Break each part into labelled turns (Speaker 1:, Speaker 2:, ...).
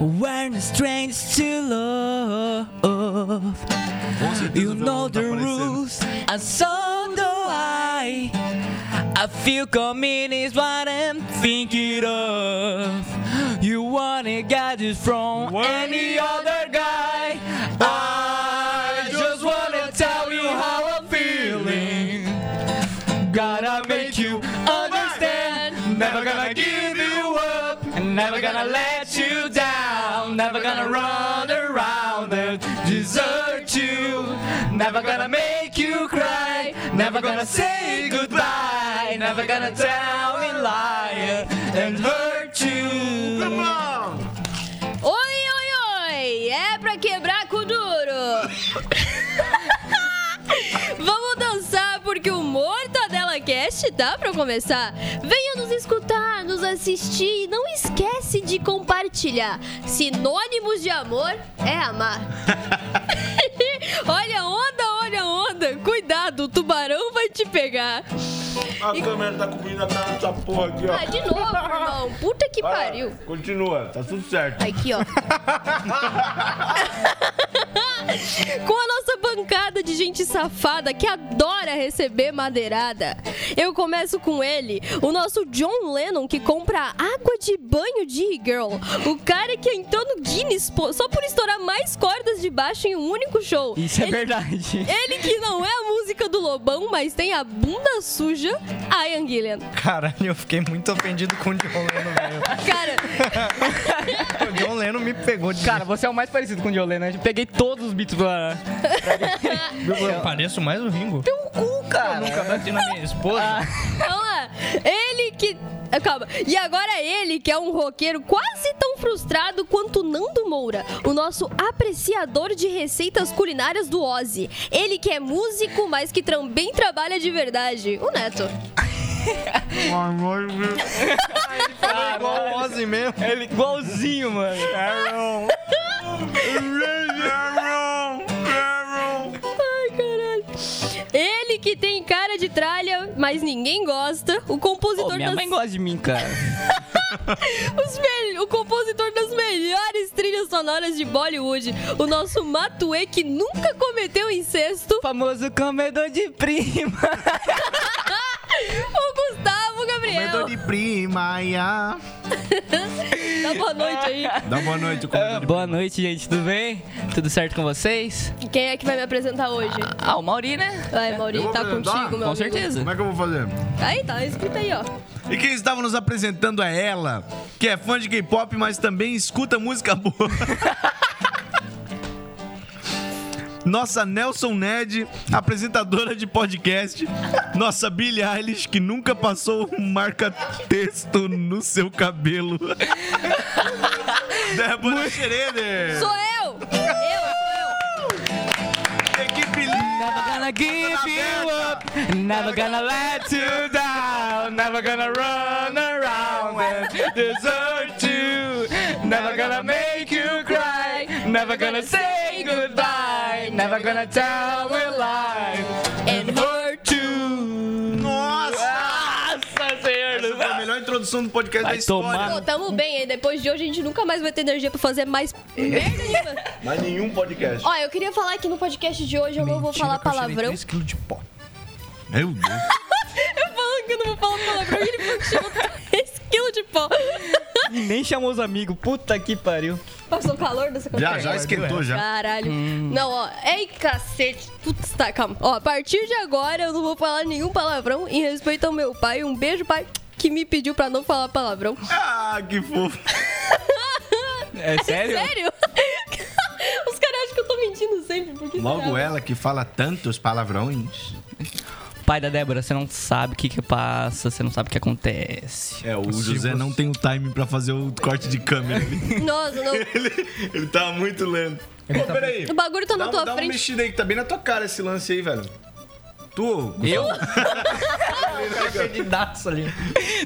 Speaker 1: When strange to love.
Speaker 2: Com certeza
Speaker 1: You
Speaker 2: o violão
Speaker 1: know
Speaker 2: tá
Speaker 1: the
Speaker 2: aparecendo.
Speaker 1: rules, and so do I. I feel coming is what I'm thinking of. You wanna get it from any other guy. I just wanna tell you how I'm feeling. Gotta make you understand. Never gonna give you up. And never gonna let you down. Never gonna run around and desert you. Never gonna make you cry. Never gonna say goodbye. Never gonna tell me lie and hurt you.
Speaker 3: Ah,
Speaker 4: Oi, oi, oi! É pra quebrar com duro! Vamos dançar porque o Mortadela Cast tá pra começar. Venha nos escutar, nos assistir e não esquece de compartilhar. Sinônimos de amor é amar. olha a onda, olha a onda. Cuidado, o tubarão vai te pegar.
Speaker 3: A câmera tá cobrindo a cara dessa porra aqui, ó.
Speaker 4: Ah, de novo, irmão. Puta que
Speaker 3: Vai lá,
Speaker 4: pariu.
Speaker 3: Continua, tá tudo certo.
Speaker 4: Aqui, ó. Com a nossa bancada de gente safada que adora receber madeirada. Eu começo com ele, o nosso John Lennon que compra água de banho de e-girl. O cara que entrou no Guinness pô, só por estourar mais cordas de baixo em um único show.
Speaker 1: Isso é verdade.
Speaker 4: Ele que não é a música do Lobão, mas tem a bunda suja, Ian Gillian.
Speaker 5: Caralho, eu fiquei muito ofendido com o John Lennon, velho.
Speaker 4: Cara,
Speaker 5: O John Lennon me pegou de
Speaker 1: Cara, você é o mais parecido com o Jolene, né? Eu Peguei todos os beats do Aran.
Speaker 5: eu pareço mais o Ringo.
Speaker 1: Teu cu, cara. Ah.
Speaker 5: Nunca bati na minha esposa.
Speaker 4: Vamos lá. Então, Ele que. Ah, Calma. E agora ele, que é um roqueiro quase tão frustrado quanto Nando Moura, o nosso apreciador de receitas culinárias do Ozzy. Ele que é músico, mas que também trabalha de verdade. O Neto.
Speaker 5: Ah, igual o Ozzy mesmo.
Speaker 1: Ele igualzinho, mano.
Speaker 4: Ai, caralho. Ele que tem cara de tralha, mas ninguém gosta. O compositor
Speaker 1: Pô, minha
Speaker 4: das...
Speaker 1: mãe gosta de mim, cara.
Speaker 4: Os mel- O compositor das melhores trilhas sonoras de Bollywood, o nosso Matue, que nunca cometeu incesto,
Speaker 1: Famoso comedor de prima.
Speaker 4: o Gustavo Gabriel.
Speaker 5: Comedor de prima, ia.
Speaker 4: Dá boa noite aí.
Speaker 3: Dá boa noite,
Speaker 1: Ah, Boa noite, gente. Tudo bem? Tudo certo com vocês?
Speaker 4: Quem é que vai me apresentar hoje?
Speaker 1: Ah, o Mauri, né?
Speaker 4: Vai, Maurinho,
Speaker 3: Eu
Speaker 4: tá
Speaker 3: vou apresentar?
Speaker 4: contigo, meu
Speaker 1: Com
Speaker 4: amigo.
Speaker 1: certeza.
Speaker 3: Como é que eu vou fazer?
Speaker 4: Aí tá, escuta aí, ó.
Speaker 2: E quem estava nos apresentando é ela, que é fã de K-pop, mas também escuta música boa. Nossa Nelson Ned, apresentadora de podcast. Nossa Billie Eilish, que nunca passou um marca-texto no seu cabelo. Débora Schroeder.
Speaker 4: Sou eu! Eu,
Speaker 2: Equipe linda.
Speaker 1: Never gonna give you up, never gonna let you down, never gonna run around
Speaker 5: é?
Speaker 1: and desert you, never gonna make you cry, never gonna say goodbye, never gonna tell a lie and hurt you.
Speaker 2: Nossa,
Speaker 1: Ah, Nossa, senhor do
Speaker 2: foi a
Speaker 1: céu.
Speaker 2: melhor introdução do podcast
Speaker 1: Vai
Speaker 2: da história.
Speaker 4: eu!
Speaker 1: tomar.
Speaker 4: Pô, tamo bem, hein? Depois de hoje a gente nunca mais vai ter energia pra fazer mais
Speaker 3: É.
Speaker 4: merda nenhuma.
Speaker 3: Mas nenhum podcast.
Speaker 4: Ó, eu queria falar que no podcast de hoje eu não vou falar palavrão.
Speaker 5: 3 quilos de pó.
Speaker 2: Meu Deus.
Speaker 4: Eu falando que eu não vou falar palavrão, ele falou que chegou 3 quilos de pó.
Speaker 1: E nem chamou os amigos, puta que pariu.
Speaker 4: Passou calor dessa
Speaker 3: Já,
Speaker 4: conversa?
Speaker 3: já esquentou, já.
Speaker 4: Caralho. Não, ó. Ei, cacete. Putz, tá, calma. Ó, a partir de agora eu não vou falar nenhum palavrão em respeito ao meu pai. Um beijo, pai, que me pediu pra não falar palavrão.
Speaker 2: Ah, que fofo.
Speaker 1: É sério?
Speaker 4: Sério? Os caras acham que eu tô mentindo sempre. Porque
Speaker 3: Logo ela que fala tantos palavrões.
Speaker 1: Pai da Débora, você não sabe o que que passa, você não sabe o que acontece.
Speaker 2: É, o José não tem o timing pra fazer o corte de câmera. Ele,
Speaker 4: Nossa, não.
Speaker 2: ele, ele tá muito lento. Ô, peraí.
Speaker 4: O bagulho tá na
Speaker 3: Dá, um-
Speaker 4: tua
Speaker 3: dá uma
Speaker 4: frente.
Speaker 3: mexida aí, que tá bem na tua cara esse lance aí, velho. Tu,
Speaker 1: Eu?
Speaker 5: Perdidaço ali.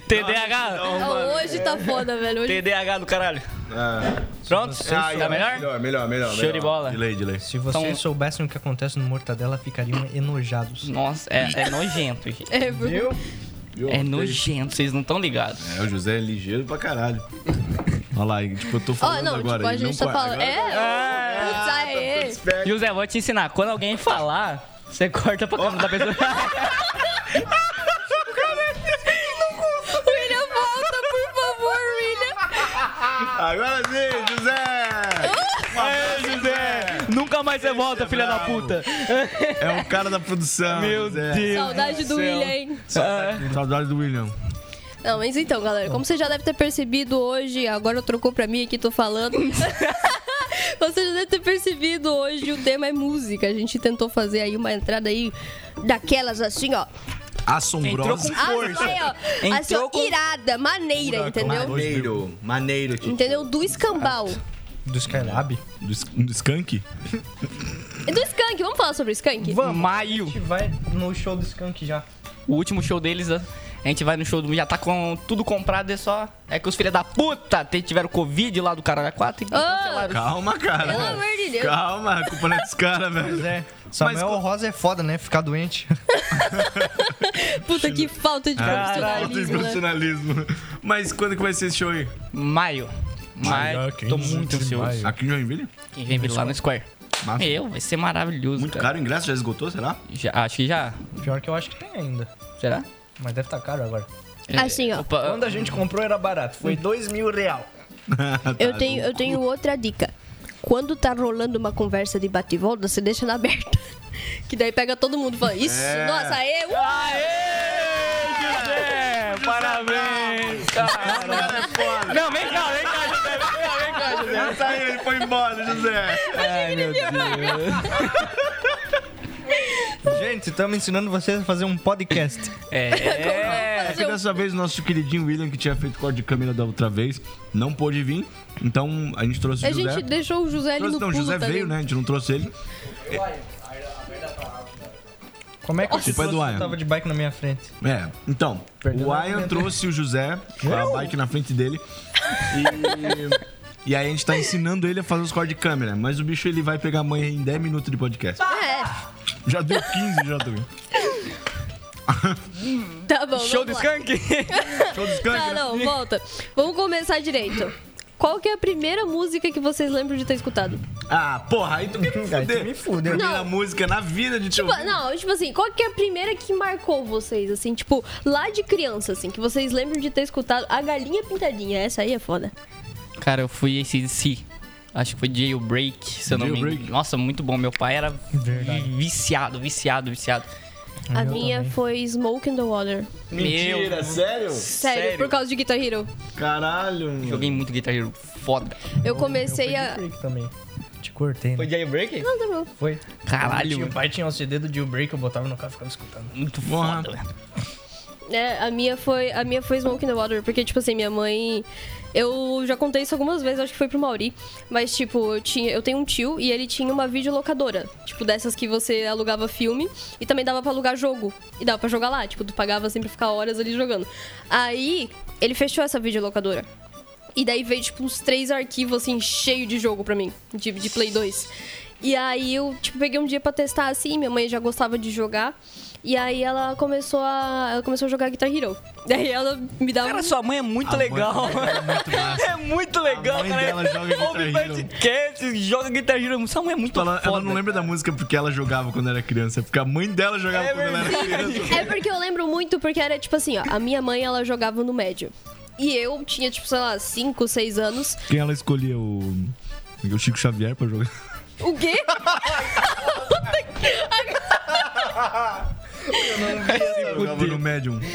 Speaker 1: TDAH?
Speaker 4: Ó, hoje tá foda, velho. Hoje...
Speaker 1: TDAH do caralho.
Speaker 3: Ah,
Speaker 1: Pronto?
Speaker 3: ah,
Speaker 1: tá melhor?
Speaker 3: Melhor, melhor, melhor.
Speaker 1: Show de bola.
Speaker 2: Delay, delay.
Speaker 5: Se vocês
Speaker 1: Então-
Speaker 5: soubessem o que acontece no Mortadela, ficariam enojados.
Speaker 1: Nossa, é, é nojento, gente.
Speaker 4: É, por...
Speaker 3: Eu? Eu
Speaker 1: É
Speaker 3: nojento.
Speaker 1: nojento, vocês não estão ligados.
Speaker 3: É, o José é ligeiro pra caralho.
Speaker 2: Olha lá, e, tipo, eu tô
Speaker 4: Ó,
Speaker 2: falando
Speaker 4: não,
Speaker 2: agora. tá,
Speaker 4: tipo, a
Speaker 2: e
Speaker 4: gente
Speaker 2: não
Speaker 4: tá
Speaker 2: para.
Speaker 4: falando. É,
Speaker 1: Ah,
Speaker 4: putz, aê.
Speaker 3: Esperto.
Speaker 1: José, vou te ensinar. Quando alguém falar, você corta pra câmera da pessoa.
Speaker 4: William, volta, por favor, William.
Speaker 3: Agora sim, José!
Speaker 1: Aê, José! Nunca mais você volta, filha da puta!
Speaker 2: É um cara da produção.
Speaker 1: Meu
Speaker 2: Zé. tá
Speaker 1: Deus!
Speaker 4: Saudade do
Speaker 1: céu.
Speaker 4: William, hein?
Speaker 1: Ah,
Speaker 2: Saudade do William.
Speaker 4: Não, mas então, galera, como você já deve ter percebido hoje, agora trocou pra mim aqui, tô falando. Você já deve ter percebido hoje, o tema é música. A gente tentou fazer aí uma entrada aí daquelas assim, ó.
Speaker 1: entrou com
Speaker 2: Assombrosa.
Speaker 1: força.
Speaker 4: Aí, ó, assim,
Speaker 1: Entrou
Speaker 4: ó,
Speaker 1: com-
Speaker 4: irada, maneira, entendeu?
Speaker 3: Maneiro, maneiro, tio.
Speaker 4: Entendeu? Do escambau.
Speaker 5: Do Skylab.
Speaker 2: Do, s- do skunk?
Speaker 4: E É Do skunk, vamos falar sobre o skunk?
Speaker 1: Van Maio,
Speaker 5: A gente vai no show do Skunk já.
Speaker 1: o último show deles, a a gente vai no show do já tá com tudo comprado, é só. É que os filha da puta te- tiveram Covid lá do Caralho é 4 e
Speaker 4: Ah.
Speaker 1: cancelaram.
Speaker 2: Calma, cara.
Speaker 4: Pelo amor de Deus.
Speaker 2: Calma, a culpa não é dos caras,
Speaker 5: Pois
Speaker 2: velho.
Speaker 5: é. Samuel
Speaker 2: co-
Speaker 5: Rosa é foda, né? Ficar doente.
Speaker 4: Puta que falta de
Speaker 2: Falta de
Speaker 4: profissionalismo. né?
Speaker 2: profissionalismo. Mas quando que vai ser esse show aí?
Speaker 1: Maio. Maio.
Speaker 5: Maio,
Speaker 1: Tô
Speaker 5: 15
Speaker 1: muito
Speaker 5: de
Speaker 1: ansioso.
Speaker 5: maio.
Speaker 2: Aqui em Joinville?
Speaker 1: Quem vem vir lá no Square?
Speaker 2: Massa.
Speaker 4: É.
Speaker 1: Meu, vai ser maravilhoso.
Speaker 2: Assim. Muito
Speaker 1: cara.
Speaker 2: caro o ingresso, já esgotou, será?
Speaker 1: Já- acho que já.
Speaker 5: Pior que eu acho que tem ainda.
Speaker 1: Será?
Speaker 5: Mas deve estar caro agora.
Speaker 4: Assim, ó.
Speaker 2: Ah.
Speaker 1: Opa,
Speaker 5: Quando a gente comprou era barato. Foi dois mil real.
Speaker 4: Eu
Speaker 2: Tá,
Speaker 4: tenho,
Speaker 2: então.
Speaker 4: eu tenho outra dica. Quando tá rolando uma conversa de bate e volta, você deixa na aberta. Que daí pega todo mundo e fala, isso,
Speaker 2: É.
Speaker 4: nossa, aê, uh,
Speaker 1: Aê, José! Parabéns, cara!
Speaker 2: É foda.
Speaker 1: Não, vem cá, vem cá, José! Vem cá, vem cá, José!
Speaker 2: Ele saiu, ele foi embora, José.
Speaker 1: Ai, meu Deus!
Speaker 5: Gente, estamos ensinando vocês a fazer um podcast.
Speaker 1: É,
Speaker 2: Foi dessa vez o nosso queridinho William, que tinha feito código de câmera da outra vez, não pôde vir. Então a gente trouxe
Speaker 4: A
Speaker 2: o José.
Speaker 4: gente deixou o José ali
Speaker 2: Trouxe,
Speaker 4: no
Speaker 2: não,
Speaker 4: pulo
Speaker 2: o José
Speaker 4: também.
Speaker 2: veio, né? A gente não trouxe ele.
Speaker 5: Como é que
Speaker 2: Tipo,
Speaker 5: eu trouxe
Speaker 2: Eduardo.
Speaker 5: que tava de bike na minha frente?
Speaker 2: É, então,
Speaker 5: Perdeu
Speaker 2: o
Speaker 5: o
Speaker 2: Ian
Speaker 5: argumento.
Speaker 2: trouxe o José, com a bike na frente dele. E, e aí a gente tá ensinando ele a fazer os cortes de câmera. Mas o bicho ele vai pegar amanhã em 10 minutos de podcast.
Speaker 4: É,
Speaker 2: Já deu 15, já também.
Speaker 4: tá bom.
Speaker 1: show do
Speaker 4: vamos lá.
Speaker 1: skunk!
Speaker 2: Show dos
Speaker 4: Tá,
Speaker 2: câmeras.
Speaker 4: não, volta. Vamos começar direito. Qual que é a primeira música que vocês lembram de ter escutado?
Speaker 2: Ah, porra, aí tu me
Speaker 5: Aí tu
Speaker 2: fudeu.
Speaker 5: me fudeu.
Speaker 2: Primeira
Speaker 4: Não.
Speaker 2: música na vida de tio.
Speaker 4: Tipo, não, tipo assim, qual que é a primeira que marcou vocês, assim, tipo, lá de criança, assim, que vocês lembram de ter escutado? A Galinha Pintadinha, essa aí é foda.
Speaker 1: Cara, eu fui esse si. Acho que foi jailbreak, se eu não me engano.
Speaker 2: Jailbreak.
Speaker 1: Nossa, muito bom. Meu pai era
Speaker 5: Verdade.
Speaker 1: vi- viciado, viciado, viciado.
Speaker 2: Ah,
Speaker 4: a minha foi Smoke in the Water.
Speaker 1: Mentira, Meu,
Speaker 2: sério?
Speaker 4: Sério, por causa de Guitar Hero.
Speaker 2: Caralho.
Speaker 1: Joguei muito Guitar Hero, foda.
Speaker 4: Eu comecei a.
Speaker 5: Break também. Te cortei, né?
Speaker 1: jailbreak?
Speaker 4: Não, tá bom.
Speaker 5: Foi.
Speaker 1: Caralho,
Speaker 5: Meu pai tinha o CD do Jailbreak, eu botava no carro e ficava escutando.
Speaker 1: muito
Speaker 2: Porra.
Speaker 1: foda. velho.
Speaker 4: É, a minha foi. A minha foi Smoke in the Water, porque, tipo assim, minha mãe. Eu já contei isso algumas vezes, acho que foi pro Mauri. Mas, tipo, eu, tinha, eu tenho um tio e ele tinha uma videolocadora. Tipo, dessas que você alugava filme e também dava pra alugar jogo. E dava pra jogar lá. Tipo, tu pagava assim pra ficar horas ali jogando. Aí, ele fechou essa videolocadora. E daí veio, tipo, uns três arquivos, assim, cheio de jogo pra mim, de, de Play 2. E aí eu, tipo, peguei um dia pra testar, assim, minha mãe já gostava de jogar. E aí ela começou a. Ela começou a jogar Guitar Hero. Daí ela me um dava.
Speaker 1: Cara, sua mãe é muito
Speaker 2: A mãe
Speaker 1: legal.
Speaker 2: dela é muito massa.
Speaker 1: É muito legal,
Speaker 2: A mãe
Speaker 1: cara.
Speaker 2: dela joga Guitar
Speaker 1: Ouve
Speaker 2: Hero.
Speaker 1: podcast, joga Guitar Hero. Sua mãe é muito
Speaker 2: Ela,
Speaker 1: foda.
Speaker 2: ela não lembra da música porque ela jogava quando era criança, é porque a mãe dela jogava
Speaker 1: É
Speaker 2: quando ela era
Speaker 1: verdade.
Speaker 2: criança.
Speaker 4: É porque eu lembro muito, porque era tipo assim, ó, a minha mãe ela jogava no médio. E eu tinha, tipo, sei lá, 5, 6 anos.
Speaker 2: Quem ela escolhia? O, o Chico Xavier pra jogar?
Speaker 4: O quê?
Speaker 2: Jogava no Medium. é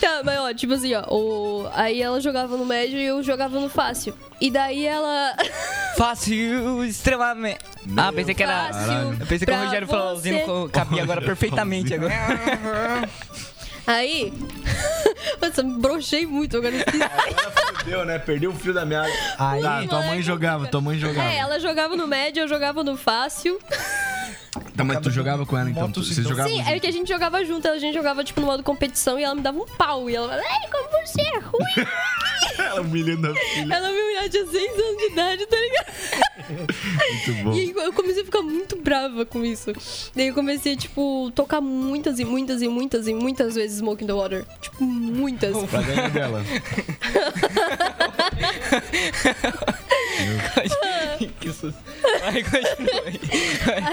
Speaker 4: Tá, mas ó, tipo assim, ó. O... Aí ela jogava no médio e eu jogava no fácil. E daí ela.
Speaker 2: é-
Speaker 1: Fácil, extremamente. ah, pensei que era.
Speaker 4: Fácil
Speaker 1: Eu pensei que o
Speaker 4: pra
Speaker 1: Rogério
Speaker 4: você.
Speaker 1: Flauzinho co- cabia agora perfeitamente. agora.
Speaker 4: Aí. Nossa, me brochei muito agora.
Speaker 2: Deu, né? Perdi o fio da meada.
Speaker 5: Aí-
Speaker 2: Tá, tua mãe jogava, tua mãe jogava.
Speaker 4: É, ela jogava no médio, eu jogava no fácil.
Speaker 2: Tá, mas tu jogava com ela então?
Speaker 5: Bota
Speaker 2: Tu,
Speaker 5: o
Speaker 2: vocês
Speaker 5: cinto.
Speaker 2: jogavam
Speaker 4: Sim,
Speaker 2: junto?
Speaker 4: é que a gente jogava junto, a gente jogava tipo no modo competição e ela me dava um pau. E ela falava, ei, como você é ruim?
Speaker 2: Ela é um humilhando a filha.
Speaker 4: ela me humilhava, tinha 6 anos de idade, tá ligado?
Speaker 2: Muito bom.
Speaker 4: E aí eu comecei a ficar muito brava com isso. Daí eu comecei, tipo, tocar muitas e muitas e muitas e muitas vezes Smoke in the Water. Tipo, muitas.
Speaker 2: Pra ganhar dela.
Speaker 1: que susto. Vai, continua aí.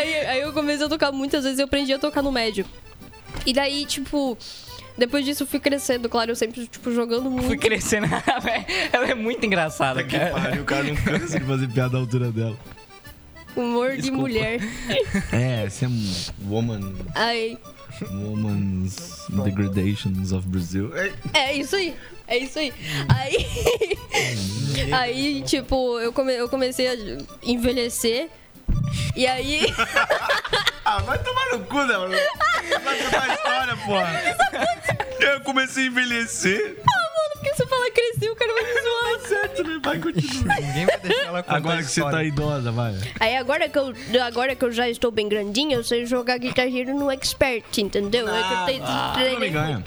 Speaker 4: aí, aí eu comecei a tocar muitas vezes e eu aprendi a tocar no médio. E daí, tipo, depois disso eu fui crescendo, claro, eu sempre, tipo, jogando muito.
Speaker 1: Fui crescendo. Ela é muito engraçada,
Speaker 2: Que
Speaker 1: cara.
Speaker 2: pariu, o cara não cansa de fazer piada à altura dela.
Speaker 4: Humor de
Speaker 1: Desculpa.
Speaker 4: mulher.
Speaker 2: É, você é um woman.
Speaker 4: Aí,
Speaker 2: Woman's Degradations of Brazil.
Speaker 4: é isso aí. É isso aí. Aí, aí tipo, eu, come, eu comecei a envelhecer. E aí,
Speaker 2: Ah, vai tomar no cu, né, mano? Vai contar a história, porra. Eu comecei a envelhecer.
Speaker 4: Ah, porque você fala cresci, o cara vai me zoar.
Speaker 2: Certo, né? Vai continuar.
Speaker 5: Ninguém vai deixar ela contar
Speaker 2: Agora
Speaker 5: a
Speaker 2: que você tá
Speaker 5: história.
Speaker 2: idosa, vai.
Speaker 4: Aí agora que, eu, agora que eu já estou bem grandinha, eu sei jogar Guitar Hero no Expert, entendeu? é que eu tenho
Speaker 2: Não me ganha.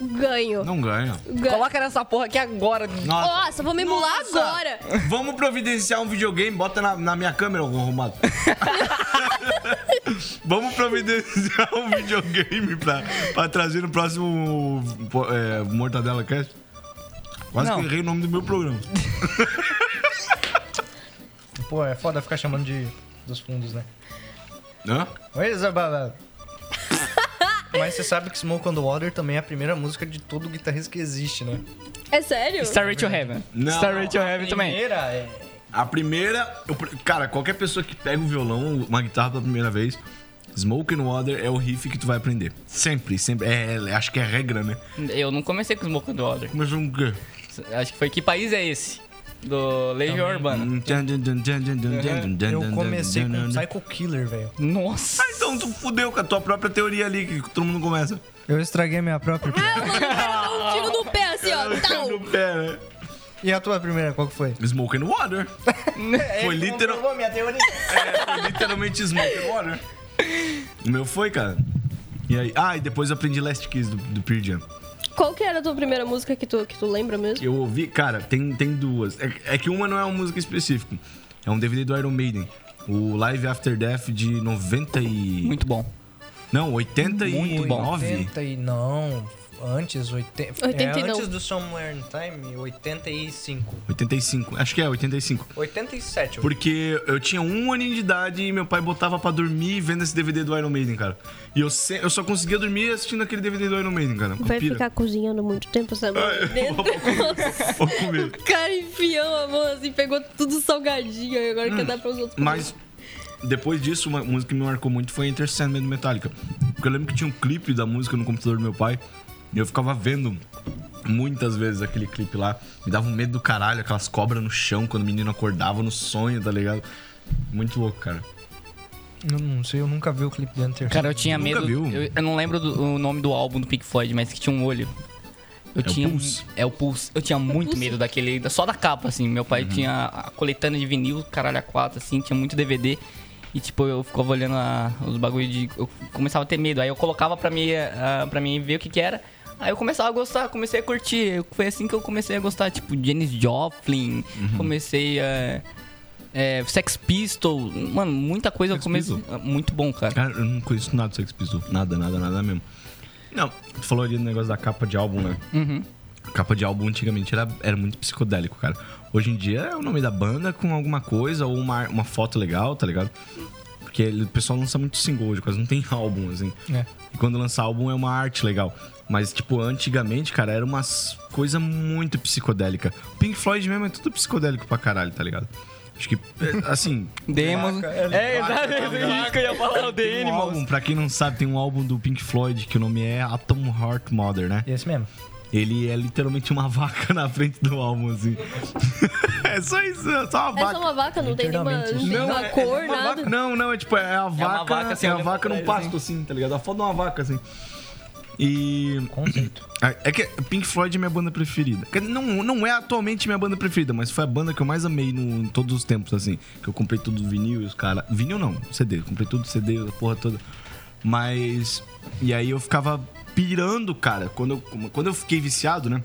Speaker 4: ganho.
Speaker 2: Não ganha.
Speaker 4: ganho.
Speaker 1: Coloca nessa porra aqui agora.
Speaker 2: Nossa.
Speaker 4: Nossa, vou me emular
Speaker 3: Nossa!
Speaker 4: agora.
Speaker 3: Vamos providenciar um videogame, bota na, na minha câmera, ô arrumado.
Speaker 2: Vamos providenciar um videogame pra, pra trazer no próximo é, Mortadela Cast? Quase
Speaker 1: Não.
Speaker 2: que eu errei o nome do meu programa.
Speaker 5: Pô, é foda ficar chamando de dos fundos, né?
Speaker 2: Hã?
Speaker 5: Oi, Isabela. é, Mas você sabe que Smoke on the Water também é a primeira música de todo guitarrista que existe, né?
Speaker 4: É sério?
Speaker 1: Starry to Heaven.
Speaker 2: Não.
Speaker 1: Starry to Heaven também.
Speaker 5: primeira é...
Speaker 2: A primeira. eu pr- cara, qualquer pessoa que pega um violão, uma guitarra pela primeira vez, Smoke and Water é o riff que tu vai aprender. Sempre, sempre. É, é- acho que é regra, né?
Speaker 1: Eu não comecei com Smoke on the Water.
Speaker 2: Mas um. quê?
Speaker 1: Acho que foi Que País É Esse? Do Legião Urbana.
Speaker 5: Eu comecei com Psycho Killer, velho.
Speaker 1: Nossa.
Speaker 2: Ah, então tu fudeu com a tua própria teoria ali, que todo mundo começa.
Speaker 5: Eu estraguei minha própria
Speaker 4: Ah, mano, o cara dá um tiro no pé assim, ó.
Speaker 1: Então.
Speaker 4: Tal.
Speaker 2: No pé, né?
Speaker 5: E a tua primeira, qual que foi?
Speaker 2: Smoke and Water.
Speaker 1: É,
Speaker 2: Foi literal-
Speaker 5: Comprovou minha teoria.
Speaker 2: É, foi literalmente Smoke and Water. O meu foi, cara. E aí? Ah, e depois eu aprendi Last Kiss do, do Pearl Jam.
Speaker 4: Qual que era a tua primeira música que tu, que tu lembra mesmo?
Speaker 2: Eu ouvi, cara, tem, tem duas. É, é que uma não é uma música específica. É um DVD do Iron Maiden. O Live After Death de 90 e...
Speaker 1: Muito bom.
Speaker 2: Não, 89.
Speaker 1: Muito bom.
Speaker 5: 80 e não... Antes, 80...
Speaker 4: 89.
Speaker 5: É, antes do Somewhere in Time, 85.
Speaker 2: 85. Acho que é, 85.
Speaker 5: 87.
Speaker 2: Porque eu tinha um aninho de idade e meu pai botava pra dormir vendo esse DVD do Iron Maiden, cara. E eu, se- eu só conseguia dormir assistindo aquele DVD do Iron Maiden, cara. Uma
Speaker 4: Vai
Speaker 2: pira.
Speaker 4: ficar cozinhando muito tempo essa mão dentro. Nossa,
Speaker 2: Vou comer.
Speaker 4: o cara enfiou a mão assim, pegou tudo salgadinho e
Speaker 2: Hum.
Speaker 4: agora quer dar pros outros.
Speaker 2: Mas depois disso, uma música que me marcou muito foi Enter Sandman do Metallica. Porque eu lembro que tinha um clipe da música no computador do meu pai e eu ficava vendo muitas vezes aquele clipe lá. Me dava um medo do caralho, aquelas cobras no chão quando o menino acordava no sonho, tá ligado? Muito louco, cara.
Speaker 5: Eu não sei, eu nunca vi o clipe do Hunter.
Speaker 1: Cara, eu tinha
Speaker 2: Nunca
Speaker 1: medo.
Speaker 2: viu?
Speaker 1: Eu, eu não lembro do- o nome do álbum do Pink Floyd, mas que tinha um olho. Eu
Speaker 2: o
Speaker 1: tinha,
Speaker 2: Pulse.
Speaker 1: É o Pulse. Eu tinha muito
Speaker 4: Pulse.
Speaker 1: medo daquele. da- Só da capa, assim. Meu pai
Speaker 2: Uhum.
Speaker 1: tinha a coletânea de vinil, caralho, a quatro, assim. Tinha muito DVD. E, tipo, eu ficava olhando a- os bagulhos de. Eu começava a ter medo. Aí eu colocava pra mim, ah, pra mim ver o que que era. Aí eu começava a gostar, comecei a curtir. Eu- Foi assim que eu comecei a gostar, tipo, Janis Joplin.
Speaker 2: Uhum.
Speaker 1: Comecei a. é, Sex Pistols. Mano, muita coisa
Speaker 2: Sex
Speaker 1: eu comecei. ah, Muito bom, cara.
Speaker 2: Cara, eu não conheço nada do Sex Pistols. Nada, nada, nada mesmo. Não, tu falou ali do negócio da capa de álbum, né?
Speaker 1: Uhum.
Speaker 2: A capa de álbum antigamente era, era muito psicodélico, cara. Hoje em dia é o nome da banda com alguma coisa ou uma, uma foto legal, tá ligado? Porque ele- o pessoal lança muito single hoje, quase não tem álbum, assim.
Speaker 5: É.
Speaker 2: E quando lança álbum é uma arte legal. Mas, tipo, antigamente, cara, era umas coisa muito psicodélica. Pink Floyd mesmo é tudo psicodélico pra caralho, tá ligado? Acho que, é, assim,
Speaker 1: Demos. É, exatamente isso que eu ia falar, o The
Speaker 2: tem um
Speaker 1: Animals.
Speaker 2: álbum, pra quem não sabe, tem um álbum do Pink Floyd que o nome é Atom Heart Mother, né?
Speaker 5: Esse mesmo.
Speaker 2: Ele é literalmente uma vaca na frente do álbum, assim. é só isso, é só uma
Speaker 4: É só
Speaker 2: vaca.
Speaker 4: uma vaca, não tem nenhuma, não tem
Speaker 5: Literalmente.
Speaker 4: nenhuma
Speaker 2: é- é
Speaker 4: cor,
Speaker 2: uma
Speaker 4: nada.
Speaker 2: vaca- não, não, é tipo, é a vaca, é
Speaker 1: vaca, assim,
Speaker 2: a
Speaker 1: olhando pra
Speaker 2: vaca num
Speaker 1: trás,
Speaker 2: pasto, assim, tá ligado? A foto de uma vaca, assim. E.
Speaker 5: Conceito.
Speaker 2: É que Pink Floyd é minha banda preferida. Quer dizer, Não, não é atualmente minha banda preferida, mas foi a banda que eu mais amei no, em todos os tempos, assim. Que eu comprei tudo vinil e os caras. Vinil não, CD. Eu comprei tudo CD, a porra toda. Mas. E aí eu ficava pirando, cara. Quando eu, quando eu fiquei viciado, né?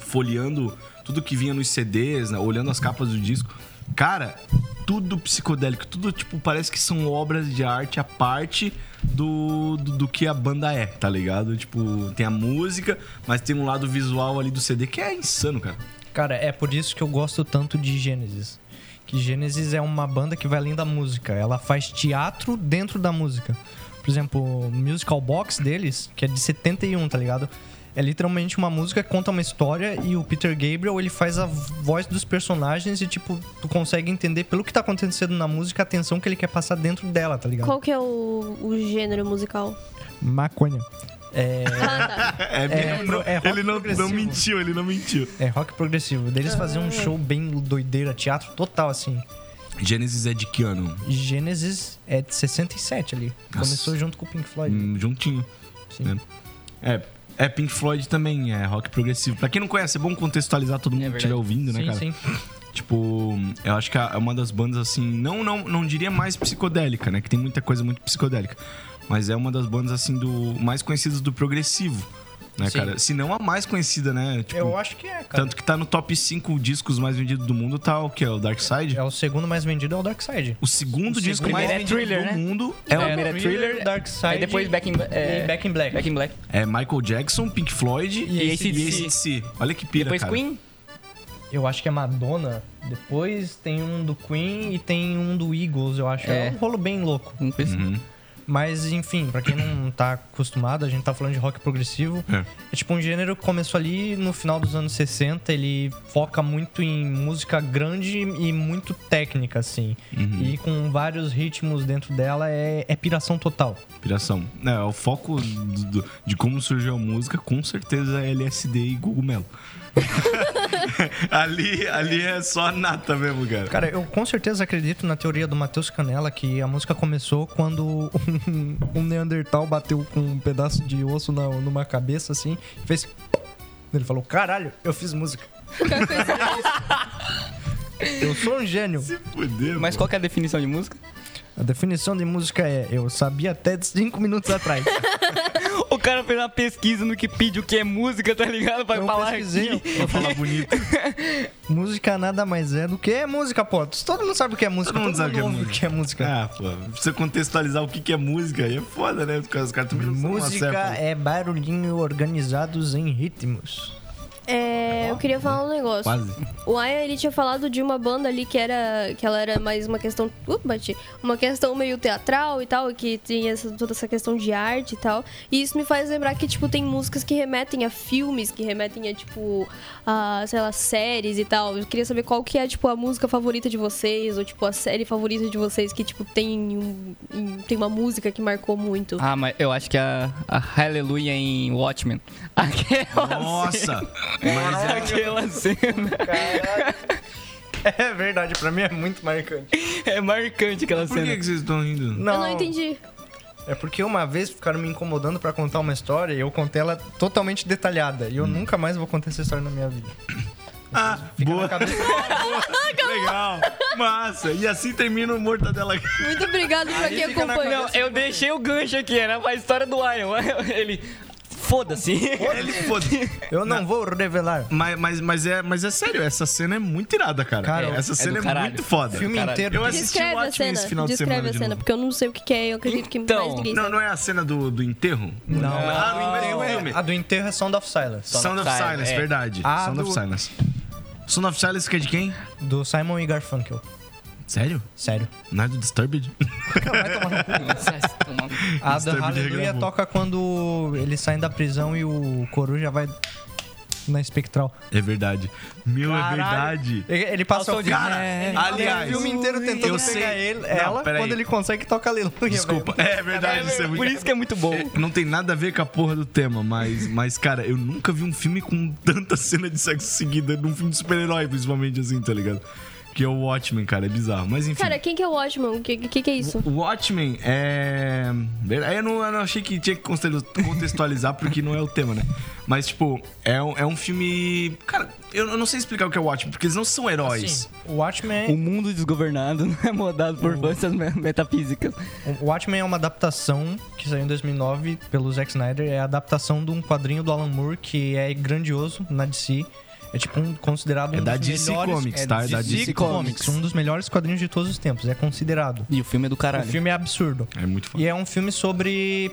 Speaker 2: Folheando tudo que vinha nos CDs, né? Olhando as capas do disco. Cara, tudo psicodélico, tudo tipo, parece que são obras de arte à parte do, do, do que a banda é, tá ligado? Tipo, tem a música, mas tem um lado visual ali do CD que é insano, cara.
Speaker 5: Cara, é por isso que eu gosto tanto de Gênesis. Que Gênesis é uma banda que vai além da música. Ela faz teatro dentro da música. Por exemplo, o Musical Box deles, que é de 71, tá ligado? É literalmente uma música que conta uma história e o Peter Gabriel, ele faz a voz dos personagens e, tipo, tu consegue entender pelo que tá acontecendo na música a tensão que ele quer passar dentro dela, tá ligado?
Speaker 4: Qual que é o, o gênero musical?
Speaker 5: Maconha. É,
Speaker 4: Ah, tá.
Speaker 2: É,
Speaker 5: É,
Speaker 2: não-
Speaker 5: é rock
Speaker 2: ele não, não
Speaker 5: progressivo.
Speaker 2: mentiu, ele não mentiu.
Speaker 5: é rock progressivo. Deles faziam um show bem doideira, teatro total, assim.
Speaker 2: Gênesis é de que ano?
Speaker 5: Gênesis é de 67 ali.
Speaker 2: Nossa.
Speaker 5: Começou junto com o Pink Floyd.
Speaker 2: Hum, juntinho.
Speaker 5: Sim.
Speaker 2: né? É, é Pink Floyd também, é rock progressivo. Pra quem não conhece, é bom contextualizar todo mundo que estiver ouvindo, né,
Speaker 5: sim,
Speaker 2: cara?
Speaker 5: sim.
Speaker 2: Tipo, eu acho que é uma das bandas assim, não, não, não diria mais psicodélica, né? Que tem muita coisa muito psicodélica. Mas é uma das bandas assim do mais conhecidas do progressivo, né,
Speaker 5: Sim.
Speaker 2: cara? Se não a mais conhecida, né? Tipo,
Speaker 5: Eu acho que é, cara.
Speaker 2: tanto que tá no top 5 discos mais vendidos do mundo, tá o que é o Dark Side?
Speaker 5: É o segundo mais vendido é o Dark Side.
Speaker 2: O segundo
Speaker 5: O
Speaker 2: disco
Speaker 5: segundo
Speaker 2: mais
Speaker 1: é
Speaker 2: vendido
Speaker 1: Thriller,
Speaker 2: do
Speaker 1: né?
Speaker 2: mundo é, o-
Speaker 1: primeiro é Thriller,
Speaker 5: Dark Side.
Speaker 1: Aí depois Back in, é,
Speaker 5: e Back in Black.
Speaker 1: Back in Black.
Speaker 2: é Michael Jackson, Pink Floyd
Speaker 1: E AC/DC.
Speaker 2: AC/DC. Olha que pira,
Speaker 1: Depois
Speaker 2: cara.
Speaker 1: Queen.
Speaker 5: Eu acho que é Madonna. Depois tem um do Queen e tem um do Eagles, eu acho. É,
Speaker 1: É.
Speaker 5: um rolo bem louco.
Speaker 1: Não pensa-
Speaker 5: Mas, enfim, pra quem não tá acostumado, a gente tá falando de rock progressivo.
Speaker 2: É.
Speaker 5: É tipo um gênero que começou ali no final dos anos 60, ele foca muito em música grande e muito técnica, assim. E com vários ritmos dentro dela, é, é piração total.
Speaker 2: Inspiração. É, o foco do- do- de como surgiu a música, com certeza é LSD e cogumelo. ali, ali é só a nata mesmo, cara.
Speaker 5: Cara, eu com certeza acredito na teoria do Matheus Canella que a música começou quando um, um Neandertal bateu com um pedaço de osso na- numa cabeça, assim, e fez... Ele falou, caralho, eu fiz música. eu sou um gênio.
Speaker 2: Se fuder,
Speaker 1: Mas
Speaker 2: pô.
Speaker 1: qual que é a definição de música?
Speaker 5: A definição de música é eu sabia até de cinco minutos atrás.
Speaker 1: O cara fez uma pesquisa no Wikipedia o que é música, tá ligado? Pra
Speaker 5: eu
Speaker 1: falar
Speaker 5: pesquisei.
Speaker 1: aqui.
Speaker 5: eu-
Speaker 2: Pra falar bonito.
Speaker 5: música nada mais é do que música, pô. Todo mundo sabe o que é música.
Speaker 2: Todo mundo sabe o que é
Speaker 5: ouve
Speaker 2: música.
Speaker 5: música.
Speaker 2: Ah, pô. Precisa contextualizar o que, que é música. Aí é foda, né? Os caras os caras também não são uma
Speaker 5: Música
Speaker 2: serpa.
Speaker 5: é barulhinho organizados em ritmos.
Speaker 4: É, eu queria falar um negócio.
Speaker 2: Quase.
Speaker 4: O Ian, ele tinha falado de uma banda ali que era. que ela era mais uma questão. Uh, bati. Uma questão meio teatral e tal, que tinha essa- toda essa questão de arte e tal. E isso me faz lembrar que, tipo, tem músicas que remetem a filmes, que remetem a, tipo, a, sei lá, séries e tal. Eu queria saber qual que é, tipo, a música favorita de vocês, ou tipo, a série favorita de vocês que, tipo, tem, um- em- tem uma música que marcou muito.
Speaker 1: Ah, mas eu acho que a, a Hallelujah em Watchmen. Aquela
Speaker 2: Nossa!
Speaker 1: Mas aquela cena
Speaker 5: É verdade, pra mim é muito marcante.
Speaker 1: é marcante aquela
Speaker 2: Por que,
Speaker 1: cena.
Speaker 2: que vocês estão rindo?
Speaker 4: Eu não entendi.
Speaker 5: É porque uma vez ficaram me incomodando pra contar uma história e eu contei ela totalmente detalhada. E eu nunca mais vou contar essa história na minha vida.
Speaker 2: Ah,
Speaker 5: Na
Speaker 2: boa.
Speaker 5: cabeça-
Speaker 2: Legal. Massa. E assim termina o Mortadela.
Speaker 4: Muito obrigado pra quem
Speaker 5: fica na
Speaker 4: acompanhou.
Speaker 1: Não, eu deixei o gancho aqui, era a história do Iron. Ele. Foda-se.
Speaker 2: Ele foda
Speaker 5: Eu não vou revelar.
Speaker 2: Mas, mas, mas, é, mas é sério, essa cena é muito irada, cara.
Speaker 5: Cara,
Speaker 2: essa cena
Speaker 1: do
Speaker 2: é
Speaker 1: caralho.
Speaker 2: muito foda.
Speaker 5: Filme
Speaker 1: Caralho.
Speaker 5: inteiro.
Speaker 2: Eu assisti
Speaker 4: Descreve
Speaker 2: o
Speaker 4: a
Speaker 2: Watchmen
Speaker 4: cena.
Speaker 2: esse final de
Speaker 4: Descreve
Speaker 2: semana.
Speaker 4: a
Speaker 2: de
Speaker 4: cena,
Speaker 2: novo.
Speaker 4: porque eu não sei o que, que é. Eu acredito que
Speaker 1: Então,
Speaker 4: mais ninguém
Speaker 2: Não,
Speaker 4: sabe.
Speaker 2: não é a cena do, do enterro?
Speaker 5: Não,
Speaker 2: Ah, do enterro é filme.
Speaker 5: a do enterro é Sound of Silence.
Speaker 2: Sound of
Speaker 1: Silence,
Speaker 2: Silence,
Speaker 1: é.
Speaker 2: verdade.
Speaker 5: Ah,
Speaker 2: Sound of
Speaker 5: do-
Speaker 2: Silence. Sound of Silence que é de quem?
Speaker 5: Do Simon e Garfunkel.
Speaker 2: Sério?
Speaker 5: Sério.
Speaker 2: Não é do Disturbed?
Speaker 5: A
Speaker 2: Mr.
Speaker 5: da
Speaker 2: Bean
Speaker 5: Hallelujah
Speaker 2: reclamou.
Speaker 5: toca quando eles saem da prisão e o Coruja vai na espectral.
Speaker 2: É verdade. Meu, é verdade.
Speaker 5: Ele, ele passa
Speaker 1: Passou
Speaker 5: o
Speaker 1: de-
Speaker 5: filme,
Speaker 1: Cara,
Speaker 5: é,
Speaker 1: ele
Speaker 2: aliás,
Speaker 5: o filme inteiro tentando
Speaker 2: eu
Speaker 5: pegar
Speaker 2: sei-
Speaker 5: ele,
Speaker 2: Não,
Speaker 5: ela,
Speaker 2: peraí.
Speaker 5: quando ele consegue toca Aleluia.
Speaker 2: Desculpa. É verdade, isso é muito...
Speaker 1: Por isso que é muito bom.
Speaker 2: Não tem nada a ver com a porra do tema, mas, mas, cara, eu nunca vi um filme com tanta cena de sexo seguida num filme de super-herói, principalmente assim, tá ligado? Que é o Watchmen, cara, é bizarro. Mas enfim.
Speaker 4: Cara, quem que é o Watchman? O que, que, que é isso?
Speaker 2: O Watchmen é. Aí Eu não, eu não achei que tinha que constelu- contextualizar porque não é o tema, né? Mas, tipo, é, um- é um filme. Cara, eu, eu não sei explicar o que é o Watchmen, porque eles não são heróis.
Speaker 5: Sim, o Watchmen
Speaker 1: O mundo desgovernado não é moldado por forças me- metafísicas.
Speaker 5: O Watchmen é uma adaptação que saiu em 2009 pelo Zack Snyder. É a adaptação de um quadrinho do Alan Moore que é grandioso na DC. É tipo um, considerado
Speaker 2: É
Speaker 5: um
Speaker 2: da
Speaker 5: dos
Speaker 2: DC
Speaker 5: melhores...
Speaker 2: Comics,
Speaker 5: é
Speaker 2: tá? É
Speaker 5: da
Speaker 2: da
Speaker 5: DC
Speaker 2: DC
Speaker 5: Comics. Um dos melhores quadrinhos de todos os tempos. É considerado.
Speaker 1: E o filme é do
Speaker 5: O
Speaker 1: caralho.
Speaker 5: filme é absurdo.
Speaker 2: É muito foda.
Speaker 5: E é um filme sobre.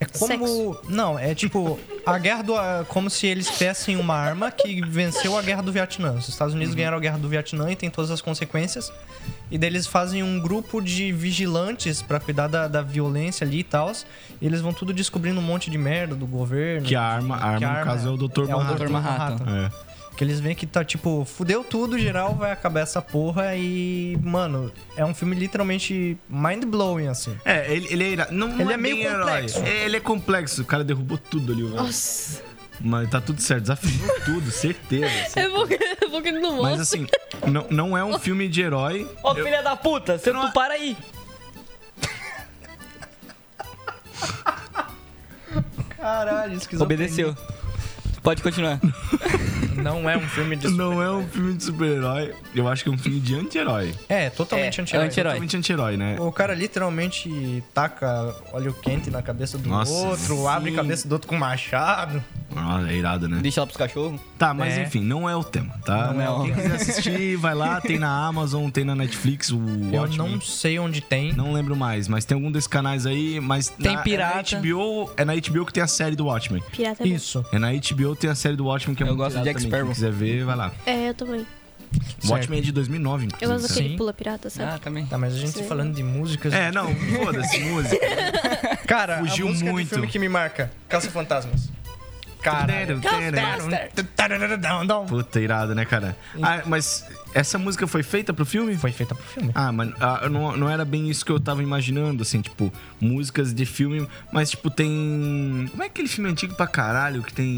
Speaker 5: É como. Não, é tipo. A guerra do. ah, Como se eles tivessem uma arma que venceu a guerra do Vietnã. Os Estados Unidos ganharam a guerra do Vietnã e tem todas as consequências. E daí eles fazem um grupo de vigilantes pra cuidar da, da violência ali e tal. E eles vão tudo descobrindo um monte de merda do governo.
Speaker 2: Que a arma, a arma,
Speaker 5: Que a
Speaker 2: no caso, é o Dr.
Speaker 5: é o
Speaker 2: Manhattan.
Speaker 5: Dr.
Speaker 1: Manhattan.
Speaker 5: Manhattan.
Speaker 2: É.
Speaker 5: Que eles veem que tá tipo, fudeu tudo, geral vai acabar essa porra e. Mano, é um filme literalmente mind blowing, assim.
Speaker 2: É, ele, ele é ira- Não, não
Speaker 5: Ele é meio
Speaker 2: bem
Speaker 5: complexo.
Speaker 2: herói. É, ele é complexo. O cara derrubou tudo ali, velho.
Speaker 4: Nossa.
Speaker 2: Mas tá tudo certo. Desafiou tudo, certeza.
Speaker 4: Eu vou, eu vou querer no
Speaker 2: Mas
Speaker 4: monstro.
Speaker 2: assim, não, não é um filme de herói.
Speaker 1: Ô, filha da puta, você não para aí.
Speaker 5: Caralho,
Speaker 1: Obedeceu. Pode continuar.
Speaker 5: Não é um filme de.
Speaker 2: Não é um filme de super-herói. Eu acho que é um filme de anti-herói.
Speaker 5: É, totalmente
Speaker 1: É,
Speaker 5: anti-herói.
Speaker 1: anti-herói.
Speaker 2: Totalmente anti-herói, né?
Speaker 5: O cara literalmente taca óleo quente na cabeça do
Speaker 2: Nossa,
Speaker 5: outro,
Speaker 2: sim.
Speaker 5: abre a cabeça do outro com um machado.
Speaker 2: Nossa, é irado, né?
Speaker 1: Deixa ela pros cachorros.
Speaker 2: Tá, mas
Speaker 5: É.
Speaker 2: enfim, não é o tema, tá?
Speaker 1: Não é o-
Speaker 2: Quem quiser assistir, vai lá, tem na Amazon, tem na Netflix, o
Speaker 5: Eu
Speaker 2: Watchmen.
Speaker 5: não sei onde tem.
Speaker 2: Não lembro mais, mas tem algum desses canais aí, mas
Speaker 1: Tem pirata.
Speaker 2: É na, HBO, é na HBO que tem a série do Watchmen.
Speaker 4: Pirata é bom.
Speaker 5: Isso.
Speaker 2: É na HBO tem a série do Watchmen que é
Speaker 1: Eu
Speaker 2: muito
Speaker 1: gosto de
Speaker 2: pirata
Speaker 1: Jack
Speaker 2: também.
Speaker 1: Sparrow.
Speaker 2: Quem quiser ver, vai lá.
Speaker 4: É, eu também.
Speaker 2: Watchmen é de 2009,
Speaker 4: Eu
Speaker 2: inclusive.
Speaker 4: gosto
Speaker 2: cara.
Speaker 5: Sim.
Speaker 4: daquele pula pirata, sabe?
Speaker 1: Ah, também.
Speaker 5: Tá, mas a gente
Speaker 4: Sim.
Speaker 5: falando de músicas.
Speaker 2: É, não, foda-se, música.
Speaker 5: Cara,
Speaker 2: Fugiu
Speaker 5: a música
Speaker 2: muito.
Speaker 5: do filme que me marca: Caça Fantasmas. Cara.
Speaker 2: né? Puta, irado, né, cara? Ah, mas essa música foi feita pro filme?
Speaker 5: Foi feita pro filme.
Speaker 2: Ah, mas ah, não, não era bem isso que eu tava imaginando, assim, tipo, músicas de filme, mas, tipo, tem. Como é aquele filme antigo pra caralho que tem.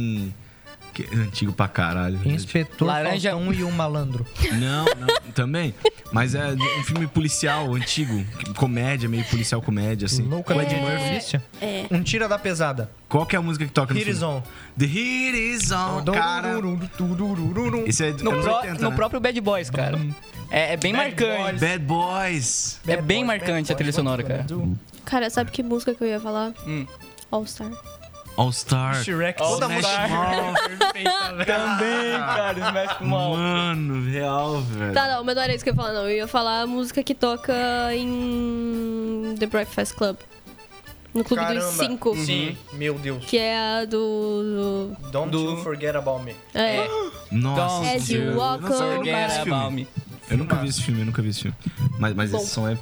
Speaker 2: que- Antigo pra caralho.
Speaker 5: Inspetor
Speaker 1: Laranja-
Speaker 5: Falcão e o Malandro.
Speaker 2: Não, não, também. Mas é um filme policial antigo, comédia, meio policial comédia, assim.
Speaker 5: Louca Ed Murphy.
Speaker 4: É.
Speaker 5: Um tira da pesada.
Speaker 2: Qual que é a música que toca no
Speaker 5: Here is
Speaker 2: filme?
Speaker 5: on.
Speaker 2: The Hit Is On, cara. Esse é de
Speaker 1: No,
Speaker 2: anos
Speaker 1: pró-
Speaker 2: 80,
Speaker 1: no
Speaker 2: né?
Speaker 1: próprio Bad Boys, cara. É, é bem
Speaker 5: Bad
Speaker 1: marcante.
Speaker 5: Boys.
Speaker 2: Bad Boys.
Speaker 1: É bem marcante a trilha sonora, cara.
Speaker 4: Cara, sabe que música que eu ia falar?
Speaker 1: Hum.
Speaker 4: All Star.
Speaker 2: All Star.
Speaker 5: Shrek,
Speaker 1: All
Speaker 5: toda
Speaker 1: Smash
Speaker 5: música. Perfeita, velho.
Speaker 1: Também, cara, Smash Mouth.
Speaker 2: Mano, real, velho.
Speaker 4: Tá, não, mas não era isso que eu ia falar, não. Eu ia falar a música que toca em The Breakfast Club. No Clube dos
Speaker 5: Caramba. Hum.
Speaker 4: Cinco.
Speaker 5: Sim, meu Deus.
Speaker 4: Que é a do... do-
Speaker 5: Don't
Speaker 1: Do-
Speaker 5: you forget about me.
Speaker 4: É.
Speaker 2: Nossa,
Speaker 1: Don't
Speaker 4: As you
Speaker 2: eu-
Speaker 4: É walk
Speaker 2: nossa, eu nunca vi
Speaker 1: Forget
Speaker 2: esse filme.
Speaker 1: about me.
Speaker 2: Eu nunca vi esse filme, eu nunca vi esse filme. Mas, mas
Speaker 4: Bom.
Speaker 2: esse som é,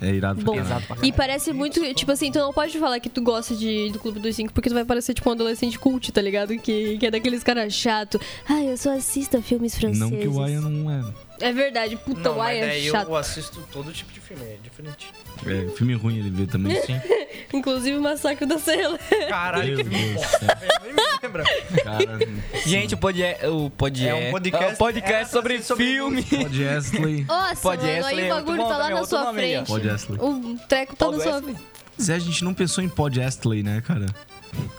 Speaker 2: é irado pra
Speaker 4: Bom,
Speaker 2: caralho.
Speaker 4: e parece muito, tipo assim, tu não pode falar que tu gosta de, do Clube dos Cinco, porque tu vai parecer tipo um adolescente cult, tá ligado? Que, que é daqueles caras chato. Ah, eu só assisto a filmes franceses.
Speaker 2: Não que o Aya não é.
Speaker 4: É verdade, puta,
Speaker 5: Não,
Speaker 4: o
Speaker 5: mas
Speaker 4: Ai é
Speaker 5: daí eu,
Speaker 4: chato.
Speaker 5: eu assisto todo tipo de filme, é diferente.
Speaker 2: É, filme ruim ele vê também. Sim.
Speaker 4: Inclusive o Massacre da Serra.
Speaker 5: Caralho,
Speaker 2: Meu
Speaker 5: que filme
Speaker 2: Deus,
Speaker 5: bosta, velho. Nem me lembra.
Speaker 2: cara.
Speaker 1: Gente, o podcast. O podie-
Speaker 5: É um podcast-
Speaker 1: é um podcast
Speaker 5: era pra
Speaker 1: sobre,
Speaker 5: ser sobre
Speaker 1: filme.
Speaker 2: Pod Astley.
Speaker 4: Nossa,
Speaker 1: Pode
Speaker 4: mano,
Speaker 1: essa,
Speaker 4: aí
Speaker 1: é
Speaker 4: o bagulho
Speaker 1: muito bom
Speaker 4: tá lá
Speaker 1: também,
Speaker 4: na
Speaker 1: outro
Speaker 4: sua
Speaker 1: nome aí, ó.
Speaker 4: frente.
Speaker 2: Pod Astley.
Speaker 4: O treco tá
Speaker 1: Pode
Speaker 4: na sua
Speaker 1: essa.
Speaker 4: frente.
Speaker 2: Zé, a gente não pensou em Pod Astley, né, cara?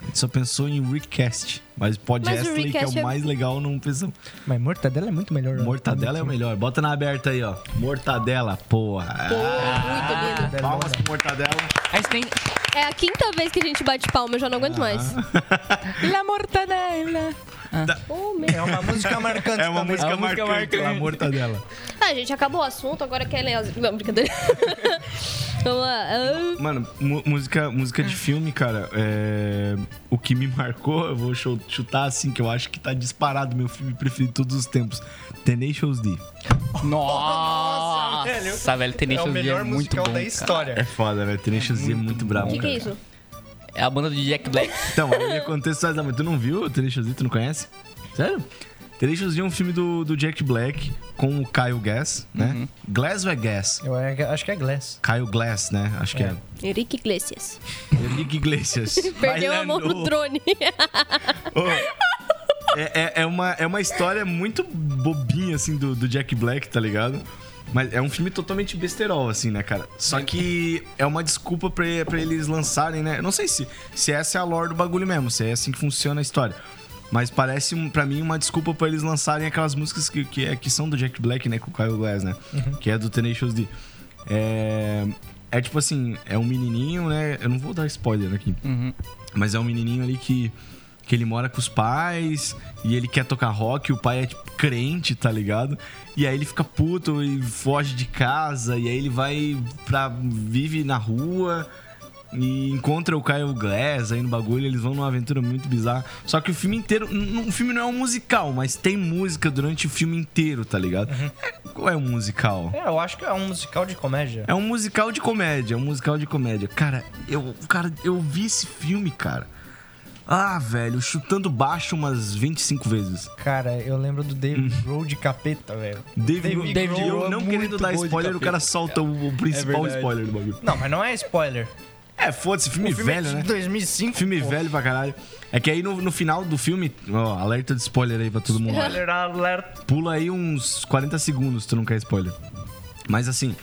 Speaker 2: A gente só pensou em Recast. Mas Pod
Speaker 4: Mas o
Speaker 2: Astley, que é
Speaker 4: Recast é-
Speaker 2: o mais legal, não pensamos.
Speaker 5: Mas Mortadela é muito melhor.
Speaker 2: Mortadela é o melhor. Bota na aberta aí, ó. Mortadela, porra.
Speaker 1: Ah.
Speaker 4: Muito lindo.
Speaker 5: é
Speaker 2: Palmas pro Mortadela.
Speaker 1: A gente tem.
Speaker 4: É a quinta vez que a gente bate palma, eu já não
Speaker 2: Ah.
Speaker 4: aguento mais.
Speaker 1: La Mortadela.
Speaker 4: Oh, meu.
Speaker 5: É uma música marcante
Speaker 2: É uma
Speaker 5: também. um
Speaker 2: música
Speaker 1: música
Speaker 2: marcante,
Speaker 1: marcante.
Speaker 2: a Mortadela.
Speaker 4: Ah, gente, acabou o assunto, agora quer ler as... Não, brincadeira. Vamos lá. Ah,
Speaker 2: Mano, mu- música, música
Speaker 4: Hum.
Speaker 2: de filme, cara, é... o que me marcou, eu vou chu- chutar assim, que eu acho que tá disparado meu filme preferido de todos os tempos. Tenacious D.
Speaker 1: Nossa,
Speaker 5: velho.
Speaker 1: Nossa, velho,
Speaker 5: É
Speaker 1: Tenacious D
Speaker 5: o melhor
Speaker 1: é muito
Speaker 5: musical
Speaker 1: bom,
Speaker 5: da
Speaker 1: cara.
Speaker 5: história.
Speaker 2: É foda, velho. Tenacious D é muito bravo.
Speaker 4: o que, que é
Speaker 2: cara.
Speaker 4: isso?
Speaker 1: É a banda do Jack Black.
Speaker 2: Então, eu ia contextualizar, mas tu não viu o Tenacious D? Tu não conhece? Sério? Tenacious D é um filme do, do Jack Black com o Kyle Gass, né?
Speaker 4: Uhum.
Speaker 2: Glass ou é Gass?
Speaker 5: Eu é- acho que é Glass.
Speaker 2: Kyle Glass, né? Acho que é.
Speaker 4: Henrique Iglesias.
Speaker 2: Henrique Iglesias.
Speaker 4: Perdeu a mão
Speaker 2: Bailando.
Speaker 4: no drone.
Speaker 2: Ô, é, é- é uma, é uma história muito bobinha, assim, do, do Jack Black, tá ligado? Mas é um filme totalmente besterol, assim, né, cara? Só que é uma desculpa pra, pra eles lançarem, né? Eu Não sei se, se essa é a lore do bagulho mesmo, se é assim que funciona a história. Mas parece, um- pra mim, uma desculpa pra eles lançarem aquelas músicas que, que, é- que são do Jack Black, né? Com o Kyle Glass, né? Que é do Tenacious D. É, é tipo assim, é um menininho, né? Eu não vou dar spoiler aqui. Mas é um menininho ali que que ele mora com os pais e ele quer tocar rock, e o pai é tipo crente, tá ligado? E aí ele fica puto e foge de casa, e aí ele vai pra. vive na rua e encontra o Kyle Glass aí no bagulho, eles vão numa aventura muito bizarra. Só que o filme inteiro, n- n- o filme não é um musical, mas tem música durante o filme inteiro, tá ligado? É- Ou é um musical?
Speaker 5: É, eu acho que é um musical de comédia.
Speaker 2: É um musical de comédia, é um musical de comédia. Cara, eu, cara, eu vi esse filme, cara. Ah, velho, chutando baixo umas 25 vezes.
Speaker 5: Cara, eu lembro do David
Speaker 2: Hum.
Speaker 5: Grohl de capeta, velho.
Speaker 2: David,
Speaker 5: David
Speaker 2: David
Speaker 5: Grohl
Speaker 2: eu
Speaker 5: é
Speaker 2: não
Speaker 5: muito É
Speaker 2: querendo dar
Speaker 5: bom de
Speaker 2: spoiler, o
Speaker 5: capeta.
Speaker 2: cara solta o, o principal
Speaker 3: verdade.
Speaker 2: spoiler do bagulho.
Speaker 5: Não, mas não é spoiler.
Speaker 2: É, foda-se, filme,
Speaker 5: O filme é
Speaker 2: velho,
Speaker 5: de
Speaker 2: né?
Speaker 5: 2005.
Speaker 2: Filme
Speaker 5: pô.
Speaker 2: velho pra caralho. É que aí no, no final do filme, ó, alerta de spoiler aí pra todo mundo.
Speaker 5: Spoiler alert.
Speaker 2: Pula aí uns 40 segundos, se tu não quer spoiler. Mas assim,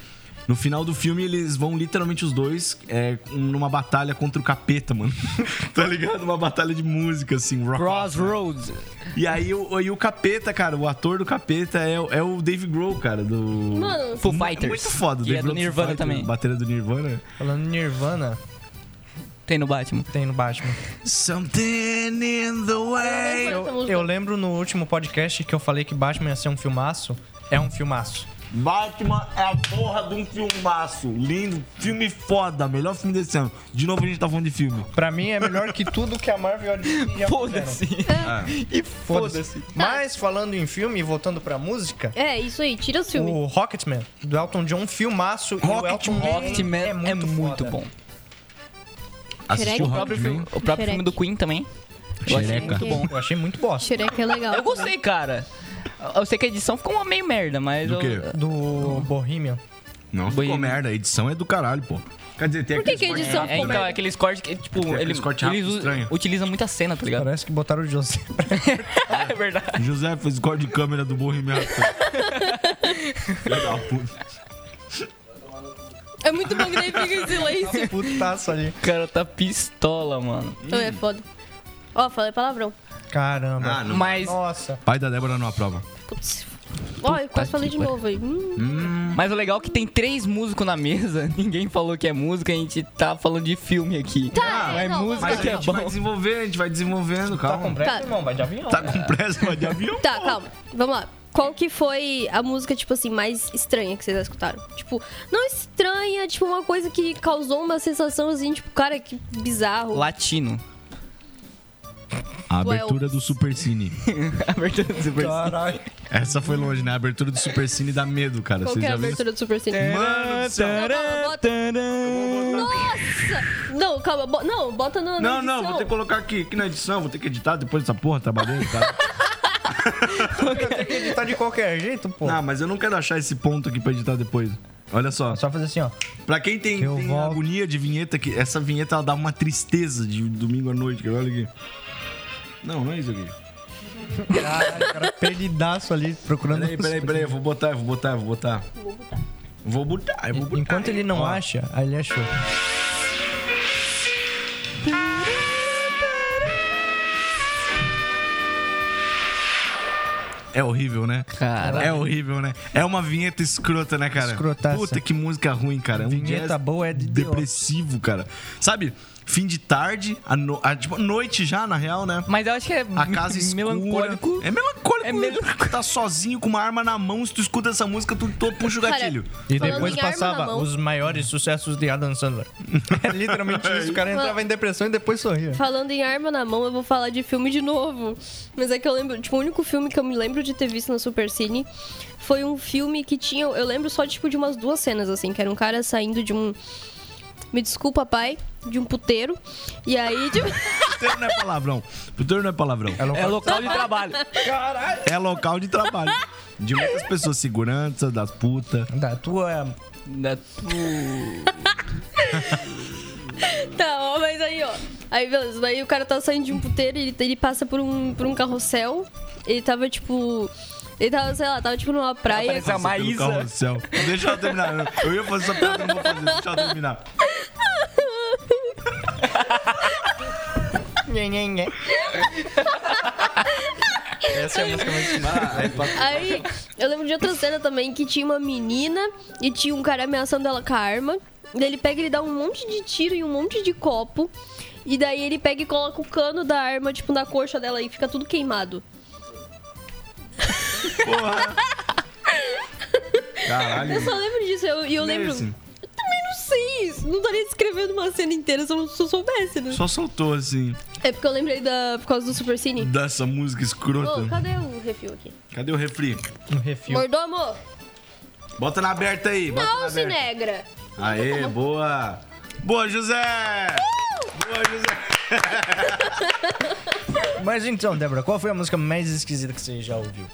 Speaker 2: no final do filme eles vão literalmente os dois é, numa batalha contra o capeta, mano. tá ligado? Uma batalha de música, assim, rock.
Speaker 1: Crossroads.
Speaker 2: E aí o, e o capeta, cara, o ator do capeta é, o- é o Dave Grohl, cara, do.
Speaker 4: Mano,
Speaker 1: Foo
Speaker 2: Mu-
Speaker 1: Fighters.
Speaker 2: Muito foda, o
Speaker 1: E é
Speaker 2: Dave
Speaker 1: do
Speaker 2: Grohl
Speaker 1: Nirvana
Speaker 2: Foo Fighters,
Speaker 1: também.
Speaker 2: Bateria do Nirvana.
Speaker 5: Falando em Nirvana,
Speaker 1: Tem no Batman.
Speaker 5: tem no Batman.
Speaker 2: Something in the way.
Speaker 4: eu,
Speaker 5: Eu, eu lembro no último podcast que eu falei que Batman ia ser um filmaço. É um filmaço.
Speaker 2: Batman é a porra de um filmaço. Lindo, filme foda, melhor filme desse ano. De novo a gente tá falando de filme.
Speaker 5: Pra mim é melhor que tudo que a Marvel e a Disney já
Speaker 1: Foda-se. E
Speaker 5: fizeram.
Speaker 1: É foda-se.
Speaker 5: Mas falando em filme e voltando pra música,
Speaker 4: É, isso aí, tira os filmes.
Speaker 5: o Rocketman do Elton John, filmaço. e o Elton John
Speaker 1: Rocketman é muito,
Speaker 5: foda.
Speaker 1: bom.
Speaker 4: Shrek.
Speaker 2: Assistiu o
Speaker 1: O próprio, filme,
Speaker 2: Rocketman?
Speaker 1: o próprio filme do Queen também. Eu achei
Speaker 2: Xereca.
Speaker 1: muito bom.
Speaker 5: Eu achei muito bosta.
Speaker 4: Shrek é legal.
Speaker 1: Eu gostei, cara. Eu sei que a edição ficou uma meio merda, mas
Speaker 2: Do
Speaker 1: eu...
Speaker 2: quê?
Speaker 5: Do Bohemian.
Speaker 2: Não,
Speaker 1: Bohemian.
Speaker 2: ficou merda. A edição é do caralho, pô. Quer dizer, tem
Speaker 4: Por que que a edição
Speaker 1: É,
Speaker 4: ficou
Speaker 1: então, é
Speaker 4: merda?
Speaker 1: aqueles cortes que, tipo,
Speaker 2: Aquele
Speaker 1: ele,
Speaker 2: corte rápido,
Speaker 1: eles u-
Speaker 2: estranho.
Speaker 1: utilizam muita cena, tá ligado?
Speaker 5: Parece que botaram o José.
Speaker 1: é verdade.
Speaker 2: José fez corte de câmera do burro e me Legal, puta.
Speaker 4: É muito bom que daí fica em silêncio.
Speaker 5: Putaço ali.
Speaker 1: O cara tá pistola, mano.
Speaker 4: Então é foda. Ó, falei palavrão.
Speaker 5: Caramba.
Speaker 2: Ah, não.
Speaker 1: Mas,
Speaker 5: Nossa. Tá
Speaker 2: Pai da Débora não aprova.
Speaker 4: Putz. Ó, eu quase falei de novo aí. Hum.
Speaker 1: mas o legal é que tem três músicos na mesa. Ninguém falou que é música, a gente tá falando de filme aqui.
Speaker 4: Tá,
Speaker 2: Ah,
Speaker 4: é, não,
Speaker 1: música
Speaker 4: não,
Speaker 2: Mas
Speaker 1: que
Speaker 2: a
Speaker 1: é
Speaker 2: gente vai
Speaker 1: bom.
Speaker 2: desenvolvendo, a gente vai desenvolvendo,
Speaker 5: Tá com
Speaker 2: calma.
Speaker 5: pressa,
Speaker 4: Tá.
Speaker 5: irmão? Vai de avião.
Speaker 2: Tá com pressa, vai de avião.
Speaker 4: Tá, calma. Vamos lá. Qual que foi a música, tipo assim, mais estranha que vocês já escutaram? Tipo, não estranha, tipo, uma coisa que causou uma sensação assim, tipo, cara, que bizarro.
Speaker 1: Latino.
Speaker 2: A
Speaker 4: Ué,
Speaker 2: abertura do Super Cine.
Speaker 1: Abertura do Super
Speaker 5: Caralho.
Speaker 2: Essa foi longe, né? A abertura do Super Cine dá medo, cara.
Speaker 4: Qual
Speaker 2: Vocês
Speaker 4: que é a
Speaker 2: já viram?
Speaker 4: abertura do Super Cine?
Speaker 2: Mano do céu.
Speaker 4: Não, calma, bota- Nossa! Não, calma, bo- não, bota no.
Speaker 2: Não, não, vou ter que colocar aqui, aqui na edição, vou ter que editar depois dessa porra, trabalhando, cara.
Speaker 5: Tá de qualquer jeito, pô.
Speaker 2: Ah, mas eu não quero achar esse ponto aqui pra editar depois. Olha só,
Speaker 5: É só fazer assim, ó.
Speaker 2: pra quem tem,
Speaker 5: Que eu
Speaker 2: tem
Speaker 5: volto.
Speaker 2: agonia de vinheta, que essa vinheta ela dá uma tristeza de domingo à noite, cara. Olha aqui. Não, não é isso aqui.
Speaker 5: Caralho, o cara perdidaço ali procurando.
Speaker 2: Peraí, peraí, peraí, eu vou botar, eu vou botar, eu vou botar. Vou botar, eu vou botar.
Speaker 5: Enquanto ele não acha, aí ele achou.
Speaker 2: É horrível, né?
Speaker 1: Caralho.
Speaker 2: É horrível, né? É uma vinheta escrota, né, cara?
Speaker 5: Escrotaça.
Speaker 2: Puta que música ruim, cara. É um
Speaker 5: Vinheta
Speaker 2: jazz
Speaker 5: boa é de
Speaker 2: depressivo, cara. Sabe? Fim de tarde, a no- a- tipo, noite já, na real, né?
Speaker 1: Mas eu acho que é
Speaker 2: A casa escura.
Speaker 1: melancólico.
Speaker 2: É melancólico.
Speaker 1: É melancólico.
Speaker 2: Tá sozinho com uma arma na mão, se tu escuta essa música, tu, tu puxa o
Speaker 4: Cara,
Speaker 2: gatilho.
Speaker 5: E
Speaker 4: Falando
Speaker 5: depois
Speaker 4: em arma na
Speaker 5: passava
Speaker 4: mão.
Speaker 5: os maiores sucessos de Adam Sandler. É literalmente isso. O cara entrava em depressão e depois sorria.
Speaker 4: Falando em arma na mão, eu vou falar de filme de novo. Mas é que eu lembro, tipo, o único filme que eu me lembro de ter visto na Super Cine foi um filme que tinha, eu lembro só tipo de umas duas cenas assim, que era um cara saindo de um Me desculpa, pai, de um puteiro. E aí, tipo,
Speaker 2: Puteiro não é palavrão. Puteiro não é palavrão.
Speaker 1: É local de trabalho.
Speaker 5: Caralho!
Speaker 2: É local de trabalho. De muitas pessoas, segurança, das putas.
Speaker 5: Da tua.
Speaker 1: Da tu-
Speaker 4: tá, ó, mas aí, ó. Aí, beleza, daí o cara tá saindo de um puteiro e ele, ele passa por um, por um carrossel. Ele tava, tipo. Ele tava, sei lá, tava tipo numa praia.
Speaker 1: Parece a Maísa.
Speaker 2: Pelo carrossel. Deixa eu terminar. Eu- Eu ia fazer essa piada, eu não vou fazer. Deixa eu terminar.
Speaker 5: Nhe, nhe, nhe. Essa é a música mais
Speaker 4: Aí, eu lembro de outra cena também que tinha uma menina e tinha um cara ameaçando ela com a arma. Daí ele pega e ele dá um monte de tiro e um monte de copo. E daí ele pega e coloca o cano da arma, tipo, na coxa dela e fica tudo queimado.
Speaker 2: Caralho.
Speaker 4: Eu só lembro disso, eu- e eu, lembro.
Speaker 2: Nesse.
Speaker 4: Eu também não sei isso. Não estaria descrevendo uma cena inteira se eu, não- se eu soubesse, né?
Speaker 2: Só soltou assim,
Speaker 4: É porque eu lembrei da. por causa do Super Cine.
Speaker 2: dessa música escrota.
Speaker 4: Ô, cadê o refil aqui?
Speaker 2: Cadê o refri?
Speaker 5: Um refil.
Speaker 4: Mordomo!
Speaker 2: Bota na aberta aí. Bota na
Speaker 4: Não se
Speaker 2: aberta.
Speaker 4: negra!
Speaker 2: Aê, boa. Boa, José. Boa, José.
Speaker 5: Mas então, Débora, qual foi a música mais esquisita que você já ouviu?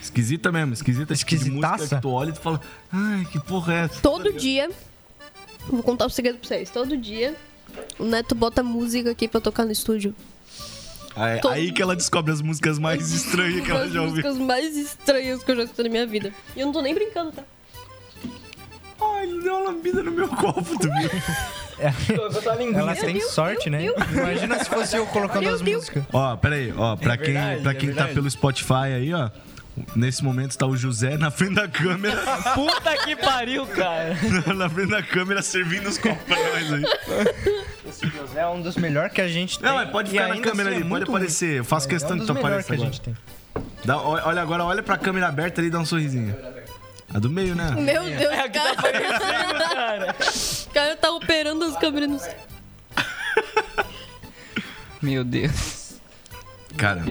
Speaker 2: Esquisita mesmo, esquisita. tipo de música
Speaker 5: Esquisitaça?
Speaker 2: que tu olha e tu fala, ai, que porra é essa?
Speaker 4: Todo dia. Vou contar um segredo pra vocês. Todo dia. O Neto bota música aqui pra tocar no estúdio.
Speaker 2: Aí,
Speaker 4: Todo-
Speaker 2: aí que ela descobre as músicas mais estranhas que ela
Speaker 4: As
Speaker 2: já ouviu.
Speaker 4: músicas mais estranhas que eu já escutei na minha vida. E eu não tô nem brincando, tá?
Speaker 2: Ai, ele deu uma lambida no meu copo, tu viu?
Speaker 5: É. Ela tem
Speaker 4: Deus,
Speaker 5: sorte, né? Imagina se fosse eu colocando
Speaker 4: Meu
Speaker 5: as
Speaker 4: Deus.
Speaker 5: músicas.
Speaker 2: Ó, peraí, ó, pra quem,
Speaker 6: verdade,
Speaker 2: pra
Speaker 6: é
Speaker 2: quem tá
Speaker 6: verdade.
Speaker 2: pelo Spotify aí, ó. Nesse momento está o José na frente da câmera,
Speaker 1: Puta Tá que pariu, cara.
Speaker 2: na frente da câmera servindo os copos pra nós aí.
Speaker 5: É um dos melhores que a gente tem.
Speaker 2: Não, mas pode
Speaker 5: e
Speaker 2: ficar na
Speaker 5: ainda
Speaker 2: câmera
Speaker 5: assim é
Speaker 2: ali, pode
Speaker 5: muito
Speaker 2: aparecer. Eu faço
Speaker 5: ruim. É
Speaker 2: questão
Speaker 5: um
Speaker 2: de tu
Speaker 5: dos melhores
Speaker 2: aparecer
Speaker 5: que a
Speaker 2: agora.
Speaker 5: gente tem.
Speaker 2: Dá- ó- olha agora, olha pra câmera aberta ali e dá um sorrisinho. A do meio, né?
Speaker 4: Meu Deus, o cara,
Speaker 1: cara.
Speaker 4: o cara tá operando as câmeras no
Speaker 1: Meu Deus.
Speaker 2: Cara,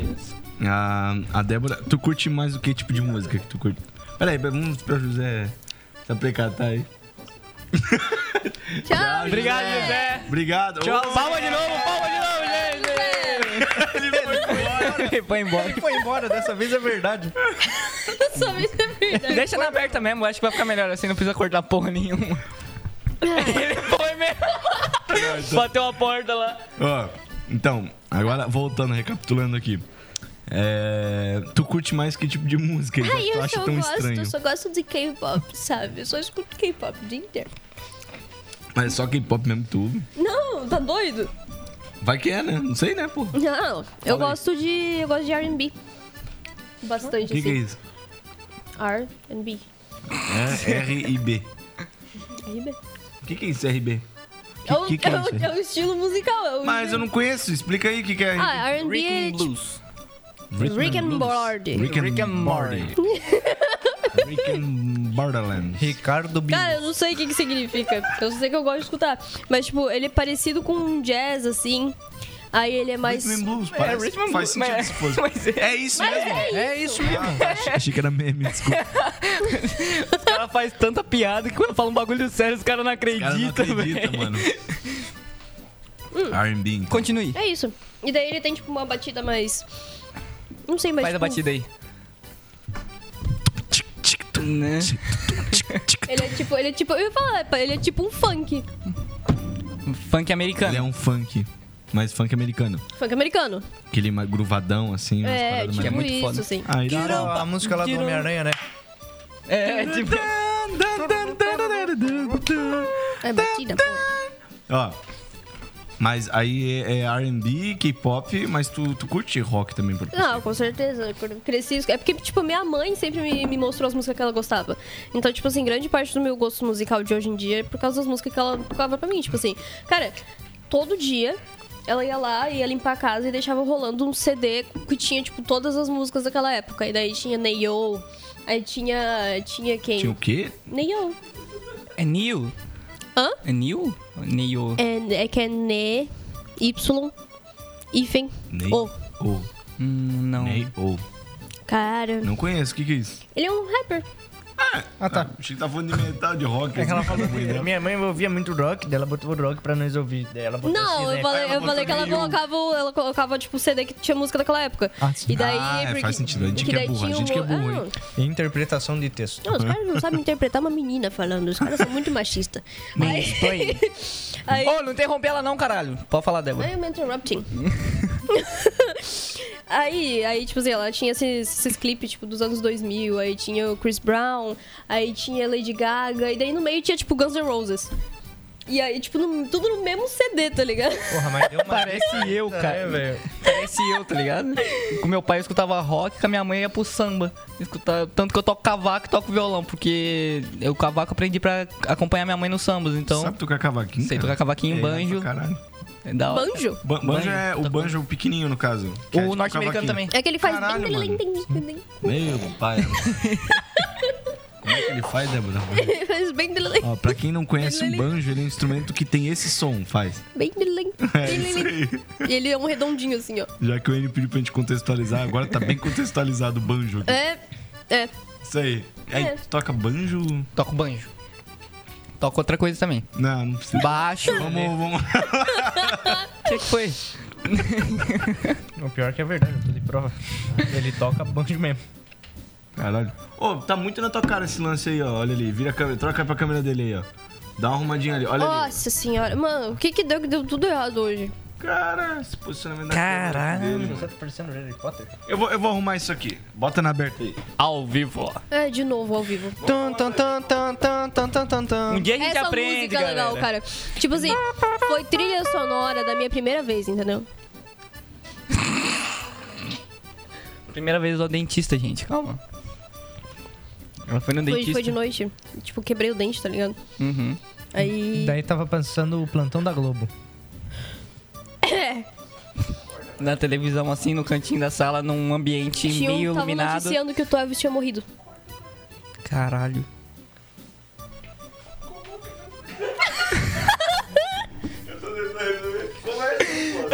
Speaker 2: a, a Débora. Tu curte mais o que tipo de música que tu curte? Peraí, um vamos pra José se aprecatar tá aí.
Speaker 4: Tchau,
Speaker 1: Obrigado, José.
Speaker 2: Obrigado.
Speaker 1: Tchau.
Speaker 2: Ô,
Speaker 1: Palma de novo, palma de novo, gente. Foi embora.
Speaker 5: Ele foi embora, dessa vez é verdade.
Speaker 4: Só me é verdade.
Speaker 1: Deixa na aberta mesmo, acho que vai ficar melhor assim, não precisa cortar porra nenhuma. Ele foi mesmo. Bateu a porta lá.
Speaker 2: Ó, então, agora voltando, recapitulando aqui. É, tu curte mais que tipo de música? Ele já
Speaker 4: Ai,
Speaker 2: tu
Speaker 4: eu
Speaker 2: acha
Speaker 4: só
Speaker 2: tão
Speaker 4: gosto,
Speaker 2: estranho.
Speaker 4: eu só gosto de K-pop, sabe? Eu só escuto K-pop o dia inteiro.
Speaker 2: Mas só K-pop mesmo tu. ouve?
Speaker 4: Não, tá doido?
Speaker 2: Vai que é, né? Não sei, né, pô? O
Speaker 4: Não, eu
Speaker 2: Fala aí.
Speaker 4: gosto de. Eu gosto de R&B. Bastante,
Speaker 2: que, que é
Speaker 4: assim.
Speaker 2: isso?
Speaker 4: R&B.
Speaker 2: É R-I-B.
Speaker 4: R&B.
Speaker 2: O que, que é isso, R-B?
Speaker 4: É o-
Speaker 2: que que é
Speaker 4: é o-
Speaker 2: isso aí?
Speaker 4: é o estilo musical. é o
Speaker 2: Mas eu
Speaker 4: estilo-
Speaker 2: não conheço, explica aí o que, que é.
Speaker 4: Ah, R&B é tipo
Speaker 1: Blues.
Speaker 4: Rick and Morty.
Speaker 2: Rick and,
Speaker 5: Rick and
Speaker 2: Morty. Rick and Borderlands.
Speaker 5: Ricardo Bino.
Speaker 4: Cara, eu não sei o que que significa. Eu só sei que eu gosto de escutar. Mas, tipo, ele é parecido com um jazz, assim. Aí ele é mais...
Speaker 2: Rhythm and Blues,
Speaker 1: É,
Speaker 2: parece.
Speaker 1: Richmond
Speaker 2: Faz
Speaker 1: Blues.
Speaker 2: sentido se
Speaker 1: Mas,
Speaker 2: fosse.
Speaker 1: mas é,
Speaker 2: É isso mesmo.
Speaker 5: É isso mesmo.
Speaker 2: Achei que era meme, desculpa.
Speaker 1: os caras fazem tanta piada que quando fala um bagulho sério, os caras não
Speaker 2: Cara, não
Speaker 1: acreditam,
Speaker 2: acredita,
Speaker 1: velho.
Speaker 2: mano. R&B. então.
Speaker 1: Continue.
Speaker 4: É isso. E daí ele tem, tipo, uma batida mais... Não sei, mais.
Speaker 1: Faz a
Speaker 4: tipo,
Speaker 1: batida aí. né?
Speaker 4: Ele é tipo... Ele é tipo... Eu ia falar, pá, ele é tipo um funk.
Speaker 1: Funk
Speaker 2: Ele é
Speaker 1: americano.
Speaker 2: um funk, mas funk americano.
Speaker 4: Funk americano.
Speaker 2: Aquele mais gruvadão, assim. umas
Speaker 4: É,
Speaker 2: paradas
Speaker 4: tipo
Speaker 1: é
Speaker 2: mais-
Speaker 1: muito
Speaker 4: isso,
Speaker 1: foda.
Speaker 4: assim.
Speaker 2: Aí dá-
Speaker 5: A música lá do Homem-Aranha, né?
Speaker 1: É, tipo.
Speaker 2: Ah.
Speaker 4: É batida, pô.
Speaker 2: Ó. Mas aí é, é R&B, K-pop, mas tu, tu curte rock também, por
Speaker 4: Não, com certeza. Quando eu Cresci... É porque, tipo, minha mãe sempre me, me mostrou as músicas que ela gostava. Então, tipo assim, grande parte do meu gosto musical de hoje em dia é por causa das músicas que ela tocava pra mim. Tipo assim, cara, todo dia ela ia lá, ia limpar a casa e deixava rolando um CD que tinha, tipo, todas as músicas daquela época. E daí tinha Neyo, aí tinha... Tinha quem?
Speaker 2: Tinha o quê?
Speaker 4: Neyo.
Speaker 1: É Neil?
Speaker 4: Hã?
Speaker 1: É Neil? Neil.
Speaker 4: É, é que é Ne... Y... Hífen...
Speaker 2: Ney?
Speaker 4: O.
Speaker 2: Ou.
Speaker 1: Hum, não.
Speaker 2: Ney? Ou.
Speaker 4: Cara...
Speaker 2: Não conheço, o que que é isso?
Speaker 4: Ele é um rapper.
Speaker 5: Ah, tá.
Speaker 2: Achei que tá falando de metal, de rock.
Speaker 5: É que ela falou
Speaker 2: assim.
Speaker 5: que minha mãe ouvia muito rock, daí ela botou o rock pra nós ouvir. Daí ela botou
Speaker 2: assim,
Speaker 4: Não,
Speaker 5: esse,
Speaker 4: eu
Speaker 5: né?
Speaker 4: falei, eu
Speaker 2: botou
Speaker 4: falei que ela
Speaker 2: meio-
Speaker 4: colocava, o- ela colocava, tipo, CD que tinha música daquela época.
Speaker 5: Ah, sim.
Speaker 4: E daí.
Speaker 2: Ah, é,
Speaker 4: porque-
Speaker 2: faz sentido. A gente
Speaker 4: que
Speaker 2: que é
Speaker 4: daí
Speaker 2: burro, a
Speaker 4: tinha
Speaker 2: gente que é burro, hein?
Speaker 4: Ah,
Speaker 5: Interpretação de texto.
Speaker 4: não, os caras não sabem interpretar uma menina falando. Os caras são muito machistas. Aí,
Speaker 1: Explain.
Speaker 4: aí,
Speaker 1: Ô, não interrompe ela não, caralho. Pode falar, Débora.
Speaker 4: aí eu me interrupting. aí, aí, tipo assim, ela tinha esses, esses clipes, tipo, dos anos 2000. Aí tinha o Chris Brown, aí tinha Lady Gaga. E daí no meio tinha, tipo, Guns N' Roses. E aí, tipo, no- tudo no mesmo CD, tá ligado?
Speaker 5: Porra, mas deu uma
Speaker 1: Parece eu,
Speaker 5: treta,
Speaker 1: cara.
Speaker 5: né, velho?
Speaker 1: Parece eu, tá ligado? Com meu pai eu escutava rock, com a minha mãe ia pro samba. Escutar, tanto que eu toco cavaco e toco violão, porque eu cavaco aprendi pra acompanhar minha mãe nos sambas, então.
Speaker 2: Sabe tocar cavaquinho?
Speaker 1: Sei
Speaker 2: cara?
Speaker 1: tocar cavaquinho,
Speaker 2: É,
Speaker 1: banjo.
Speaker 2: pra Caralho.
Speaker 1: É da hora.
Speaker 4: Banjo.
Speaker 2: Ba- banjo
Speaker 1: Banjo,
Speaker 2: é o
Speaker 1: tá
Speaker 2: banjo pequenininho, no caso. que é tipo
Speaker 1: O norte-americano
Speaker 2: cavaquinho.
Speaker 1: também.
Speaker 4: É que ele faz.
Speaker 2: Caralho,
Speaker 4: bem-
Speaker 2: Meu pai. Como é que ele faz, Débora?
Speaker 4: Ele faz bem.
Speaker 2: Ó, pra quem não conhece o banjo, ele é um instrumento que tem esse som, faz.
Speaker 4: Bem.
Speaker 2: É isso aí.
Speaker 4: E ele é um redondinho assim, ó.
Speaker 2: Já que o Enio pediu pra gente contextualizar, agora tá bem contextualizado o banjo aqui.
Speaker 4: É. É.
Speaker 2: Isso aí. Aí tu toca banjo.
Speaker 1: Toco banjo. Toco outra coisa também.
Speaker 2: Não, não precisa.
Speaker 1: Baixo.
Speaker 2: Vamos, vamos.
Speaker 1: O que, que foi?
Speaker 5: O pior é que é verdade, eu tô de prova. Ele toca banjo mesmo.
Speaker 2: Caralho. Ô, tá muito na tua cara esse lance aí, ó. Olha ali. Vira a câmera. Troca pra câmera dele aí, ó. Dá uma arrumadinha ali. Olha ali.
Speaker 4: Nossa senhora. Mano, o que que deu que deu tudo errado hoje?
Speaker 2: Cara, esse posicionamento da
Speaker 1: Caralho.
Speaker 2: câmera dele, mano.
Speaker 5: tá parecendo Harry Potter?
Speaker 2: Eu vou, eu vou arrumar isso aqui. Bota na aberta aí.
Speaker 1: Ao vivo.
Speaker 4: É, de novo, ao vivo.
Speaker 5: Tan, tan, tan, tan, tan, tan, tan, tan,
Speaker 1: Um
Speaker 5: tan.
Speaker 1: dia a gente
Speaker 4: Essa
Speaker 1: aprende,
Speaker 4: música é
Speaker 1: galera.
Speaker 4: legal, cara. Tipo assim, foi trilha sonora da minha primeira vez, entendeu?
Speaker 1: Primeira vez ao dentista, gente. Calma. Ela foi no
Speaker 4: Foi,
Speaker 1: dentista.
Speaker 4: foi de noite. Tipo, quebrei o dente, tá ligado?
Speaker 1: Uhum.
Speaker 4: Aí.
Speaker 5: Daí tava pensando o plantão da Globo.
Speaker 1: Na televisão, assim, no cantinho da sala, num ambiente
Speaker 4: Tinha um,
Speaker 1: meio
Speaker 4: tava
Speaker 1: iluminado.
Speaker 4: noticiando que o Toevis tinha morrido.
Speaker 1: Caralho.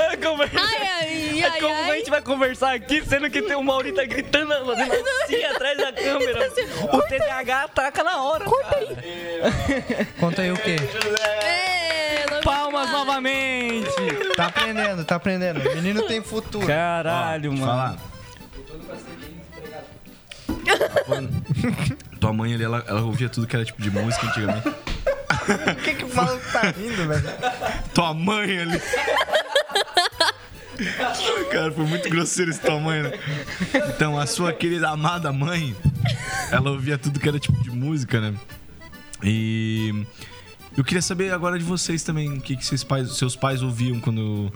Speaker 1: É, como é-
Speaker 4: Ai, ai,
Speaker 1: é
Speaker 4: ai,
Speaker 1: como a
Speaker 4: ai.
Speaker 1: gente vai conversar aqui, sendo que tem o Mauri tá gritando fazendo assim atrás da câmera. O TDAH ataca na hora. cara.
Speaker 5: Conta aí o quê?
Speaker 4: É, não-
Speaker 1: Palmas novamente.
Speaker 5: Tá aprendendo, tá aprendendo. O menino tem futuro.
Speaker 1: Caralho, mano.
Speaker 2: Fala. Tá Tua mãe ali, ela, ela ouvia tudo que era tipo de música antigamente.
Speaker 5: O que que fala que tá rindo, velho?
Speaker 2: Tua mãe ali. Cara, foi muito grosseiro esse tua mãe, né? Então, a sua querida amada mãe, ela ouvia tudo que era tipo de música, né? E eu queria saber agora de vocês também, o que, que seus, pais, seus pais ouviam quando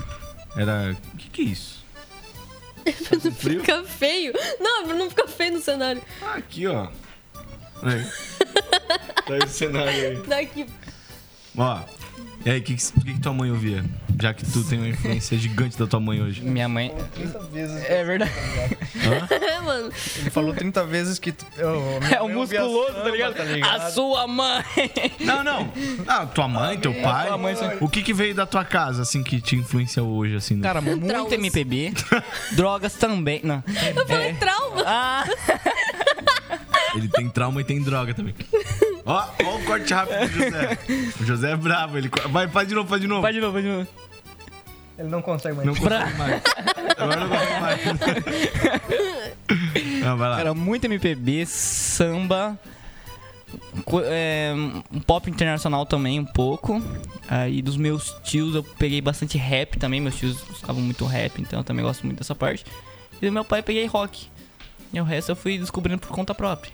Speaker 2: era... O que, que é isso?
Speaker 4: Fica feio. Não, não fica feio no cenário.
Speaker 2: Ah, aqui, ó. Olha aí. Tá aí o cenário aí.
Speaker 4: Daqui.
Speaker 2: Ó, e aí, o que, que, o que que tua mãe ouvia? Já que tu tem uma influência gigante da tua mãe hoje.
Speaker 1: Minha mãe. É verdade.
Speaker 4: É, mano.
Speaker 5: Ele falou 30 vezes que. tu- Ô, minha
Speaker 1: É
Speaker 4: um
Speaker 1: o
Speaker 5: mãe ouvia
Speaker 1: musculoso,
Speaker 5: samba,
Speaker 1: tá ligado? A sua mãe.
Speaker 2: Não, não. Ah, tua mãe, teu pai.
Speaker 1: É, tua mãe, sim.
Speaker 2: O que que veio da tua casa, assim, que te influencia hoje, assim? né?
Speaker 1: Cara, muito
Speaker 4: Traumas.
Speaker 1: MPB. Drogas também. Não.
Speaker 4: Eu falei
Speaker 2: É.
Speaker 4: trauma.
Speaker 1: Ah,
Speaker 2: Ele tem trauma e tem droga também. Ó, ó o corte rápido do José. O José é brabo, ele... co- Vai, faz de novo, faz de novo.
Speaker 1: vai de novo, vai de novo.
Speaker 5: Ele não consegue mais.
Speaker 2: Não consigo mais. Agora não consigo mais. Não, vai lá.
Speaker 1: Cara, muito MPB, samba, co- é, um pop internacional também um pouco. Aí dos meus tios eu peguei bastante rap também, meus tios gostavam muito rap, então eu também gosto muito dessa parte. E do meu pai eu peguei rock. E o resto eu fui descobrindo por conta própria.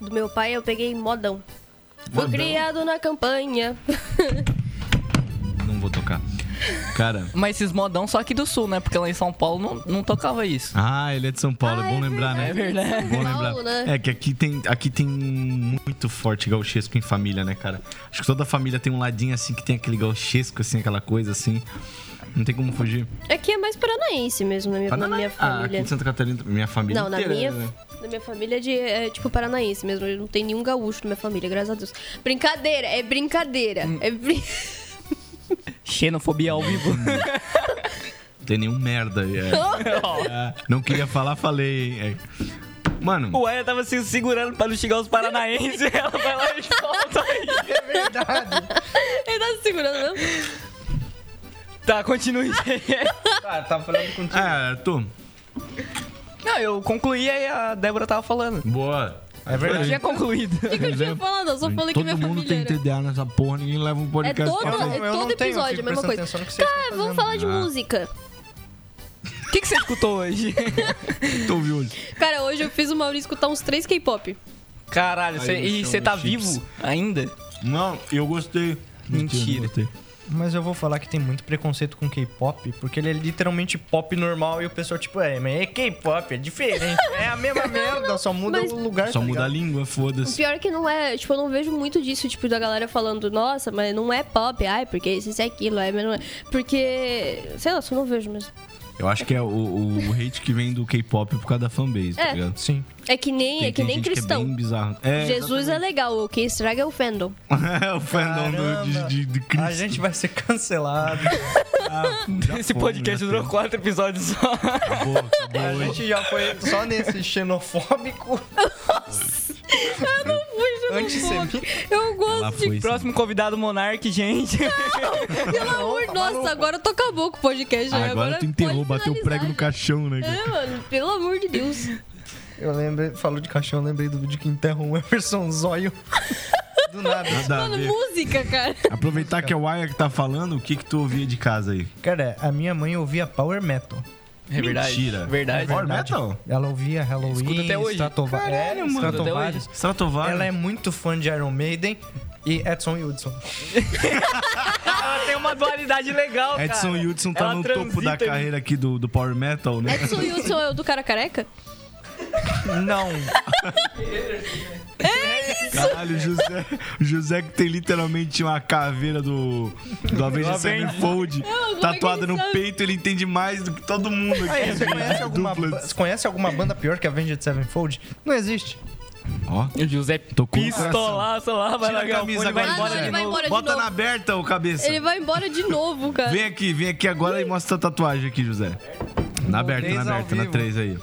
Speaker 4: Do meu pai eu peguei modão. Fui
Speaker 2: Modão.
Speaker 4: criado na campanha.
Speaker 2: Não vou tocar. Cara...
Speaker 1: Mas esses modão só aqui do sul, né? Porque lá em São Paulo não, não tocava isso.
Speaker 2: Ah, ele é de São Paulo, é bom lembrar, né?
Speaker 1: É verdade.
Speaker 2: Bom lembrar.
Speaker 4: Paulo, né?
Speaker 2: É que aqui tem, aqui tem muito forte gauchesco em família, né, cara? Acho que toda família tem um ladinho assim que tem aquele gauchesco, assim, aquela coisa assim. Não tem como fugir.
Speaker 4: Aqui é mais paranaense mesmo, na minha, na minha
Speaker 2: Ah, aqui
Speaker 4: família.
Speaker 2: em Santa Catarina, minha família.
Speaker 4: Não, na
Speaker 2: inteira,
Speaker 4: minha,
Speaker 2: né?
Speaker 4: na minha família é, de, é tipo paranaense mesmo. Não tem nenhum gaúcho na minha família, graças a Deus. Brincadeira, é brincadeira.
Speaker 2: Hum.
Speaker 4: É brin...
Speaker 1: Xenofobia ao vivo.
Speaker 2: Não tem nenhum merda. aí, É. É, Não queria falar, falei. hein? É. Mano,
Speaker 1: o Aya tava se segurando pra não xingar os paranaenses. Ela vai lá e solta.
Speaker 5: É
Speaker 4: Ele tá se segurando, não?
Speaker 1: Tá, continue.
Speaker 5: Ah, tava falando contigo.
Speaker 2: ah, tu.
Speaker 1: não, eu concluí aí a Débora tava falando.
Speaker 2: Boa.
Speaker 5: É
Speaker 1: Eu
Speaker 5: verdade.
Speaker 1: tinha concluído.
Speaker 4: O que eu tinha falado? Eu só falei que
Speaker 2: é, Todo
Speaker 4: minha
Speaker 2: mundo
Speaker 4: família
Speaker 2: tem
Speaker 4: era.
Speaker 2: TDA nessa porra, ninguém leva um
Speaker 4: É
Speaker 2: podcast
Speaker 4: todo,
Speaker 2: pra
Speaker 5: não-
Speaker 2: frente.
Speaker 5: eu
Speaker 4: é
Speaker 5: não
Speaker 4: todo
Speaker 5: tenho, eu fico
Speaker 4: episódio, a mesma
Speaker 5: prestando
Speaker 4: coisa.
Speaker 5: atenção no que vocês estão
Speaker 4: Cara, vamos
Speaker 5: fazendo.
Speaker 4: falar de
Speaker 2: Ah.
Speaker 4: música.
Speaker 1: O que, que você escutou hoje?
Speaker 2: Tu ouviu hoje?
Speaker 4: Cara, hoje eu fiz o Maurício escutar uns três K-pop.
Speaker 1: Caralho,
Speaker 2: Aí
Speaker 1: cê-
Speaker 2: no
Speaker 1: e
Speaker 2: chão,
Speaker 1: você tá
Speaker 2: no chips.
Speaker 1: vivo ainda?
Speaker 2: Não, eu gostei. Mentira. não gostei.
Speaker 5: Mas eu vou falar que tem muito preconceito com K-pop, porque ele é literalmente pop normal e o pessoal, tipo, é, mas é K-pop, é diferente. É a mesma merda, só muda
Speaker 4: mas-
Speaker 5: o lugar.
Speaker 2: Só
Speaker 5: tá
Speaker 2: muda a
Speaker 5: ligado?
Speaker 2: língua,
Speaker 4: O
Speaker 2: foda-se.
Speaker 4: pior é que não é, tipo, eu não vejo muito disso, tipo, da galera falando, nossa, mas não é pop, ai, porque isso, isso é aquilo, ai, mas não é. Porque, sei lá, só não vejo mesmo.
Speaker 2: Eu acho que é o, o hate que vem do K-pop por causa da fanbase, tá
Speaker 4: É.
Speaker 2: ligado?
Speaker 5: Sim.
Speaker 4: É que nem,
Speaker 2: Tem-
Speaker 4: é que
Speaker 2: tem
Speaker 4: nem
Speaker 2: gente
Speaker 4: cristão.
Speaker 2: é bem bizarro. É,
Speaker 4: Jesus é legal, o que estraga é o fandom.
Speaker 2: exatamente. é o fandom do, de, de, de Cristo.
Speaker 5: A gente vai ser cancelado.
Speaker 1: Esse
Speaker 2: fomos, né,
Speaker 1: podcast
Speaker 2: já
Speaker 1: durou quatro episódios só.
Speaker 2: Acabou, acabou.
Speaker 5: a gente já foi só nesse xenofóbico, antissemita.
Speaker 4: Eu
Speaker 2: Ela
Speaker 4: gosto de.
Speaker 2: foi. Ah,
Speaker 1: Próximo convidado Monark, gente.
Speaker 2: É
Speaker 4: Pelo amor, nossa, agora tô acabou com o podcast.
Speaker 2: Ah,
Speaker 4: né?
Speaker 2: agora tu enterrou,
Speaker 4: pode
Speaker 2: bateu o prego no
Speaker 4: finalizar.
Speaker 2: caixão, né? cara?
Speaker 4: É, mano, pelo amor de Deus.
Speaker 5: Eu lembrei, falou de caixão, eu lembrei do vídeo que enterra um Everson Zóio. Do nada.
Speaker 2: Nada a
Speaker 4: É. Mano,
Speaker 2: ver.
Speaker 4: música, cara.
Speaker 2: Aproveitar que é o Aya que tá falando, o que que tu ouvia de casa aí?
Speaker 5: Cara, a minha mãe ouvia Power Metal.
Speaker 1: É verdade.
Speaker 2: Mentira.
Speaker 1: Verdade.
Speaker 2: Power metal?
Speaker 5: Ela ouvia
Speaker 1: Escuta
Speaker 5: Halloween,
Speaker 1: até hoje.
Speaker 5: Stratova-
Speaker 2: Caralho,
Speaker 5: é,
Speaker 2: mano.
Speaker 1: Escuta até
Speaker 5: Stratovarius.
Speaker 2: Stratovarius.
Speaker 5: Ela é muito fã de Iron Maiden e Edson Hudson.
Speaker 1: Ela Ah, tem uma dualidade legal,
Speaker 2: Edson
Speaker 1: é cara.
Speaker 2: Hudson tá
Speaker 1: Ela
Speaker 2: no topo da
Speaker 1: transita em-
Speaker 2: carreira aqui do, do Power Metal, né?
Speaker 4: Edson Wilson é o do cara careca?
Speaker 5: Não.
Speaker 2: Caralho, José, José que tem literalmente uma caveira do, do Avenged Sevenfold
Speaker 4: como
Speaker 2: tatuada
Speaker 4: é que ele
Speaker 2: no
Speaker 4: sabe?
Speaker 2: peito, ele entende mais do que todo mundo aqui.
Speaker 5: Você conhece alguma,
Speaker 2: Duplas.
Speaker 5: você conhece alguma banda pior que Avenged Sevenfold? Não existe.
Speaker 2: Ó,
Speaker 1: O José
Speaker 2: Tocou no
Speaker 1: pistolaça lá, vai
Speaker 2: um Tira
Speaker 1: lá,
Speaker 2: a
Speaker 1: Galpone,
Speaker 2: camisa
Speaker 1: vai
Speaker 2: agora,
Speaker 1: embora
Speaker 2: José.
Speaker 1: de
Speaker 4: Vai
Speaker 1: novo.
Speaker 4: embora de
Speaker 2: bota
Speaker 4: novo.
Speaker 2: na aberta o cabeça.
Speaker 4: Ele vai embora de novo, cara.
Speaker 2: Vem aqui, vem aqui agora e mostra a tatuagem aqui, José. Na aberta, na
Speaker 5: Três ao
Speaker 2: aberta, na
Speaker 5: vivo.
Speaker 2: 3 aí.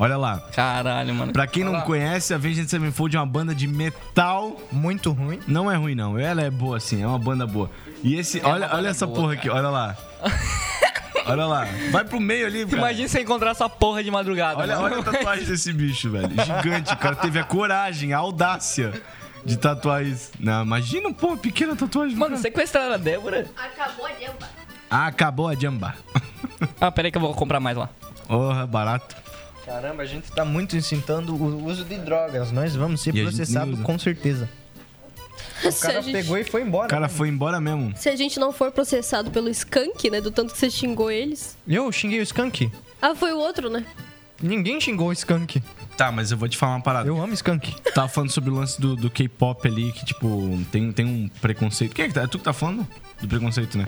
Speaker 2: Olha lá.
Speaker 1: Caralho, mano.
Speaker 2: Pra quem não conhece, a Avenged Sevenfold é uma banda de metal
Speaker 5: Muito ruim.
Speaker 2: Não é ruim, não. Ela é boa, sim. É uma banda boa. E
Speaker 1: É
Speaker 2: esse... olha olha essa porra aqui. Olha lá. olha lá. Vai pro meio ali, cara.
Speaker 1: Imagina você encontrar essa porra de madrugada.
Speaker 2: Olha,
Speaker 1: mano.
Speaker 2: olha a tatuagem desse bicho, velho. Gigante. O cara teve a coragem, a audácia de tatuar isso. Não, imagina, pô, pequena tatuagem. do
Speaker 1: Mano,
Speaker 2: cara.
Speaker 1: sequestraram a Débora?
Speaker 4: Acabou a Dilma.
Speaker 2: Ah, acabou a jamba.
Speaker 1: Ah, peraí que eu vou comprar mais lá.
Speaker 2: Porra, barato.
Speaker 5: Caramba, a gente tá muito incitando o uso de drogas. Nós vamos ser
Speaker 2: E a gente nem
Speaker 5: processados
Speaker 2: usa.
Speaker 5: com certeza. O
Speaker 4: Se a
Speaker 5: cara
Speaker 4: gente-
Speaker 5: pegou e foi embora.
Speaker 2: O cara foi embora mesmo.
Speaker 4: Se a gente não for processado pelo Skank, né? Do tanto que você xingou eles.
Speaker 5: Eu xinguei o Skank.
Speaker 4: Ah, foi o outro, né?
Speaker 5: Ninguém xingou o Skank.
Speaker 2: Tá, mas eu vou te falar uma parada.
Speaker 5: Eu amo Skank.
Speaker 2: Tava falando sobre o lance do, do K-pop ali, que tipo, tem, tem um preconceito. Quem é que tá? É tu que tá falando? Do preconceito, né?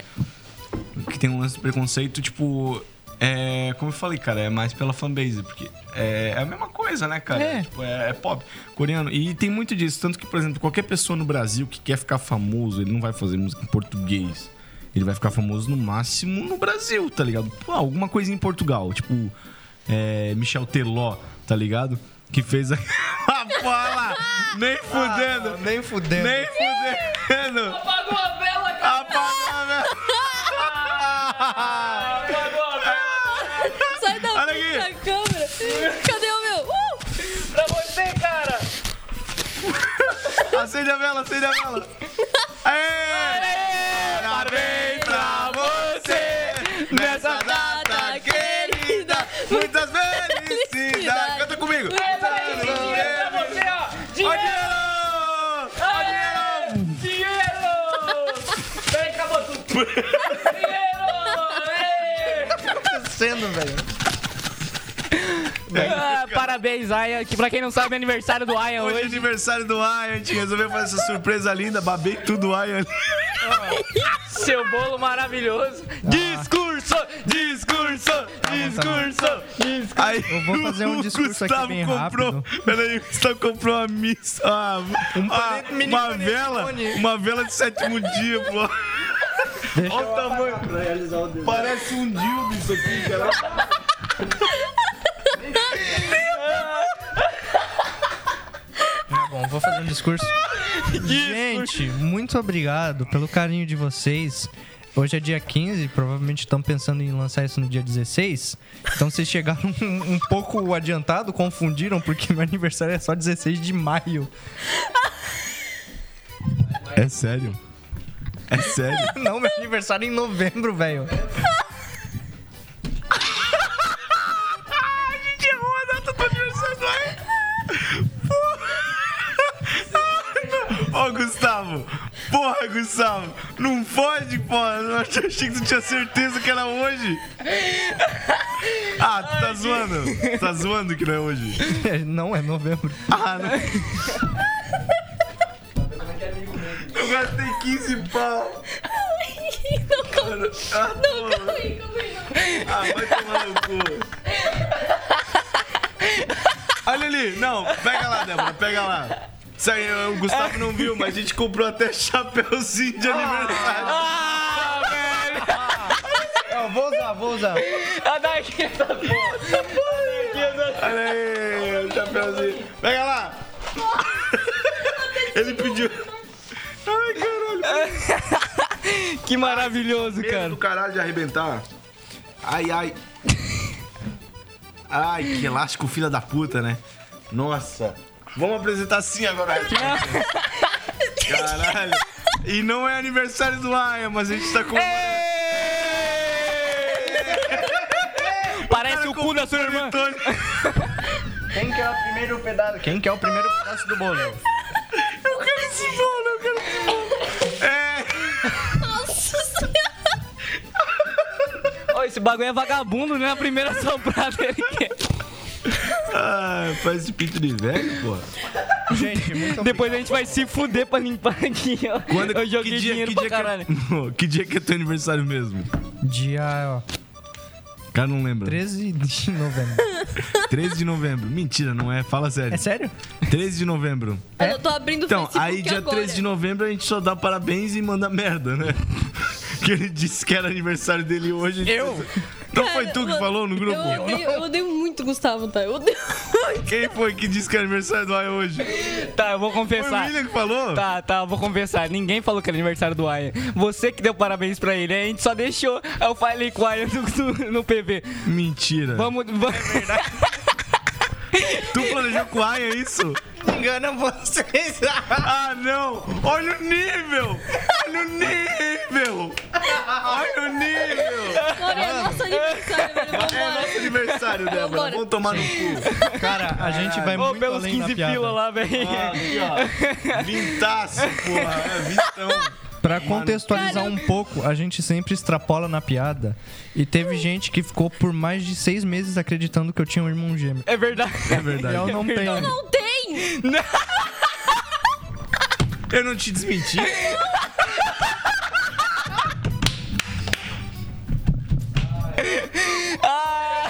Speaker 2: Que tem um lance do preconceito, tipo. É. Como eu falei, cara, é mais pela fanbase, porque é, é a mesma coisa, né, cara?
Speaker 5: É.
Speaker 2: Tipo, é, é pop coreano. E tem muito disso. Tanto que, por exemplo, qualquer pessoa no Brasil que quer ficar famoso, ele não vai fazer música em português. Ele vai ficar famoso no máximo no Brasil, tá ligado? Pô, alguma coisa em Portugal. Tipo, é, Michel Teló, tá ligado? Que fez a. Ah, pô, olha lá! Nem fudendo!
Speaker 5: Ah, Nem fudendo.
Speaker 2: nem fudendo!
Speaker 1: Apagou a vela, cara!
Speaker 2: Apagou a né? vela!
Speaker 1: Apagou a vela
Speaker 4: Sai da
Speaker 2: Olha
Speaker 4: frente
Speaker 2: aqui.
Speaker 4: da câmera. Cadê o meu? Uh!
Speaker 1: pra você, cara!
Speaker 2: Acende a vela, acende a vela! Aê! Parabéns pra você! Nessa data querida! Muitas felicidades! Canta comigo!
Speaker 1: Dinheiro pra você, ó! Dinheiro!
Speaker 2: Dinheiro!
Speaker 1: Aê! Dinheiro! Vem cá, botu! Dinheiro!
Speaker 5: sendo, velho.
Speaker 1: Aê! Ah, parabéns, Aya. Que pra quem não sabe, é aniversário do Aya
Speaker 2: Hoje é
Speaker 1: hoje.
Speaker 2: aniversário do Ayan, a gente resolveu fazer essa surpresa linda, babei tudo Ayan ali.
Speaker 1: Seu bolo maravilhoso. Ah. Discurso! Discurso! Discurso! Discurso!
Speaker 2: Aí
Speaker 5: Eu vou fazer um
Speaker 2: o
Speaker 5: discurso aqui
Speaker 2: Gustavo
Speaker 5: bem
Speaker 2: comprou,
Speaker 5: rápido.
Speaker 2: Peraí, o Gustavo comprou uma missa, ah, ah,
Speaker 5: pane- mini
Speaker 2: uma
Speaker 5: panetone.
Speaker 2: vela, uma vela de sétimo dia, pô.
Speaker 5: Deixa
Speaker 2: Olha o tamanho. Parece um dildo isso aqui, cara.
Speaker 5: Tá bom, vou fazer um discurso. Gente, muito obrigado pelo carinho de vocês. Hoje é dia 15, provavelmente estão pensando em lançar isso no dia 16. Então vocês chegaram um, um pouco adiantado, confundiram, porque meu aniversário é só 16 de maio.
Speaker 2: É sério? É sério?
Speaker 5: Não, meu aniversário é em novembro, velho.
Speaker 2: Errou a data do aniversário do Ayan. Ô, Gustavo, Gustavo! Porra, Gustavo! Não fode, porra! Eu achei que tu tinha certeza que era hoje! Ah, tu tá zoando! Tu tá zoando que não é hoje!
Speaker 5: Não é novembro.
Speaker 2: Ah, não. Eu gastei 15 pau!
Speaker 4: Não, calma aí,
Speaker 2: Ah,
Speaker 4: calma aí, calma aí.
Speaker 2: Ah, vai tomar no cu. Olha ali, não, pega lá, Débora, pega lá. Isso aí, o Gustavo não viu, mas a gente comprou até chapéuzinho de aniversário.
Speaker 1: Ah, velho!
Speaker 5: vou usar, vou usar.
Speaker 1: Dá aqui essa porra!
Speaker 2: Olha aí, o chapéuzinho. Pega lá. Ele pediu. Ai, caralho.
Speaker 1: Que maravilhoso,
Speaker 2: Medo
Speaker 1: cara.
Speaker 2: do caralho de arrebentar. Ai, ai. Ai, que elástico filha da puta, né? Nossa. Vamos apresentar assim agora. Caralho. E não é aniversário do Aya, mas a gente tá com...
Speaker 1: É. Parece o cu da sua irmã.
Speaker 5: Quem que é o primeiro pedaço? Quem que é o primeiro pedaço do bolo?
Speaker 2: É.
Speaker 4: Nossa senhora.
Speaker 1: Ô, esse bagulho é vagabundo, né? A primeira soprada é. ele quer.
Speaker 2: Ah, faz de pinto de velho, pô.
Speaker 5: Gente, muito
Speaker 1: Depois a gente vai se fuder pra limpar aqui, ó. Eu joguei dinheiro pra caralho.
Speaker 2: Que, é? que dia que é teu aniversário mesmo?
Speaker 5: Dia ó,
Speaker 2: O cara não lembra.
Speaker 5: 13 de novembro.
Speaker 2: 13 de novembro. Mentira, não é. Fala sério.
Speaker 5: É sério?
Speaker 2: 13 de novembro.
Speaker 5: É?
Speaker 4: Eu tô abrindo o
Speaker 2: Então,
Speaker 4: Facebook
Speaker 2: aí dia
Speaker 4: agora.
Speaker 2: 13 de novembro a gente só dá parabéns e manda merda, né? que ele disse que era aniversário dele hoje. Eu? Não foi tu que
Speaker 4: Cara,
Speaker 2: falou no grupo?
Speaker 4: Eu odeio, eu odeio muito o Gustavo, tá? Eu odeio muito.
Speaker 2: Quem foi que disse que era aniversário do Aya hoje?
Speaker 1: Tá, eu vou
Speaker 2: Foi
Speaker 1: confessar.
Speaker 2: o William que falou?
Speaker 1: Tá, tá, eu vou conversar. Ninguém falou que era aniversário do Ayan. Você que deu parabéns pra ele, a gente só deixou. Aí Eu falei com o Ayan no, no- no PV.
Speaker 2: Mentira.
Speaker 1: Vamos. vamos...
Speaker 2: Tu planejou com o Aya isso?
Speaker 5: Engana vocês.
Speaker 2: Ah, não! Olha o nível! Olha o nível! Olha o nível!
Speaker 4: Olha, é nosso aniversário,
Speaker 2: É,
Speaker 4: velho. Vambora.
Speaker 2: Aniversário, Débora.
Speaker 4: Vambora.
Speaker 2: Vamos tomar no cu.
Speaker 5: Cara, a gente vai
Speaker 1: Ô,
Speaker 5: muito
Speaker 1: pelos
Speaker 5: além
Speaker 1: 15
Speaker 5: da piada.
Speaker 1: pila lá, velho.
Speaker 2: Aqui, ó. Vintaço, porra. É vintão.
Speaker 5: Pra contextualizar
Speaker 4: Caramba.
Speaker 5: um pouco, a gente sempre extrapola na piada. E teve gente que ficou por mais de seis meses acreditando que eu tinha um irmão gêmeo.
Speaker 1: É verdade.
Speaker 2: É verdade.
Speaker 5: Eu não tenho.
Speaker 4: Não tem!
Speaker 2: Eu não te desmenti.
Speaker 1: Ah!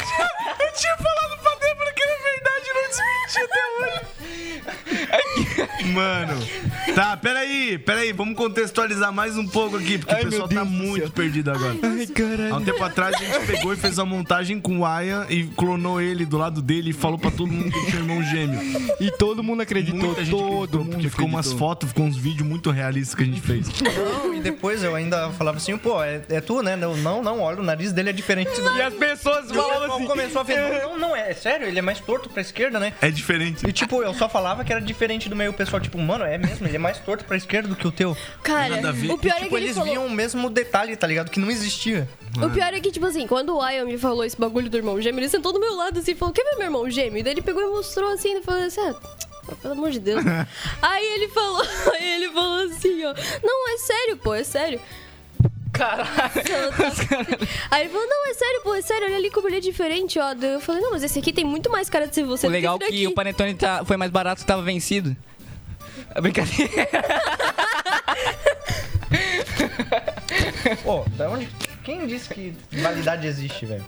Speaker 1: Eu tinha falado pra Débora que era verdade, eu não desmenti até hoje.
Speaker 2: Mano. Tá, peraí, peraí. Vamos contextualizar mais um pouco aqui, porque o pessoal tá muito perdido agora.
Speaker 5: Ai,
Speaker 2: Há um
Speaker 5: caralho.
Speaker 2: tempo atrás a gente pegou e fez uma montagem com o Aya e clonou ele do lado dele e falou pra todo mundo que ele tinha um irmão gêmeo.
Speaker 1: E todo mundo acreditou,
Speaker 2: Muita gente acreditou,
Speaker 1: todo mundo.
Speaker 2: porque ficou umas
Speaker 1: acreditou.
Speaker 2: fotos, ficou uns vídeos muito realistas que a gente fez.
Speaker 5: Não, e depois eu ainda falava assim, pô, é, é tu, né? Não, não, não, olha, o nariz dele é diferente do
Speaker 1: E as pessoas falavam assim.
Speaker 5: começou a ver, não, não, é, é sério, ele é mais torto pra esquerda, né?
Speaker 2: É diferente.
Speaker 5: E tipo, eu só falava que era diferente do meio pessoal, tipo, mano, é mesmo, ele é mais torto pra esquerda do que o teu.
Speaker 4: Cara,
Speaker 2: Nada a ver.
Speaker 4: o pior é
Speaker 5: tipo,
Speaker 4: que ele
Speaker 5: eles
Speaker 4: falou.
Speaker 5: viam o mesmo detalhe, tá ligado? Que não existia.
Speaker 4: O pior é que, tipo assim, quando o Ian me falou esse bagulho do irmão gêmeo, ele sentou do meu lado assim e falou: Quer ver meu irmão gêmeo? E daí ele pegou e mostrou assim e falou assim: ah, pelo amor de Deus. aí ele falou, aí ele falou assim, ó. Não, é sério, pô, é sério. Caralho. assim. Aí ele falou, não, é sério, pô, é sério, olha ali como ele é diferente, ó. Daí Eu falei, não, mas esse aqui tem muito mais cara de ser você
Speaker 1: O legal
Speaker 4: do
Speaker 1: é
Speaker 4: que,
Speaker 1: que
Speaker 4: esse
Speaker 1: o
Speaker 4: daqui.
Speaker 1: Panetone tá- foi mais barato, tava vencido. É brincadeira.
Speaker 5: Pô, da onde. Quem disse que validade existe, velho?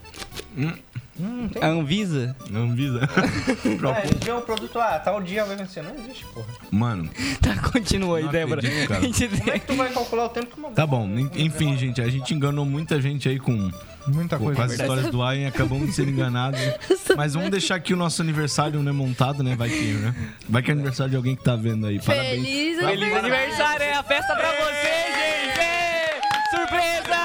Speaker 5: Hum, não tem.
Speaker 1: A Anvisa.
Speaker 2: Não visa.
Speaker 5: Ah, eles veem o produto, ah, tal dia vai vencer. Não existe, porra.
Speaker 2: Mano,
Speaker 1: Tá, continua aí,
Speaker 2: Não
Speaker 1: Débora.
Speaker 2: acredito, cara.
Speaker 1: A gente
Speaker 5: Como é
Speaker 1: tem-
Speaker 5: que tu vai calcular o tempo que uma
Speaker 2: tá bom. en- Enfim, gente, a gente enganou muita gente aí com,
Speaker 5: Muita
Speaker 2: Tá com,
Speaker 5: coisa,
Speaker 2: as histórias do Ian. Acabamos de ser enganados. Mas vamos deixar aqui o nosso aniversário, né, montado, né? Vai que, né? Vai que é aniversário de alguém que tá vendo aí. Parabéns.
Speaker 4: Feliz,
Speaker 1: Feliz aniversário, é a festa pra você, gente! Ê,
Speaker 4: Festa
Speaker 1: Surpresa!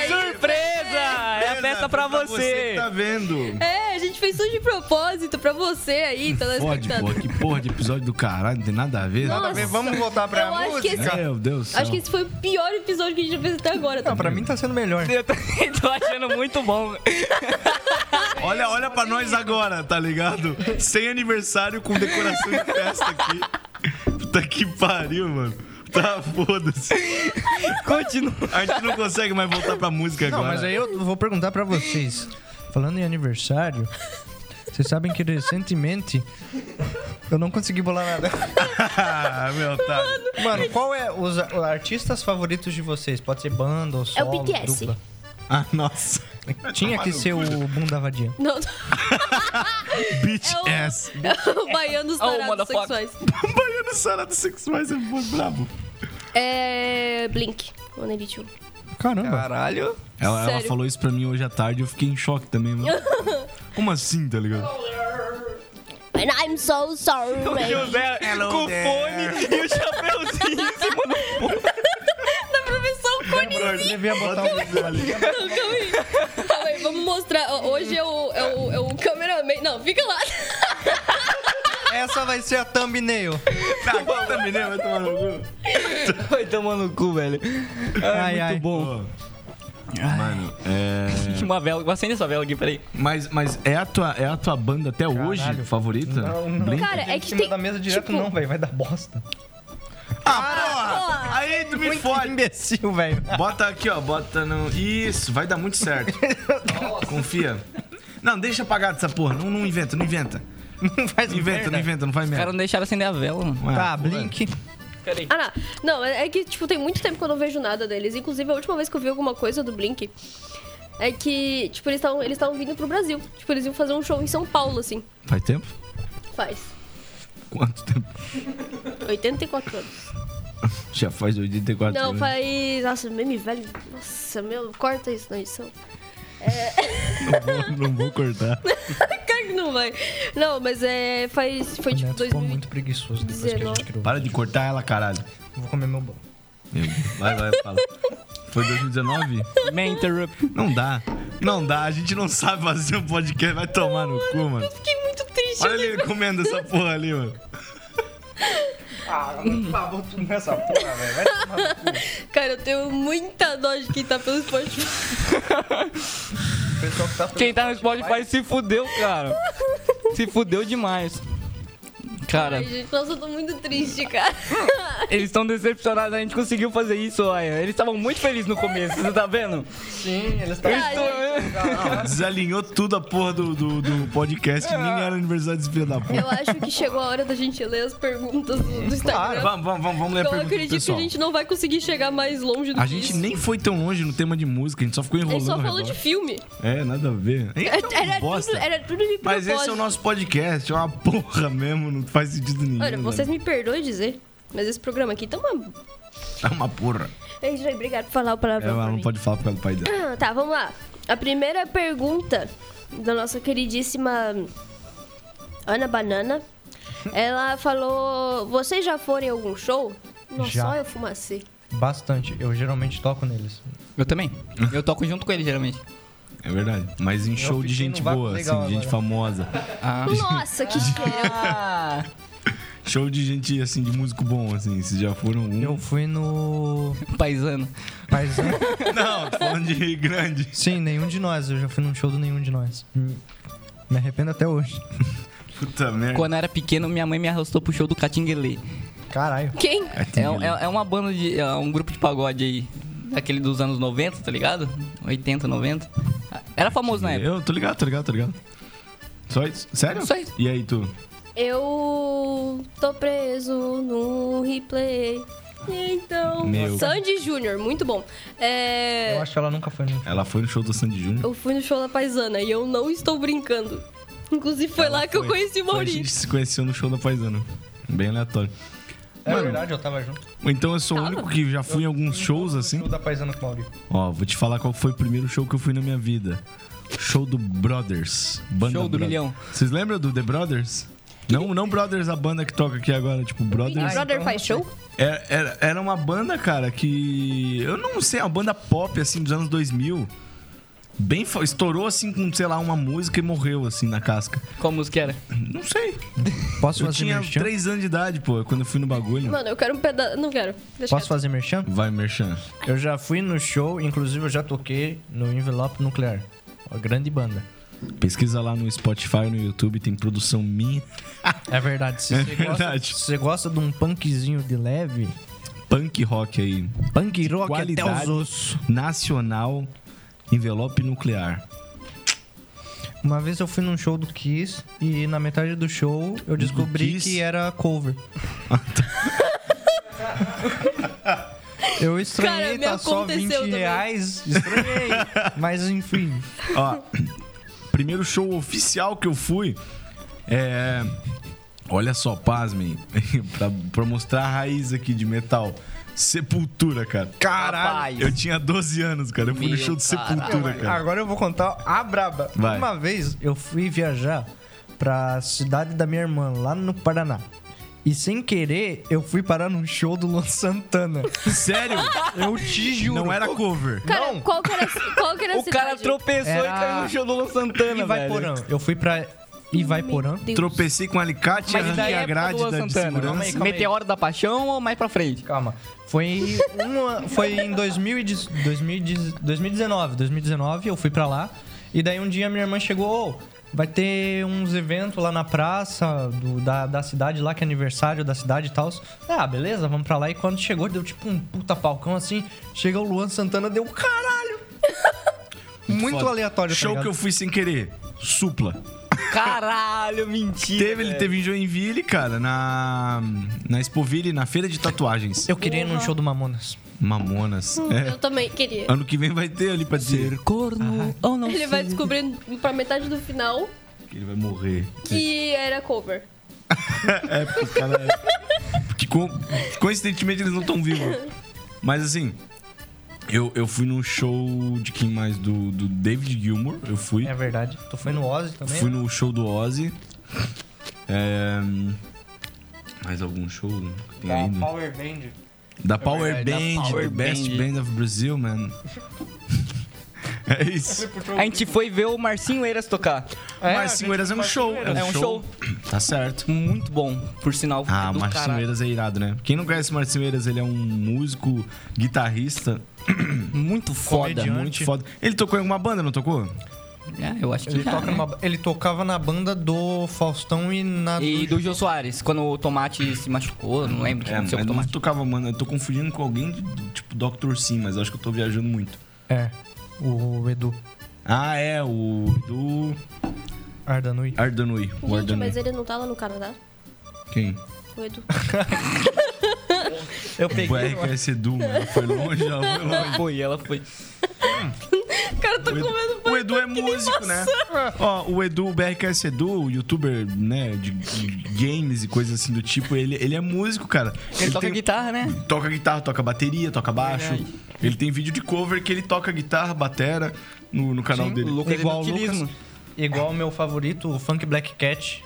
Speaker 4: aí,
Speaker 1: Surpresa! É a festa pra você!
Speaker 2: que tá vendo.
Speaker 4: É, a gente fez tudo de propósito pra você aí,
Speaker 2: Fode,
Speaker 4: telespectador.
Speaker 2: pô. Que porra de episódio do caralho. Não tem nada a ver. Né?
Speaker 4: Nossa,
Speaker 5: Vamos voltar pra
Speaker 4: Eu acho que
Speaker 5: música.
Speaker 4: esse-
Speaker 2: Meu Deus do céu.
Speaker 4: Acho que esse foi o pior episódio que a gente já fez até agora, tá?
Speaker 5: Não, pra mim tá sendo melhor.
Speaker 1: Eu também tô achando muito bom.
Speaker 2: Olha, olha pra nós agora, tá ligado? Sem aniversário, com decoração de festa aqui. Puta que pariu, mano. Tá, foda-se.
Speaker 5: Continua.
Speaker 2: A gente não consegue mais voltar pra música
Speaker 5: Não,
Speaker 2: agora.
Speaker 5: mas aí eu vou perguntar pra vocês. Falando em aniversário, vocês sabem que recentemente eu não consegui bolar nada.
Speaker 2: Ah, meu, tá.
Speaker 5: Mano, qual é os a- os artistas favoritos de vocês? Pode ser banda
Speaker 4: É
Speaker 5: ou solo,
Speaker 4: BTS.
Speaker 5: dupla?
Speaker 2: Ah, nossa.
Speaker 5: Tinha que ser o Bunda Vadia.
Speaker 4: Não,
Speaker 2: Bitch
Speaker 4: É o-
Speaker 2: ass.
Speaker 4: não, baianos
Speaker 1: Oh,
Speaker 4: tarados
Speaker 1: motherfucker.
Speaker 4: sexuais.
Speaker 2: Baiano sarado sexuais é muito brabo.
Speaker 4: É. Blink. One Eighty-Two.
Speaker 5: Caramba.
Speaker 6: Caralho.
Speaker 2: Ela, ela
Speaker 4: Sério.
Speaker 2: falou isso pra mim hoje à tarde eu fiquei em choque também, mano. Como assim, tá ligado?
Speaker 4: And I'm so sorry.
Speaker 1: José com fone e o chapéuzinho em cima do fone.
Speaker 4: Da profissão Cone.
Speaker 5: Devia botar um...
Speaker 4: Não, calma aí. Calma aí, vamos mostrar. Ó, Hoje é o, é o, é o cameraman. Não, fica lá.
Speaker 5: Essa vai ser a thumbnail.
Speaker 2: Puta, menina, vai tomar no cu.
Speaker 1: Vai tomar no cu, velho.
Speaker 2: É
Speaker 5: Ai, ai.
Speaker 2: Bom. Mano, é.
Speaker 1: Uma vela, acende essa vela aqui, peraí.
Speaker 2: Mas, mas é, a tua, é a tua banda até hoje favorita?
Speaker 5: Não, não.
Speaker 2: Blink?
Speaker 4: Cara, é
Speaker 5: um Em
Speaker 4: que
Speaker 5: cima
Speaker 4: tem.
Speaker 5: da mesa direto não, velho. Vai dar bosta.
Speaker 2: Ah, porra! Aí tu me fode.
Speaker 5: imbecil, velho.
Speaker 2: Bota aqui, ó. Bota no. Isso, vai dar muito certo. Confia. Não, deixa apagado essa porra. Não, não inventa, não inventa.
Speaker 5: Não faz
Speaker 2: Não inventa, não
Speaker 5: merda.
Speaker 2: inventa, não faz
Speaker 1: Os caras
Speaker 2: merda.
Speaker 1: não deixaram acender a vela, mano.
Speaker 2: Ué, porra.
Speaker 5: Tá, Blink.
Speaker 1: Peraí.
Speaker 4: Ah, não. Não, é é que, tipo, tem muito tempo que eu não vejo nada deles. Inclusive, a última vez que eu vi alguma coisa do Blink é que, tipo, eles estavam eles tavam vindo pro Brasil. Tipo, eles iam fazer um show em São Paulo, assim.
Speaker 2: Faz tempo?
Speaker 4: Faz.
Speaker 2: Quanto tempo?
Speaker 4: 84 anos.
Speaker 2: Já faz 84
Speaker 4: Não,
Speaker 2: anos.
Speaker 4: faz. Nossa, meme velho. Nossa, meu, corta isso na edição.
Speaker 2: Não vou, não vou cortar.
Speaker 4: Cara que não vai. Não, mas é. Faz. Foi tipo
Speaker 5: Neto ficou
Speaker 4: 2000.
Speaker 5: muito preguiçoso depois que a gente criou.
Speaker 2: Para de cortar ela, caralho.
Speaker 5: Vou comer meu bolo.
Speaker 2: Vai, vai, fala. Foi 2019?
Speaker 1: Man interrupt.
Speaker 2: Não dá. Não dá, a gente não sabe fazer um podcast. Vai tomar no cu, mano.
Speaker 4: Eu fiquei muito triste.
Speaker 2: Olha ele comendo essa porra ali, mano.
Speaker 5: Ah, vou tudo nessa porra, velho. Vai tomar
Speaker 2: Ah.
Speaker 4: Cara, eu tenho muita dó de quem tá pelo Spotify.
Speaker 5: O pessoal que tá
Speaker 1: Quem tá no Spotify se fudeu, cara. Se fudeu demais.
Speaker 2: É.
Speaker 1: Cara,
Speaker 4: Ai, gente, nossa, eu tô muito triste, cara.
Speaker 1: eles estão decepcionados, a gente conseguiu fazer isso, olha. Eles estavam muito felizes no começo, você tá vendo?
Speaker 5: Sim, eles estão.
Speaker 4: Ai,
Speaker 2: Desalinhou tudo a porra do, do, do podcast. Nem era aniversário desse filho da porra.
Speaker 4: eu acho que chegou a hora da gente ler as perguntas do, do
Speaker 2: Tá,
Speaker 4: Instagram.
Speaker 2: Vamos, vamos, vamos, vamos ler a
Speaker 4: Tá, Então, eu
Speaker 2: pergunta do
Speaker 4: acredito
Speaker 2: pessoal.
Speaker 4: que a gente não vai conseguir chegar mais longe do
Speaker 2: A
Speaker 4: que
Speaker 2: gente
Speaker 4: isso.
Speaker 2: nem foi tão longe no tema de música, a gente só ficou
Speaker 4: A
Speaker 2: enrolando.
Speaker 4: gente só
Speaker 2: o
Speaker 4: falou de
Speaker 2: negócio.
Speaker 4: filme.
Speaker 2: É, nada a ver.
Speaker 4: Era,
Speaker 2: Então,
Speaker 4: era
Speaker 2: bosta.
Speaker 4: tudo, era tudo de propósito.
Speaker 2: Mas esse é o nosso podcast, é uma porra mesmo, não faz sentido nenhum.
Speaker 4: Olha, vocês
Speaker 2: velho.
Speaker 4: me perdoem dizer, mas esse programa aqui tá uma...
Speaker 2: É uma porra.
Speaker 4: É isso aí, obrigado por falar o palavrão
Speaker 2: É, Ela
Speaker 4: pra
Speaker 2: não
Speaker 4: mim.
Speaker 2: pode falar por causa do pai dela.
Speaker 4: Ah, Tá, vamos lá. A primeira pergunta da nossa queridíssima Ana Banana. Ela falou: Vocês já foram em algum show? Nossa,
Speaker 5: Já.
Speaker 4: olha o fumacê.
Speaker 5: Bastante. Eu geralmente toco neles.
Speaker 1: Eu também. Eu toco junto com ele, geralmente.
Speaker 2: É verdade. Mas em show de
Speaker 5: fiquei
Speaker 2: gente
Speaker 5: num vácuo
Speaker 2: boa, assim,
Speaker 5: legal
Speaker 2: de gente
Speaker 5: agora.
Speaker 2: famosa.
Speaker 4: Nossa, que cheiro.
Speaker 1: Ah,
Speaker 2: Show de gente, assim, de músico bom, assim. Vocês já foram um.
Speaker 5: Eu fui no.
Speaker 1: paisano.
Speaker 5: Paisão.
Speaker 2: Não, tô falando de grande.
Speaker 5: Sim, nenhum de nós. Eu já fui num show do nenhum de nós. Hum. Me arrependo até hoje.
Speaker 2: Puta merda.
Speaker 1: Quando eu era pequeno, minha mãe me arrastou pro show do Catinguelê.
Speaker 5: Caralho.
Speaker 4: Quem?
Speaker 1: É, um- é- é uma banda de. É um grupo de pagode aí. Daquele dos anos 90, tá ligado? 80, 90. Era famoso na
Speaker 4: é.
Speaker 1: época.
Speaker 2: Eu tô ligado, tô ligado, tô ligado. Só isso? Sério?
Speaker 1: Só isso.
Speaker 2: E aí, tu?
Speaker 4: Eu tô preso no replay. Então.
Speaker 2: Meu.
Speaker 4: Sandy Júnior, muito bom. É,
Speaker 5: Eu acho que ela nunca foi num.
Speaker 2: Ela foi no show do Sandy Júnior?
Speaker 4: eu fui no show da Paisana e eu não estou brincando. Inclusive, foi lá que eu conheci o
Speaker 2: Foi, A
Speaker 4: Maurício.
Speaker 2: gente se conheceu no show da Paisana. Bem aleatório.
Speaker 5: É
Speaker 2: Mano.
Speaker 5: verdade, eu tava junto.
Speaker 2: Então eu sou o único que já fui em alguns shows, assim.
Speaker 5: Show da paisana com o Maurício.
Speaker 2: Ó, vou te falar qual foi o primeiro show que eu fui na minha vida. Show do Brothers. Banda
Speaker 1: Show do
Speaker 2: Brothers.
Speaker 1: milhão.
Speaker 2: Vocês lembram do The Brothers? Não, não Brothers, a banda que toca aqui agora, tipo
Speaker 4: Big
Speaker 2: Brothers.
Speaker 4: Brother faz show?
Speaker 2: Era, era, era uma banda, cara, que. Eu não sei, uma banda pop, assim, dos anos 2000. Bem, fa- estourou assim com, sei lá, uma música e morreu assim na casca.
Speaker 1: Qual música era?
Speaker 2: Não sei.
Speaker 5: Posso
Speaker 2: Eu
Speaker 5: fazer
Speaker 2: tinha
Speaker 5: merchan?
Speaker 2: 3 anos de idade, pô, quando eu fui no bagulho.
Speaker 4: Mano, eu quero um pedaço. Não quero. Deixa
Speaker 5: Posso fazer merchan?
Speaker 2: Vai, Merchan.
Speaker 5: Eu já fui no show, inclusive eu já toquei no Envelope Nuclear. Uma grande banda.
Speaker 2: Pesquisa lá no Spotify, no YouTube, tem produção minha.
Speaker 5: É verdade. Se
Speaker 2: É
Speaker 5: você gosta,
Speaker 2: verdade.
Speaker 5: se você gosta de um punkzinho de leve,
Speaker 2: punk rock aí.
Speaker 5: Punk rock até os
Speaker 2: Qualidade.
Speaker 5: ossos.
Speaker 2: Nacional, envelope nuclear.
Speaker 5: Uma vez eu fui num show do Kiss e na metade do show eu descobri
Speaker 2: Kiss?
Speaker 5: que era cover. Eu
Speaker 4: Cara,
Speaker 5: estranhei,
Speaker 4: me
Speaker 5: tá só
Speaker 4: aconteceu
Speaker 5: 20
Speaker 4: também.
Speaker 5: reais. Estranhei. Mas enfim.
Speaker 2: Ó, primeiro show oficial que eu fui é. Olha só, pasmem, pra, pra mostrar a raiz aqui de metal. Sepultura, cara.
Speaker 5: Caralho.
Speaker 2: Eu tinha 12 anos, cara. Eu fui no
Speaker 1: Meu
Speaker 2: show de
Speaker 1: caralho.
Speaker 2: Sepultura, cara.
Speaker 5: Agora eu vou contar a braba.
Speaker 2: É. Vai.
Speaker 5: Uma vez eu fui viajar pra cidade da minha irmã, lá no Paraná. E sem querer, eu fui parar num show do Luan Santana.
Speaker 2: Sério?
Speaker 5: Eu te juro.
Speaker 2: Não era cover.
Speaker 4: Cara,
Speaker 5: Não.
Speaker 4: qual que era, qual que era a
Speaker 1: O cara
Speaker 4: cidade?
Speaker 1: tropeçou e
Speaker 5: Era-
Speaker 1: caiu no show do Luan Santana, velho.
Speaker 5: Ivaiporã. Eu fui pra Ivaiporã.
Speaker 4: Deus.
Speaker 2: Tropecei com um alicate,
Speaker 1: Mas daí é
Speaker 2: arranquei
Speaker 1: época
Speaker 2: a
Speaker 1: do
Speaker 2: grade
Speaker 1: Luan
Speaker 2: da de
Speaker 1: Santana. Calma aí,
Speaker 2: segurança.
Speaker 1: calma aí. Meteoro da Paixão ou mais pra frente?
Speaker 5: Calma. Foi, uma, foi em 2010 2010 2019. 2019 eu fui pra lá. E daí um dia minha irmã chegou. "Ô, vai ter uns eventos lá na praça do- da, da cidade lá, que é aniversário da cidade e tal. Ah, beleza, vamos pra lá. E quando chegou, deu tipo um puta palcão assim. Chega o Luan Santana, deu caralho. Muito
Speaker 2: Foda.
Speaker 5: aleatório, tá
Speaker 2: Show que
Speaker 5: ligado?
Speaker 2: eu fui sem querer. Supla.
Speaker 1: Caralho, mentira.
Speaker 2: Teve, ele teve em Joinville, cara, na. Na Expoville, na feira de tatuagens.
Speaker 5: Eu queria ir num show do Mamonas.
Speaker 2: Mamonas. É.
Speaker 4: Eu também queria.
Speaker 2: Ano que vem vai ter ali pra dizer
Speaker 1: corno ou não
Speaker 4: Ele vai descobrindo pra metade do final
Speaker 2: que ele vai morrer.
Speaker 4: que era cover.
Speaker 2: É, porque os caras. Porque co- coincidentemente eles não estão vivos. Mas assim, eu, eu fui num show de quem mais? Do, do David Gilmour. Eu fui.
Speaker 5: É verdade. Tu foi no Ozzy também?
Speaker 2: Fui
Speaker 5: né?
Speaker 2: no show do Ozzy. É, Mais algum show que tem aí?
Speaker 5: Da
Speaker 2: no-
Speaker 5: Power Band.
Speaker 2: Da Power
Speaker 5: verdade, da
Speaker 2: Band,
Speaker 1: Power
Speaker 2: the best
Speaker 1: Band.
Speaker 2: band of Brazil, man. é isso.
Speaker 1: A gente foi ver o Marcinho Eiras tocar.
Speaker 5: É,
Speaker 2: Marcinho
Speaker 5: a
Speaker 2: Eiras
Speaker 5: gente
Speaker 2: é um
Speaker 5: faz
Speaker 2: show.
Speaker 5: zoeira.
Speaker 1: É um show
Speaker 2: Tá certo.
Speaker 1: muito bom, por sinal.
Speaker 2: Ah,
Speaker 1: do
Speaker 2: Marcinho
Speaker 1: caralho.
Speaker 2: Eiras é irado, né? Quem não conhece o Marcinho Eiras, ele é um músico, guitarrista,
Speaker 1: Muito foda.
Speaker 5: Comediante.
Speaker 1: Muito...
Speaker 2: muito foda. Ele tocou em alguma banda, não tocou?
Speaker 1: Ah, eu acho que
Speaker 5: Ele,
Speaker 1: já,
Speaker 5: toca
Speaker 1: né?
Speaker 5: numa- ele tocava na banda do Faustão e na
Speaker 1: E
Speaker 5: do...
Speaker 1: do Jô Soares, quando o Tomate se machucou, não lembro o que
Speaker 2: É, mas
Speaker 1: aconteceu com o
Speaker 2: não
Speaker 1: Tomate.
Speaker 2: tocava, mano. Eu tô confundindo com alguém de- do- tipo Dr. Sim, mas eu acho que eu tô viajando muito.
Speaker 5: É, o Edu
Speaker 2: Ah, é, o do
Speaker 5: Ardanui.
Speaker 2: Ardanui. O
Speaker 4: Gente,
Speaker 2: Ardanui.
Speaker 4: mas ele não tá lá no Canadá?
Speaker 2: Quem?
Speaker 4: O Edu.
Speaker 1: Eu
Speaker 2: O RQS Edu, mano. Foi longe, já foi longe.
Speaker 1: Foi, ela foi.
Speaker 4: O cara tá
Speaker 2: O Edu-
Speaker 4: comendo
Speaker 2: O Edu é músico, né? Ó, o Edu, o BRKS Edu, o youtuber, né, de, de games e coisas assim do tipo, ele, ele é músico, cara.
Speaker 1: Ele toca
Speaker 2: tem-
Speaker 1: guitarra, né?
Speaker 2: toca guitarra, toca bateria, toca baixo.
Speaker 1: Verdade.
Speaker 2: Ele tem vídeo de cover que ele toca guitarra, batera no, no canal dele.
Speaker 1: Louco
Speaker 5: Igual o
Speaker 1: inutilismo.
Speaker 5: Lucas. Igual o meu favorito, o Funk Black Cat.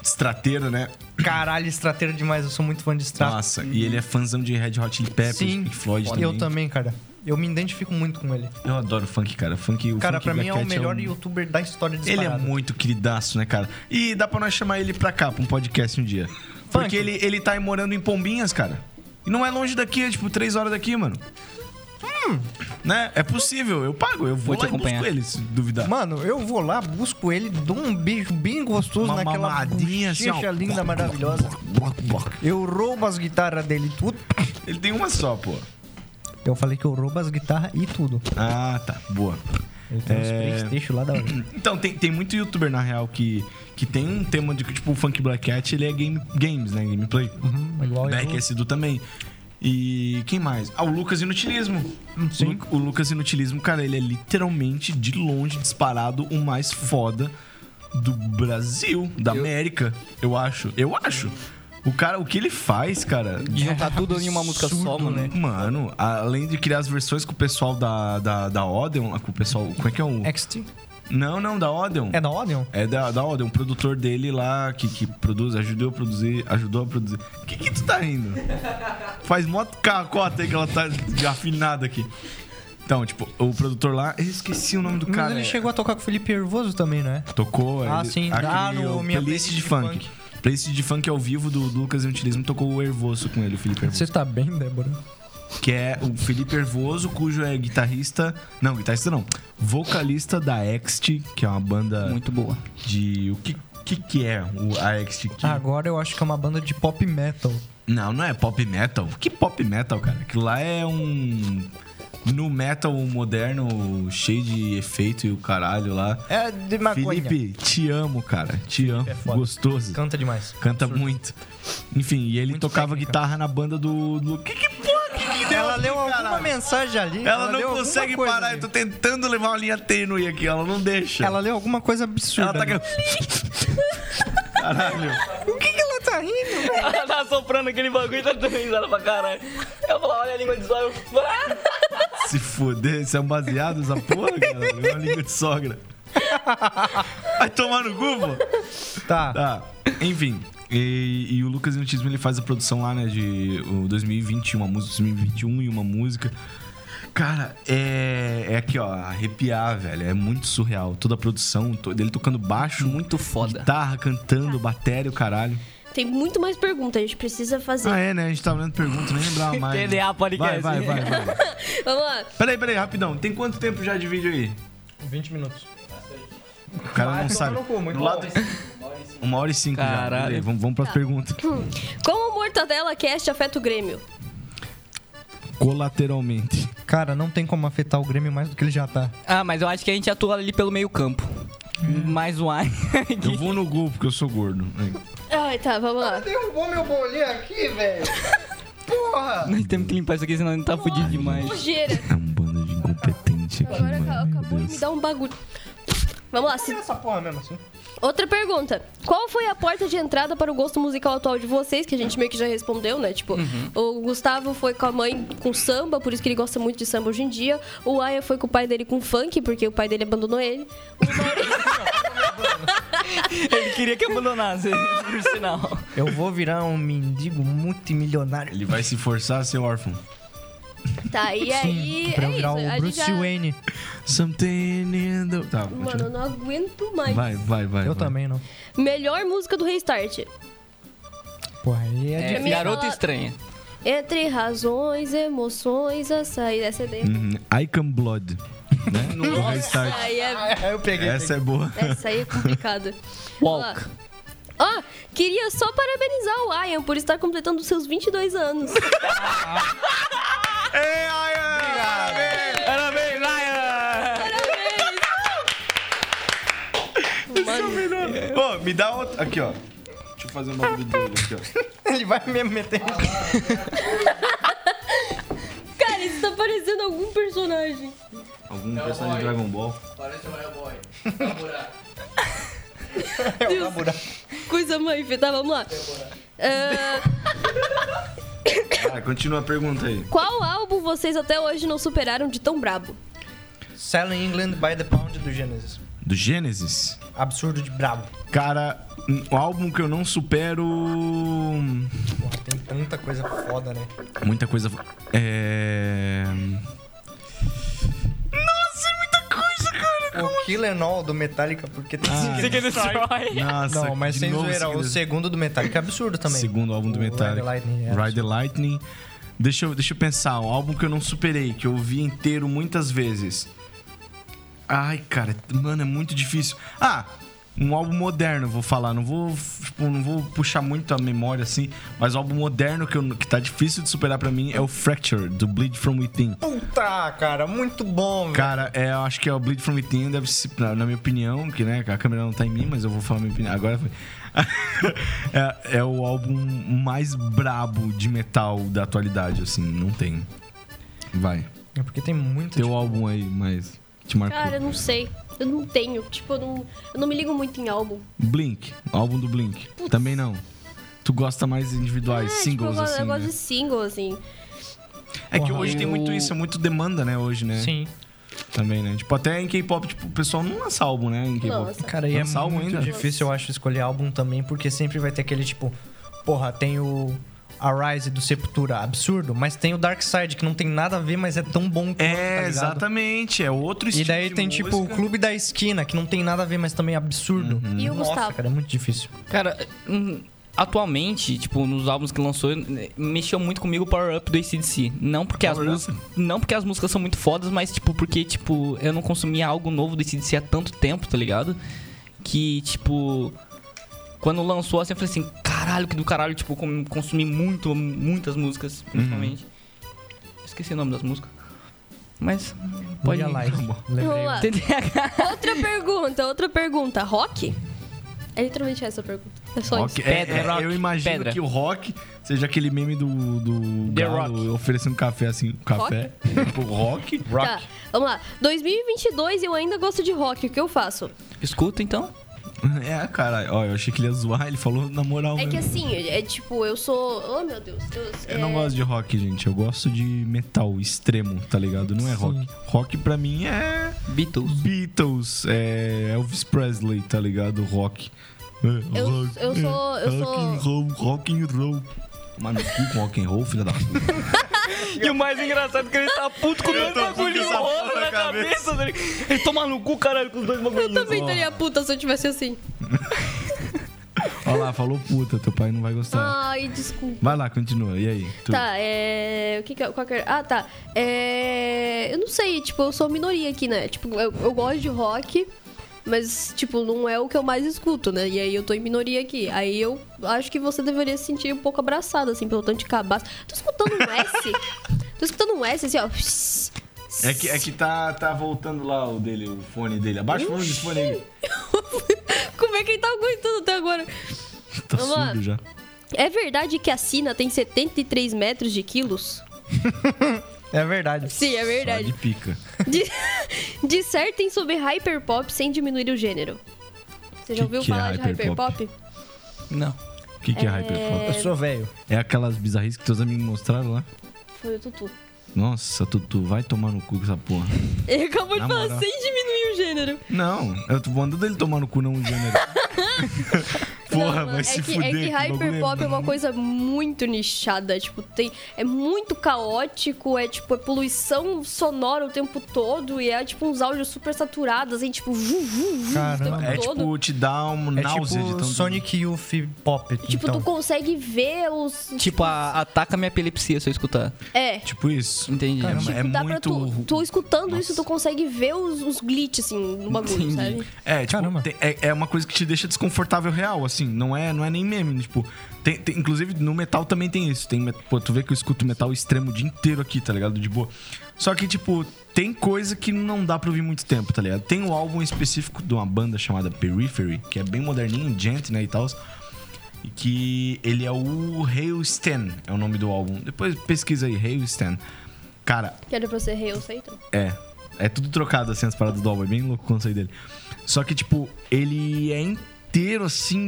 Speaker 2: Estrateira, né?
Speaker 5: Caralho, estrateiro demais, eu sou muito fã de
Speaker 1: Tá.
Speaker 5: estrato.
Speaker 2: Nossa, e ele é fãzão de Red Hot Chili Peppers,
Speaker 5: Sim,
Speaker 2: Pink Floyd também.
Speaker 5: eu também, cara. Eu me identifico muito com ele.
Speaker 2: Eu adoro funk, cara. Funk, o
Speaker 5: Cara,
Speaker 2: funk
Speaker 5: pra mim é
Speaker 2: Black
Speaker 5: o
Speaker 2: Cat
Speaker 5: melhor
Speaker 2: um-
Speaker 5: youtuber da história de
Speaker 2: Ele é muito queridaço, né, cara? E dá pra nós chamar ele pra cá, pra um podcast um dia. Porque ele, ele tá aí morando em Pombinhas, cara. E não é longe daqui, é tipo três horas daqui, mano.
Speaker 5: Hum.
Speaker 2: Né? É possível, eu pago, eu
Speaker 1: Vou
Speaker 2: vou,
Speaker 1: te
Speaker 2: lá e busco
Speaker 1: acompanhar.
Speaker 2: ele, se duvidar.
Speaker 5: Mano, eu vou lá, busco ele, dou um beijo bem gostoso
Speaker 2: Uma
Speaker 5: naquela
Speaker 2: mamadinha, assim, ó.
Speaker 5: bochecha linda, maravilhosa. Eu roubo as guitarras dele e tudo.
Speaker 2: Ele tem uma só, pô.
Speaker 5: Eu falei que eu roubo as guitarras e tudo.
Speaker 2: Ah, tá, boa.
Speaker 5: Ele tem uns
Speaker 2: É.
Speaker 5: Playstation lá da hora.
Speaker 2: Então, tem, tem muito youtuber, na real, que, que tem um tema de que, tipo, o Funk Black Cat, ele é game, games, né? Gameplay.
Speaker 5: Igual eu.
Speaker 2: Beck é esse do também. E quem mais? Ah, o Lucas Inutilismo. Hum, Sim. O Lucas Inutilismo, cara, ele é literalmente, de longe, disparado, o mais foda do Brasil, da América, eu acho. Eu acho. O cara, o que ele faz, cara.
Speaker 1: De juntar tudo em uma música só, mano.
Speaker 2: né? Mano, além de criar as versões com o pessoal da, da, da Odeon, com o pessoal. Como é que é o.
Speaker 5: XT.
Speaker 2: Não, não, da Odeon.
Speaker 5: É da Odeon?
Speaker 2: É da, da Odeon, um produtor dele lá que, que produz, ajudou a produzir, ajudou a produzir. O que, que tu tá rindo? Faz mó cacota aí que ela tá afinada aqui. Então, tipo, o produtor lá, eu esqueci o nome do
Speaker 5: Mas
Speaker 2: cara.
Speaker 5: ele
Speaker 2: é-
Speaker 5: chegou a tocar com o Felipe Hervoso também, né?
Speaker 2: Tocou.
Speaker 5: Ah,
Speaker 2: ele-
Speaker 5: sim,
Speaker 2: aquele,
Speaker 5: ah, no
Speaker 2: o
Speaker 5: Minha
Speaker 2: playlist de, funk. Playlist de funk ao vivo do Lucas e Utilismo tocou o Hervoso com ele, o Felipe Hervoso.
Speaker 5: Você tá bem, Débora?
Speaker 2: Que é o Felipe Hervoso, cujo é guitarrista. Não, guitarrista não. Vocalista da Ext, que é uma banda
Speaker 1: Muito boa.
Speaker 2: de. O que, que, que é o, a Ext? Que-
Speaker 5: Ah, Agora eu acho que é uma banda de pop metal.
Speaker 2: Não, não é pop metal. Que pop metal, cara? Aquilo lá é um. No metal moderno, cheio de efeito e o caralho lá.
Speaker 5: É de maconha.
Speaker 2: Felipe, te amo, cara. Te amo.
Speaker 5: é foda.
Speaker 2: Gostoso.
Speaker 5: Canta demais.
Speaker 2: Canta muito. Enfim, e ele
Speaker 5: Muito
Speaker 2: tocava
Speaker 5: técnica.
Speaker 2: guitarra na banda do. do- Que que porra que que deu
Speaker 5: Ela
Speaker 2: aqui,
Speaker 5: leu alguma
Speaker 2: caralho?
Speaker 5: mensagem ali.
Speaker 2: Ela
Speaker 5: leu
Speaker 2: não
Speaker 5: alguma
Speaker 2: consegue
Speaker 5: coisa
Speaker 2: parar,
Speaker 5: ali.
Speaker 2: eu tô tentando levar uma linha tênue aqui, ela não deixa.
Speaker 5: Ela leu alguma coisa absurda.
Speaker 2: Ela tá.
Speaker 5: ali.
Speaker 2: Caralho.
Speaker 5: O que, que ela tá rindo?
Speaker 1: Ela tá soprando aquele bagulho e tá dando risada pra caralho. Eu falo, olha a língua de zóio.
Speaker 2: Se foder, isso é um baseado, essa porra, cara. É uma língua de sogra. Vai tomar no cu, pô.
Speaker 5: Tá.
Speaker 2: Tá, enfim. E, e o Lucas Intismo ele faz a produção lá, né? De o 2020, um, uma música, 2021 e uma música. Cara, é, é aqui, ó, arrepiar, velho. É muito surreal. Toda a produção, to- dele tocando baixo,
Speaker 1: Muito foda.
Speaker 2: guitarra, cantando, bateria, o caralho.
Speaker 4: Tem muito mais perguntas, a gente precisa fazer.
Speaker 2: Ah, é, né? A gente tava lendo pergunta, nem lembrava mais. né?
Speaker 1: TDA podcast.
Speaker 2: Vai, vai, vai, vai.
Speaker 4: Vamos lá.
Speaker 2: Peraí, peraí, rapidão. Tem quanto tempo já de vídeo aí?
Speaker 5: 20 minutos.
Speaker 2: O cara
Speaker 5: Vai
Speaker 2: não
Speaker 5: tomar
Speaker 2: sabe.
Speaker 5: Tá no cu, muito
Speaker 2: Do lado- Uma hora e cinco já.
Speaker 1: Caralho. Tá.
Speaker 2: Beleza, Vamos, vamos pras perguntas.
Speaker 4: Como o Mortadela Cast afeta o Grêmio?
Speaker 2: Colateralmente.
Speaker 5: Cara, não tem como afetar o Grêmio mais do que ele já tá.
Speaker 1: Ah, mas eu acho que a gente atua ali pelo meio campo. Mais um ar.
Speaker 2: Hum. Eu vou no gol porque eu sou gordo.
Speaker 4: Ai, tá, vamos lá.
Speaker 5: Derrubou meu bolinho aqui, velho. Porra!
Speaker 1: Nós temos que limpar isso aqui, senão a gente tá fudido demais.
Speaker 4: Nojeira.
Speaker 2: É um bando de incompetente aqui,
Speaker 4: Agora
Speaker 2: mano.
Speaker 4: acabou,
Speaker 2: Meu
Speaker 4: acabou de me
Speaker 2: Deus.
Speaker 4: dar um bagulho. Vamos lá. se-
Speaker 5: Essa porra mesmo assim.
Speaker 4: Outra pergunta. Qual foi a porta de entrada para o gosto musical atual de vocês? Que a gente meio que já respondeu, né? Tipo,
Speaker 5: Uhum.
Speaker 4: o Gustavo foi com a mãe com samba, por isso que ele gosta muito de samba hoje em dia. O Aya foi com o pai dele com funk, porque o pai dele abandonou ele.
Speaker 1: Ele queria que abandonasse, por sinal.
Speaker 5: Eu vou virar um mendigo multimilionário.
Speaker 2: Ele vai se forçar a ser órfão.
Speaker 4: Tá, e aí. é
Speaker 5: pra eu virar
Speaker 4: isso.
Speaker 5: o
Speaker 4: a
Speaker 5: Bruce
Speaker 4: gente já...
Speaker 5: Wayne.
Speaker 2: Something in the... Tá,
Speaker 4: Mano, eu não aguento mais.
Speaker 2: vai, vai, vai.
Speaker 5: Eu
Speaker 2: É, vai.
Speaker 5: também não.
Speaker 4: Melhor música do Restart.
Speaker 5: Porra, aí é,
Speaker 1: É,
Speaker 4: mim,
Speaker 1: garota
Speaker 4: ela-
Speaker 1: estranha.
Speaker 4: Entre razões, emoções, açaí. Essa é dele.
Speaker 5: Hum.
Speaker 2: Uhum. Icon Blood. Né? No restart.
Speaker 4: Aí é-
Speaker 5: de... Eu peguei.
Speaker 2: Essa é boa.
Speaker 4: Essa aí é complicada.
Speaker 1: Walk.
Speaker 4: Ó, queria só parabenizar o Ian por estar completando os seus 22 anos.
Speaker 2: Ei,
Speaker 4: É
Speaker 2: Aya!
Speaker 1: Parabéns, Laia!
Speaker 2: Ô, me dá outra. Aqui, ó. Deixa eu fazer um bagulho dele aqui, ó.
Speaker 5: Ele vai me meter.
Speaker 4: Cara, isso tá parecendo algum personagem.
Speaker 2: Algum personagem de Dragon Ball.
Speaker 4: Coisa mãe, filho. tá? Vamos lá. Ah,
Speaker 2: Cara, continua a pergunta aí.
Speaker 4: qual álbum vocês até hoje não superaram de tão brabo?
Speaker 5: Selling England by the Pound do Genesis.
Speaker 2: Do Gênesis?
Speaker 5: Absurdo de brabo.
Speaker 2: Cara, um álbum que eu não supero.
Speaker 5: Porra, tem tanta coisa foda, né?
Speaker 2: Muita coisa. É.
Speaker 5: O Killer All do Metallica, porque tem...
Speaker 1: Você quer destroy?
Speaker 2: Ah, Nossa,
Speaker 5: Não, mas
Speaker 2: de
Speaker 5: sem
Speaker 2: novo
Speaker 5: zoeira,
Speaker 2: seguindo-
Speaker 5: o segundo do Metallica é absurdo também.
Speaker 2: Segundo álbum do
Speaker 5: O Ride the
Speaker 2: Metallica.
Speaker 5: Lightning, é
Speaker 2: Ride the Lightning. Deixa eu, deixa eu pensar, um álbum que eu não superei, que eu ouvi inteiro muitas vezes. Ai, cara, mano, é muito difícil. Ah, um álbum moderno, eu vou falar. Não vou, tipo, não vou puxar muito a memória assim, mas o álbum moderno que, eu- que tá difícil de superar pra mim é o Fracture, do Bleed From Within.
Speaker 5: Puta, cara, muito bom, velho.
Speaker 2: Cara, é, eu acho que é o Bleed From Within, deve ser, na na minha opinião, que né, a câmera não tá em mim, mas eu vou falar minha opinião. Agora foi. é, é o álbum mais brabo de metal da atualidade, assim, não tem. Vai.
Speaker 5: É porque tem muito.
Speaker 2: Teu álbum aí, mas te marcou.
Speaker 4: Cara, eu não sei. Eu não tenho. Tipo, eu não, eu não me ligo muito em álbum.
Speaker 2: Blink, álbum do Blink. Também não. Tu gosta mais individuais,
Speaker 4: É, tipo, eu,
Speaker 2: singles,
Speaker 4: go-
Speaker 2: assim.
Speaker 4: eu gosto
Speaker 2: né?
Speaker 4: de single, assim.
Speaker 2: É que
Speaker 5: Porra,
Speaker 2: hoje tem
Speaker 1: eu-
Speaker 2: muito isso, é muito demanda, né, hoje, né?
Speaker 5: Sim.
Speaker 2: Também, né? Tipo, até em K-pop, tipo, o pessoal não lança álbum, né? Em K-pop.
Speaker 4: Nossa.
Speaker 5: Cara, e é
Speaker 2: Lança álbum
Speaker 5: muito
Speaker 2: ainda?
Speaker 5: difícil, eu acho, escolher álbum também, porque sempre vai ter aquele tipo, porra, tem o Arise do Sepultura, absurdo, mas tem o Dark Side, que não tem nada a ver, mas é tão bom quanto,
Speaker 2: É,
Speaker 5: tá ligado?
Speaker 2: exatamente. É outro
Speaker 5: E
Speaker 2: estilo.
Speaker 5: daí
Speaker 2: de
Speaker 5: tem tipo o
Speaker 2: música.
Speaker 5: Clube da Esquina, que não tem nada a ver, mas também é absurdo.
Speaker 1: Uhum.
Speaker 4: E o
Speaker 5: Nossa,
Speaker 4: Gustavo?
Speaker 5: cara, é muito difícil.
Speaker 1: Cara, hum, atualmente, tipo, nos álbuns que lançou, né, mexeu muito comigo o Power Up do ACDC. Não
Speaker 5: é
Speaker 1: porque, as
Speaker 2: Power Up?
Speaker 1: músicas, não porque as músicas são muito fodas, mas, tipo, porque, tipo, eu não consumia algo novo do ACDC há tanto tempo, tá ligado? Que, tipo, quando lançou, assim, eu falei assim, cara. caralho que do caralho, tipo, com- consumi muito, muitas músicas, principalmente. Esqueci o nome das músicas. Mas hum, pode
Speaker 5: Olha lá,
Speaker 1: ir.
Speaker 5: lembrei.
Speaker 4: Vamos lá.
Speaker 1: TDAH.
Speaker 4: Outra pergunta, outra pergunta. Rock? É literalmente essa a pergunta. É só
Speaker 2: Rock,
Speaker 4: isso.
Speaker 2: é,
Speaker 1: Pedra,
Speaker 2: é,
Speaker 1: rock,
Speaker 2: eu imagino
Speaker 1: pedra.
Speaker 2: que o rock seja aquele meme do, do
Speaker 1: The
Speaker 2: galo
Speaker 1: Rock.
Speaker 2: oferecendo café assim, café, tipo rock.
Speaker 4: Tá, vamos lá. 2022 eu ainda gosto de rock. O que eu faço?
Speaker 1: Escuta então.
Speaker 2: É, cara, ó, eu achei que ele ia zoar, ele falou na moral.
Speaker 4: É que
Speaker 2: mesmo.
Speaker 4: assim, é tipo, eu sou. Oh, meu Deus. Deus é,
Speaker 2: Eu não gosto de rock, gente. Eu gosto de metal extremo, tá ligado? Não é rock. Rock pra mim é
Speaker 1: Beatles.
Speaker 2: Beatles, é Elvis Presley, tá ligado? Rock. É,
Speaker 4: Eu- eu sou- eu
Speaker 2: rock
Speaker 4: sou-
Speaker 2: and roll, rock and roll. Mano, cu com rock and roll, filha da puta.
Speaker 1: E o mais engraçado é que ele tá puto com dois
Speaker 2: tô puto com
Speaker 1: bagulhinhos
Speaker 2: essa
Speaker 1: rolando
Speaker 2: porra
Speaker 1: na
Speaker 2: na
Speaker 1: cabeça. dele. Ele toma no cu, caralho, com os dois
Speaker 4: Eu
Speaker 1: bagulhinhos.
Speaker 4: também estaria puta se eu tivesse assim.
Speaker 2: Olha lá, falou puta, teu pai não vai gostar.
Speaker 4: Ai, desculpa.
Speaker 2: Vai lá, continua. E aí? Tá. Tu-
Speaker 4: Ah. Tá, é. O que que é. Qual que é- Ah, tá. É. Eu não sei, tipo, eu sou minoria aqui, né? Tipo, eu, eu gosto de rock, mas, tipo, não é o que eu mais escuto, né? E aí eu tô em minoria aqui. Aí eu acho que você deveria se sentir um pouco abraçada, assim, pelo tanto de cabaço. Tô escutando um S. tô escutando um S, assim, ó.
Speaker 2: É que, é que tá, tá voltando lá o dele, o fone dele. Abaixa o fone do fone aí.
Speaker 4: Como é que ele tá aguentando até agora?
Speaker 2: Tá
Speaker 4: Vamos lá.
Speaker 2: surdo já.
Speaker 4: É verdade que a Sina tem 73 metros de quilos?
Speaker 5: É verdade.
Speaker 4: Sim, é
Speaker 2: Tá de
Speaker 4: verdade.
Speaker 2: pica.
Speaker 4: Di- Dissertem sobre hyperpop sem diminuir o gênero. Você já
Speaker 2: Que
Speaker 4: ouviu
Speaker 2: que é
Speaker 4: falar de
Speaker 2: hyperpop?
Speaker 4: hyperpop?
Speaker 1: Não.
Speaker 2: O que, que é, hyperpop?
Speaker 5: Eu sou velho.
Speaker 2: É aquelas bizarrices que teus amigos mostraram lá?
Speaker 4: Foi o Tutu.
Speaker 2: Nossa, Tutu, vai tomar no cu com essa porra.
Speaker 4: Ele acabou de
Speaker 2: Na
Speaker 4: falar
Speaker 2: moral.
Speaker 4: sem diminuir o gênero.
Speaker 2: Não, eu tô mandando ele tomar no cu, não o gênero.
Speaker 4: Não,
Speaker 2: Porra,
Speaker 4: mano,
Speaker 2: vai
Speaker 4: é
Speaker 2: se
Speaker 4: que,
Speaker 2: fuder.
Speaker 4: É que
Speaker 2: bagulho
Speaker 4: hyperpop é uma coisa muito nichada. Tipo, tem, é muito caótico, é tipo, é poluição sonora o tempo todo e é tipo uns áudios super saturados, assim, tipo, vu, vu, vu, o
Speaker 5: Caramba.
Speaker 4: tempo
Speaker 2: É
Speaker 4: todo.
Speaker 2: tipo, te dá um
Speaker 5: É
Speaker 2: náusea de
Speaker 5: tipo
Speaker 2: tanto...
Speaker 5: Sonic Youth Pop.
Speaker 4: Tipo,
Speaker 5: então.
Speaker 4: tu consegue ver os.
Speaker 1: Tipo, a, ataca minha epilepsia se eu escutar.
Speaker 4: É.
Speaker 2: Tipo isso.
Speaker 1: Entendi.
Speaker 2: Caramba, é
Speaker 4: Dá pra tu,
Speaker 2: muito...
Speaker 4: tu escutando isso, tu consegue ver os, os glitches, assim, no bagulho,
Speaker 1: Entendi.
Speaker 4: sabe?
Speaker 2: É, tipo,
Speaker 5: Caramba.
Speaker 2: tem- é, é uma coisa que te deixa desconfortável real, assim. Não é, não é nem meme, tipo... tem- tem- inclusive, no metal também tem isso. Tem, met- pô, tu vê que eu escuto metal extremo o dia inteiro aqui, tá ligado? De boa. Só que, tipo, tem coisa que não dá pra ouvir muito tempo, tá ligado? Tem um álbum específico de uma banda chamada Periphery, que é bem moderninho, gent, né, e tal. E que ele é o Hail Stan, é o nome do álbum. Depois pesquisa aí, Hail Stan. Cara,
Speaker 4: Que era pra ser rei, eu sei, então.
Speaker 2: é. É tudo trocado, assim, as paradas do álbum. É bem louco o conceito dele. Só que, tipo, ele é inteiro, assim,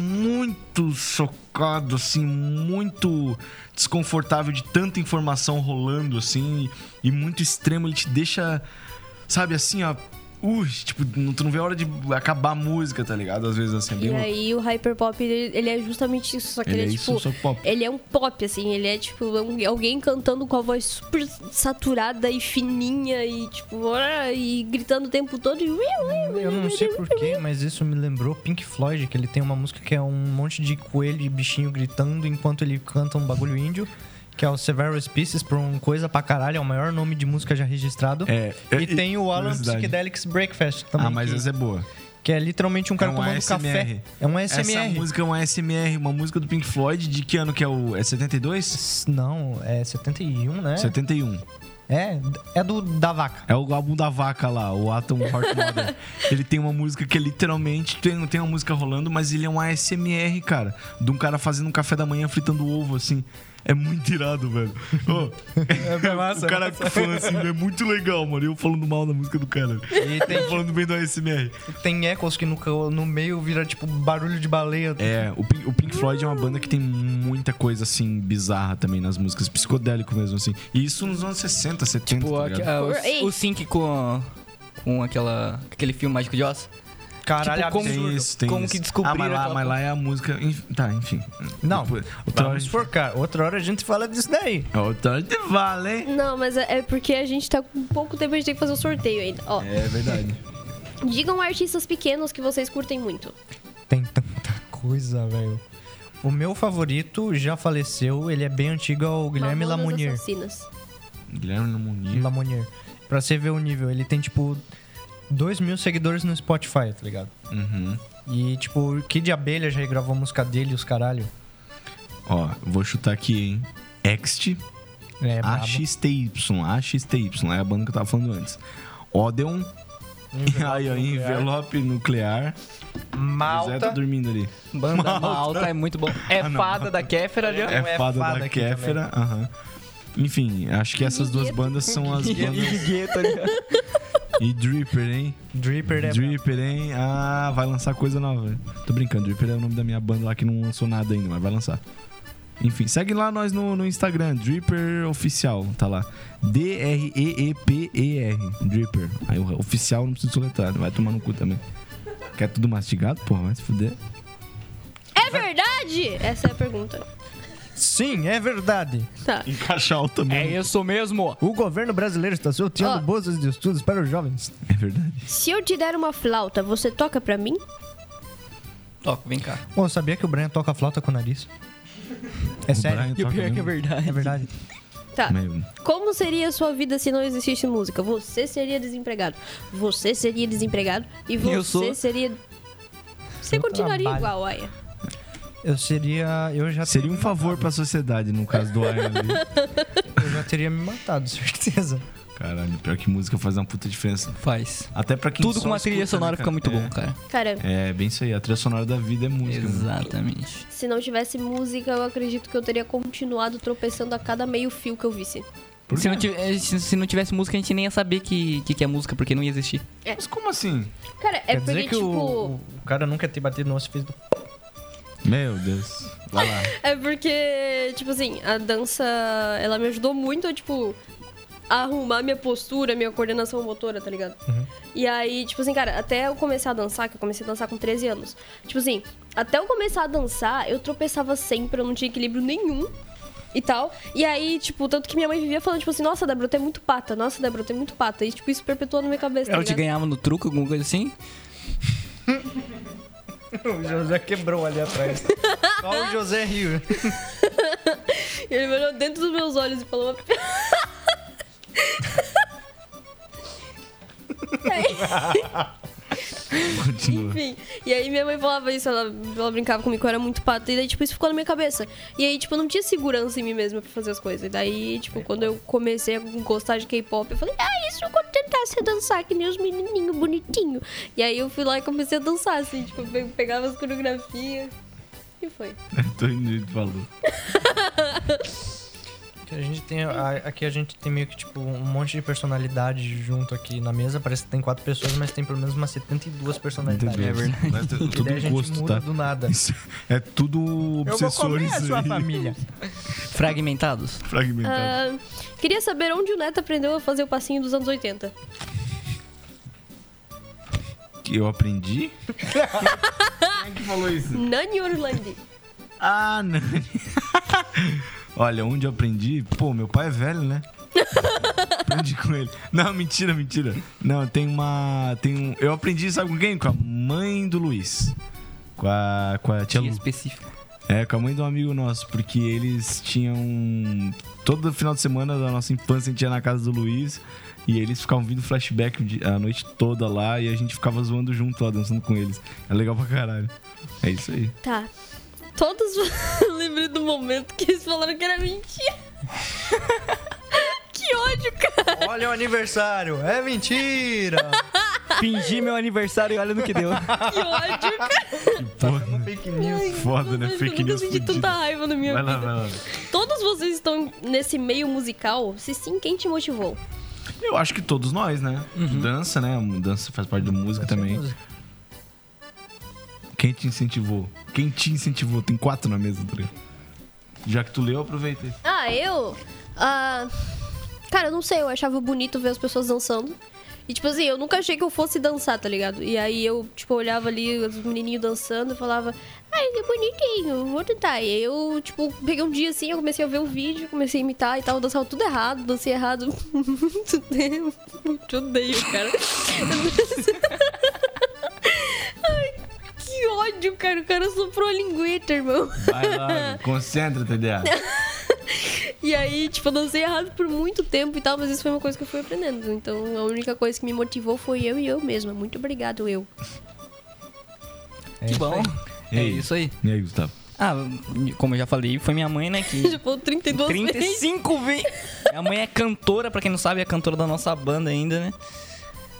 Speaker 2: muito socado, assim, muito desconfortável de tanta informação rolando, assim, e muito extremo. Ele te deixa, sabe, assim, ó. Ui, tipo, não- tu não vê a hora de acabar a música, tá ligado? Às vezes, assim, é bem
Speaker 4: E
Speaker 2: louco.
Speaker 4: aí o hyperpop, ele, ele é justamente isso, só que ele,
Speaker 2: Ele é
Speaker 4: é
Speaker 2: isso,
Speaker 4: tipo.
Speaker 2: só pop.
Speaker 4: Ele é um pop, assim, ele é tipo um- alguém cantando com a voz super saturada e fininha e tipo, "Ah", e gritando o tempo todo e.
Speaker 5: Eu não sei porquê, mas isso me lembrou Pink Floyd, que ele tem uma música que é um monte de coelho e bichinho gritando enquanto ele canta um bagulho índio, que é o Severus Pieces, por um coisa pra caralho, é o maior nome de música já registrado.
Speaker 2: É,
Speaker 5: E tem o Alan
Speaker 2: curiosidade.
Speaker 5: Psychedelics Breakfast também,
Speaker 2: Ah, mas
Speaker 5: que,
Speaker 2: essa é boa.
Speaker 5: que é literalmente um cara tomando café. É um
Speaker 2: Essa
Speaker 5: SMR.
Speaker 2: música é uma SMR, uma música do Pink Floyd, de que ano que é o... É 72?
Speaker 5: Não, é 71, né?
Speaker 2: 71.
Speaker 5: É, é do da vaca.
Speaker 2: É o álbum da vaca lá, o Atom Heart Mother. ele tem uma música que é literalmente tem, tem uma música rolando, mas ele é um ASMR, cara. De um cara fazendo um café da manhã fritando ovo, assim. É muito irado, velho. Ô,
Speaker 5: É massa,
Speaker 2: o cara
Speaker 5: é massa.
Speaker 2: falando assim, é muito legal, mano. Eu falando mal da música do cara.
Speaker 5: E tem,
Speaker 2: Eu falando bem do ASMR.
Speaker 5: tem ecos que no, no meio vira tipo barulho de baleia.
Speaker 2: É, o Pink, o Pink Floyd é uma banda que tem muita coisa, assim, bizarra também nas músicas. Psicodélico mesmo, assim. E isso nos anos 60, 70,
Speaker 1: Tipo,
Speaker 2: tá
Speaker 1: a-
Speaker 2: ligado?
Speaker 1: a- o-
Speaker 4: Ei.
Speaker 1: o sync com, com aquela, aquele filme Mágico de Oz.
Speaker 5: Caralho,
Speaker 1: tipo, como-
Speaker 5: absurdo.
Speaker 2: Tem isso, tem
Speaker 1: Como
Speaker 2: isso.
Speaker 1: que descobriram
Speaker 2: Ah, mas lá,
Speaker 1: aquela
Speaker 2: mas lá é a música... enf- Tá, enfim.
Speaker 5: Não,
Speaker 2: Depois- outra hora a
Speaker 5: Vamos
Speaker 2: gente
Speaker 5: forcar. Outra hora a gente fala disso daí.
Speaker 2: É o tanto de vale, hein?
Speaker 4: Não, mas é é porque a gente tá com pouco tempo, a gente tem que fazer o sorteio ainda. Ó,
Speaker 2: É verdade.
Speaker 4: digam artistas pequenos que vocês curtem muito.
Speaker 5: Tem tanta coisa, velho. O meu favorito já faleceu, ele é bem antigo, é o Guilherme
Speaker 4: Mamonas
Speaker 5: Lamonier.
Speaker 4: Assassinas.
Speaker 2: Guilherme Lamonier.
Speaker 5: Lamonier. Pra você ver o nível, ele tem tipo 2 mil seguidores no Spotify, tá ligado?
Speaker 2: Uhum.
Speaker 5: E, tipo, o Kid Abelha já gravou a música dele, os caralho.
Speaker 2: Ó, vou chutar aqui, hein? Ext,
Speaker 5: É, brabo.
Speaker 2: AXTY, AXTY, é a banda que eu tava falando antes. Odeon, aí, ó, envelope nuclear. O Zé tá
Speaker 5: Malta.
Speaker 2: dormindo ali.
Speaker 1: Banda Malta, é muito bom. É
Speaker 2: Ah,
Speaker 1: fada da Kéfera, né? já.
Speaker 5: Não,
Speaker 2: É
Speaker 5: é
Speaker 2: fada
Speaker 5: fada
Speaker 2: da
Speaker 5: aqui também.
Speaker 2: Kéfera, aham. Enfim, acho que essas duas bandas são as bandas.
Speaker 1: Gueto, ali.
Speaker 2: E Dripper, hein?
Speaker 5: Dripper é brabo.
Speaker 2: Dripper, hein? Ah, vai lançar coisa nova. Tô brincando, Dripper é o nome da minha banda lá que não lançou nada ainda, mas vai lançar. Enfim, segue lá nós no, no Instagram, Dripper Oficial, tá lá. D-R-E-E-P-E-R, Dripper. Aí o oficial não precisa soletrar, vai tomar no cu também. Quer tudo mastigado? Porra, vai se fuder.
Speaker 4: É verdade? Essa é a pergunta.
Speaker 5: Sim, é verdade.
Speaker 4: Tá.
Speaker 2: Encaixar o
Speaker 1: É
Speaker 2: também.
Speaker 1: isso mesmo.
Speaker 5: O governo brasileiro está sorteando
Speaker 4: Ó.
Speaker 5: bolsas de estudos para os jovens.
Speaker 2: É verdade.
Speaker 4: Se eu te der uma flauta, você toca pra mim?
Speaker 1: Toco, vem cá.
Speaker 5: Pô, sabia que o Brian toca flauta com o nariz? É sério?
Speaker 2: Brian
Speaker 1: E o
Speaker 2: toca
Speaker 1: pior é que é
Speaker 2: mesmo.
Speaker 1: verdade.
Speaker 5: É verdade.
Speaker 4: Tá.
Speaker 2: Mesmo.
Speaker 4: Como seria a sua vida se não existisse música? Você seria desempregado. Você seria desempregado. E você
Speaker 1: Eu sou-
Speaker 4: seria. Você
Speaker 5: Eu
Speaker 4: continuaria
Speaker 5: trabalho.
Speaker 4: igual, olha.
Speaker 5: Eu seria. Eu já,
Speaker 2: Seria um favor pra sociedade, no caso do Iron ali.
Speaker 5: eu já teria me matado, certeza.
Speaker 2: Caralho, pior que música faz uma puta diferença.
Speaker 1: Faz.
Speaker 2: Até pra quem
Speaker 1: Tudo
Speaker 2: só
Speaker 1: com uma trilha
Speaker 2: escuta, né,
Speaker 1: sonora
Speaker 2: cara?
Speaker 1: fica muito
Speaker 2: É.
Speaker 1: bom, cara.
Speaker 4: Cara,
Speaker 2: É, bem isso aí. A trilha sonora da vida é música. mano.
Speaker 1: Exatamente.
Speaker 4: se não tivesse música, eu acredito que eu teria continuado tropeçando a cada meio fio que eu visse.
Speaker 2: Por
Speaker 1: Se não,
Speaker 2: quê?
Speaker 1: tivesse, se- se não tivesse música, a gente nem ia saber que, que, que é música, porque não ia existir.
Speaker 2: Mas como assim?
Speaker 4: Cara, é
Speaker 5: Quer
Speaker 4: porque,
Speaker 5: dizer que
Speaker 4: tipo.
Speaker 5: o, o cara nunca ter batido no osso e fez do.
Speaker 2: Meu Deus. Vai lá.
Speaker 4: É porque, tipo assim, a dança, ela me ajudou muito a, tipo, a arrumar minha postura, minha coordenação motora, tá ligado? E aí, tipo assim, cara, até eu começar a dançar, que eu comecei a dançar com 13 anos. Tipo assim, até eu começar a dançar, eu tropeçava sempre, eu não tinha equilíbrio nenhum. E tal. E aí, tipo, tanto que minha mãe vivia falando, tipo assim, nossa, Débora, tu é muito pata, nossa, Débora, tu é muito pata. E, tipo, isso perpetuou na minha cabeça.
Speaker 1: Ela
Speaker 4: tá
Speaker 1: te
Speaker 4: ligado?
Speaker 1: ganhava no truco, alguma coisa assim?
Speaker 5: O José quebrou ali atrás. Só o José riu.
Speaker 4: Ele me olhou dentro dos meus olhos e falou uma
Speaker 2: Continua.
Speaker 4: Enfim, e aí minha mãe falava isso, ela, ela brincava comigo, eu era muito pata, e daí, tipo, isso ficou na minha cabeça. E aí, tipo, eu não tinha segurança em mim mesma pra fazer as coisas. E daí, tipo, quando eu comecei a gostar de K-pop, eu falei, ah, isso eu vou tentar se dançar que nem os menininhos bonitinhos. E aí eu fui lá e comecei a dançar, assim, tipo, eu pe- pegava as coreografias. E foi.
Speaker 2: Tô indo de valor.
Speaker 5: Que a gente tem, a- aqui a gente tem meio que tipo um monte de personalidade junto aqui na mesa. Parece que tem quatro pessoas, mas tem pelo menos umas 72 personalidades.
Speaker 2: Entendeu? Mas tu-
Speaker 5: E daí é a
Speaker 2: Tudo
Speaker 5: gente
Speaker 2: gosto,
Speaker 5: muda
Speaker 2: tá?
Speaker 5: do nada.
Speaker 2: Isso é tudo obsessores aí,
Speaker 1: Fragmentados.
Speaker 2: fragmentado.
Speaker 4: Ah, queria saber onde o Neto aprendeu a fazer o passinho dos anos 80.
Speaker 2: Que eu aprendi?
Speaker 4: Nani Orlandi.
Speaker 2: Ah, não. Olha, onde eu aprendi? Pô, meu pai é velho, né? aprendi com ele. Não, mentira, mentira. Não, tem uma. Tem um. Eu aprendi, sabe com quem? Com a mãe do Luiz. Com a. Com a tia
Speaker 1: Dia
Speaker 2: Lu.
Speaker 1: específico.
Speaker 2: É, com a mãe de um amigo nosso, porque eles tinham. Todo final de semana da nossa infância a gente ia na casa do Luiz e eles ficavam vindo flashback de- a noite toda lá e a gente ficava zoando junto lá, dançando com eles. É legal pra caralho. É isso aí.
Speaker 4: Tá. Todos lembrei do momento que eles falaram que era mentira. que ódio, cara.
Speaker 5: Olha o aniversário! É mentira!
Speaker 1: Fingi meu aniversário e olha no que deu.
Speaker 4: Que ódio, cara.
Speaker 2: Porra,
Speaker 5: Fake news.
Speaker 4: Ai,
Speaker 2: foda, né?
Speaker 4: eu
Speaker 2: Fake
Speaker 4: nunca
Speaker 2: news
Speaker 4: senti tanta
Speaker 2: fudida.
Speaker 4: raiva na minha
Speaker 2: Vai lá,
Speaker 4: vida.
Speaker 2: vai lá.
Speaker 4: Todos vocês estão nesse meio musical? Se sim, quem te motivou?
Speaker 2: Eu acho que todos nós, né? Dança, né? Dança faz parte da música também. Quem te incentivou? Quem te incentivou? Tem quatro na mesa, André. Já que tu leu, aproveitei.
Speaker 4: Ah, eu? Ah. Cara, eu não sei, eu achava bonito ver as pessoas dançando. E tipo assim, eu nunca achei que eu fosse dançar, tá ligado? E aí eu, tipo, olhava ali os menininhos dançando e falava, ai, que bonitinho, vou tentar. E aí eu, tipo, peguei um dia assim, eu comecei a ver um vídeo, comecei a imitar e tal, eu dançava tudo errado, dancei errado muito tempo. Eu te odeio, cara. ai, que ódio, cara. O cara soprou a lingueta, irmão.
Speaker 2: Vai lá, concentra, TDA.
Speaker 4: E E aí, tipo, eu dancei errado por muito tempo e tal, mas isso foi uma coisa que eu fui aprendendo. Então, a única coisa que me motivou foi eu e eu mesma. Muito obrigado, eu.
Speaker 5: É
Speaker 1: Que
Speaker 5: isso
Speaker 1: bom.
Speaker 2: E
Speaker 1: É
Speaker 2: aí?
Speaker 1: isso aí.
Speaker 2: E aí, Gustavo?
Speaker 1: Ah, como eu já falei, foi minha mãe, né? Que
Speaker 4: Já falou 32 vezes.
Speaker 1: 35 vezes. Minha mãe é cantora, pra quem não sabe, é cantora da nossa banda ainda, né?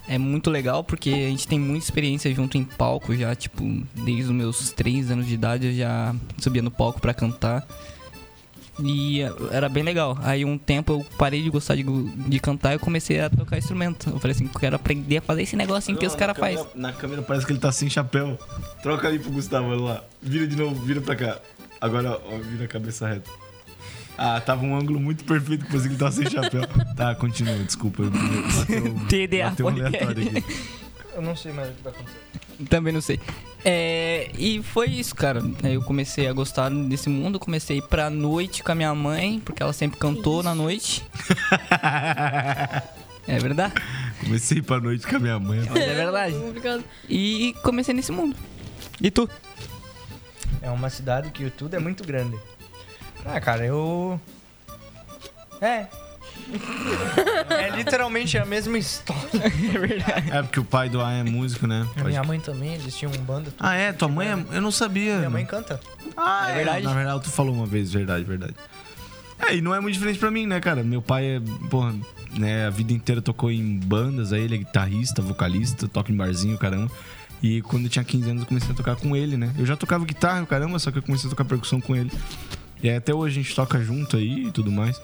Speaker 1: É muito legal porque a gente tem muita experiência junto em palco já, tipo, desde os meus 3 anos de idade eu já subia no palco pra cantar. E eh, era bem legal. Aí um tempo eu parei de gostar de, gu- de cantar e eu comecei a tocar instrumento. Eu falei assim, quero aprender a fazer esse negocinho que os caras fazem.
Speaker 2: Na câmera parece que ele tá sem chapéu. Troca ali pro Gustavo, olha lá. Vira de novo, vira pra cá. Agora, ó, vira a cabeça reta. Ah, tava um ângulo muito perfeito que parecia que ele tava sem chapéu. tá, continua, desculpa. eu- Bateu,
Speaker 1: TDA
Speaker 2: bateu um aleatório aqui.
Speaker 5: Eu não sei mais o que vai acontecer.
Speaker 1: Também não sei. É, e foi isso, cara. Aí eu comecei a gostar desse mundo, comecei pra noite com a minha mãe, porque ela sempre cantou na noite. é verdade?
Speaker 2: Comecei pra noite com a minha mãe.
Speaker 1: Mas é verdade.
Speaker 4: Obrigado.
Speaker 1: E comecei nesse mundo. E tu?
Speaker 5: É uma cidade que tudo é muito grande. Ah, cara, eu. É. é literalmente a mesma história.
Speaker 1: É verdade.
Speaker 2: É porque o pai do A é músico, né? Pode-
Speaker 5: Minha mãe também, eles tinham um bando.
Speaker 2: Ah, é? Tua mãe é... Eu não sabia.
Speaker 5: Minha mãe canta.
Speaker 2: Ah,
Speaker 1: É verdade.
Speaker 2: Na verdade, tu falou uma vez, verdade, verdade. É, e não é muito diferente pra mim, né, cara? Meu pai é, porra, né, a vida inteira tocou em bandas, aí ele é guitarrista, vocalista, toca em barzinho, caramba. E quando eu tinha 15 anos eu comecei a tocar com ele, né? Eu já tocava guitarra, caramba, só que eu comecei a tocar percussão com ele. E aí, até hoje a gente toca junto aí e tudo mais.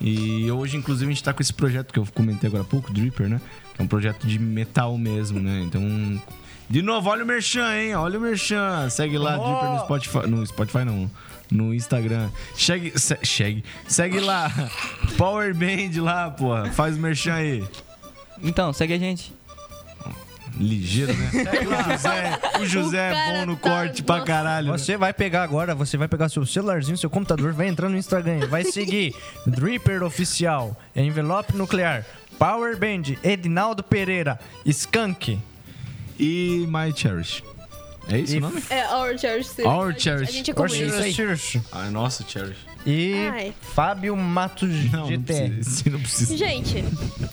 Speaker 2: E hoje, inclusive, a gente tá com esse projeto que eu comentei agora há pouco, Dripper, né? Que é um projeto de metal mesmo, né? Então. De novo, olha o Merchan, hein? Olha o Merchan. Segue lá,
Speaker 5: Ó.
Speaker 2: Dripper, no Spotify. No Spotify não. No Instagram. Segue. se- segue. Segue lá. Power Band lá, porra. Faz o Merchan aí.
Speaker 1: Então, segue a gente.
Speaker 2: Ligeiro, né? O José, o José
Speaker 4: O
Speaker 2: é
Speaker 4: cara
Speaker 2: bom no
Speaker 4: tá-
Speaker 2: corte pra
Speaker 4: nossa.
Speaker 2: caralho. né?
Speaker 5: Você vai pegar agora, você vai pegar seu celularzinho, seu computador, vai entrar no Instagram, e vai seguir Dripper Oficial, Envelope Nuclear, Power Band, Edinaldo Pereira, Skunk.
Speaker 2: E My Cherish. É isso
Speaker 5: E-
Speaker 2: o nome?
Speaker 4: É, Our Cherish. sim.
Speaker 2: Our
Speaker 4: a gente-
Speaker 2: Cherish.
Speaker 4: A gente é
Speaker 5: Or-
Speaker 1: isso
Speaker 4: comunista.
Speaker 1: aí.
Speaker 5: Church.
Speaker 2: Ah, nossa, Cherish.
Speaker 5: E
Speaker 4: Ai.
Speaker 5: Fábio Matos
Speaker 2: Não, não
Speaker 5: GT.
Speaker 2: precisa. Não precisa.
Speaker 4: Gente,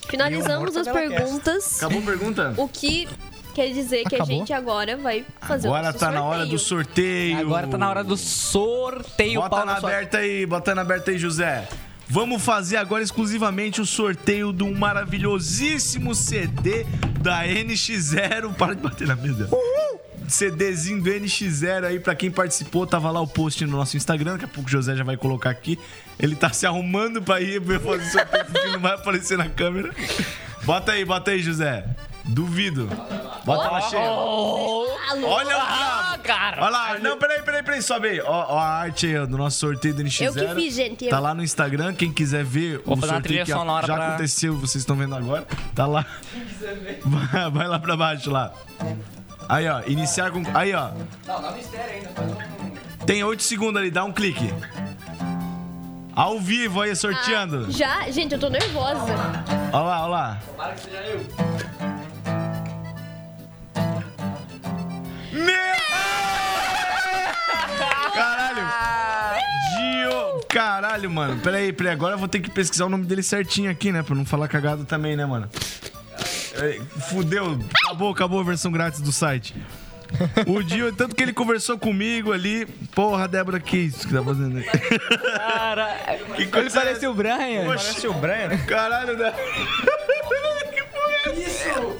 Speaker 4: finalizamos
Speaker 5: Eu morto
Speaker 4: as
Speaker 5: pela
Speaker 4: perguntas.
Speaker 2: Acabou a pergunta?
Speaker 4: O que quer dizer que a
Speaker 5: Acabou.
Speaker 4: gente agora vai fazer o
Speaker 2: Agora
Speaker 4: nosso
Speaker 2: tá na hora do
Speaker 4: sorteio.
Speaker 2: sorteio.
Speaker 1: Agora tá na hora do sorteio.
Speaker 2: Bota
Speaker 1: Paulo,
Speaker 2: na
Speaker 1: sua-
Speaker 2: aberta aí, bota na aberta aí, José. Vamos fazer agora exclusivamente o sorteio de um maravilhosíssimo CD da NX0. Para de bater na mesa. CDzinho do NX0 aí pra quem participou, tava lá o post no nosso Instagram, daqui a pouco o José já vai colocar aqui. Ele tá se arrumando pra ir pra fazer o sorteio porque não vai aparecer na câmera. Bota aí, bota aí, José. Duvido. Bota lá cheio. Olha o
Speaker 1: Ah,
Speaker 2: diabo. Olha lá, não, peraí, peraí, peraí, sobe aí. Ó, ó a arte aí ó, do nosso sorteio do NX0.
Speaker 4: Eu que fiz, gente.
Speaker 2: Tá
Speaker 4: Eu-
Speaker 2: lá no Instagram, quem quiser ver
Speaker 1: Vou
Speaker 2: o
Speaker 1: fazer uma
Speaker 2: sorteio
Speaker 1: trilha
Speaker 2: que a-
Speaker 1: sonora
Speaker 2: já
Speaker 1: pra-
Speaker 2: aconteceu, vocês estão vendo agora, tá lá. Vai, vai lá pra baixo lá. Aí, ó, iniciar com. Aí, ó. Tem 8 segundos ali, dá um clique. Ao vivo aí, sorteando.
Speaker 4: Já, gente, eu tô nervosa.
Speaker 2: Olha lá, olha lá. Meu! Caralho! Dio! Caralho, mano. Peraí, peraí. Agora eu vou ter que pesquisar o nome dele certinho aqui, né? Pra não falar cagado também, né, mano? Peraí, Fudeu. Acabou, acabou a versão grátis do site. O Dio, tanto que ele conversou comigo ali. Porra, Débora, que isso que tá fazendo aí? Cara, que coisa.
Speaker 1: Ele parece o Brian.
Speaker 2: Oxi.
Speaker 5: Parece o Brian.
Speaker 2: Caralho, né? que foi isso?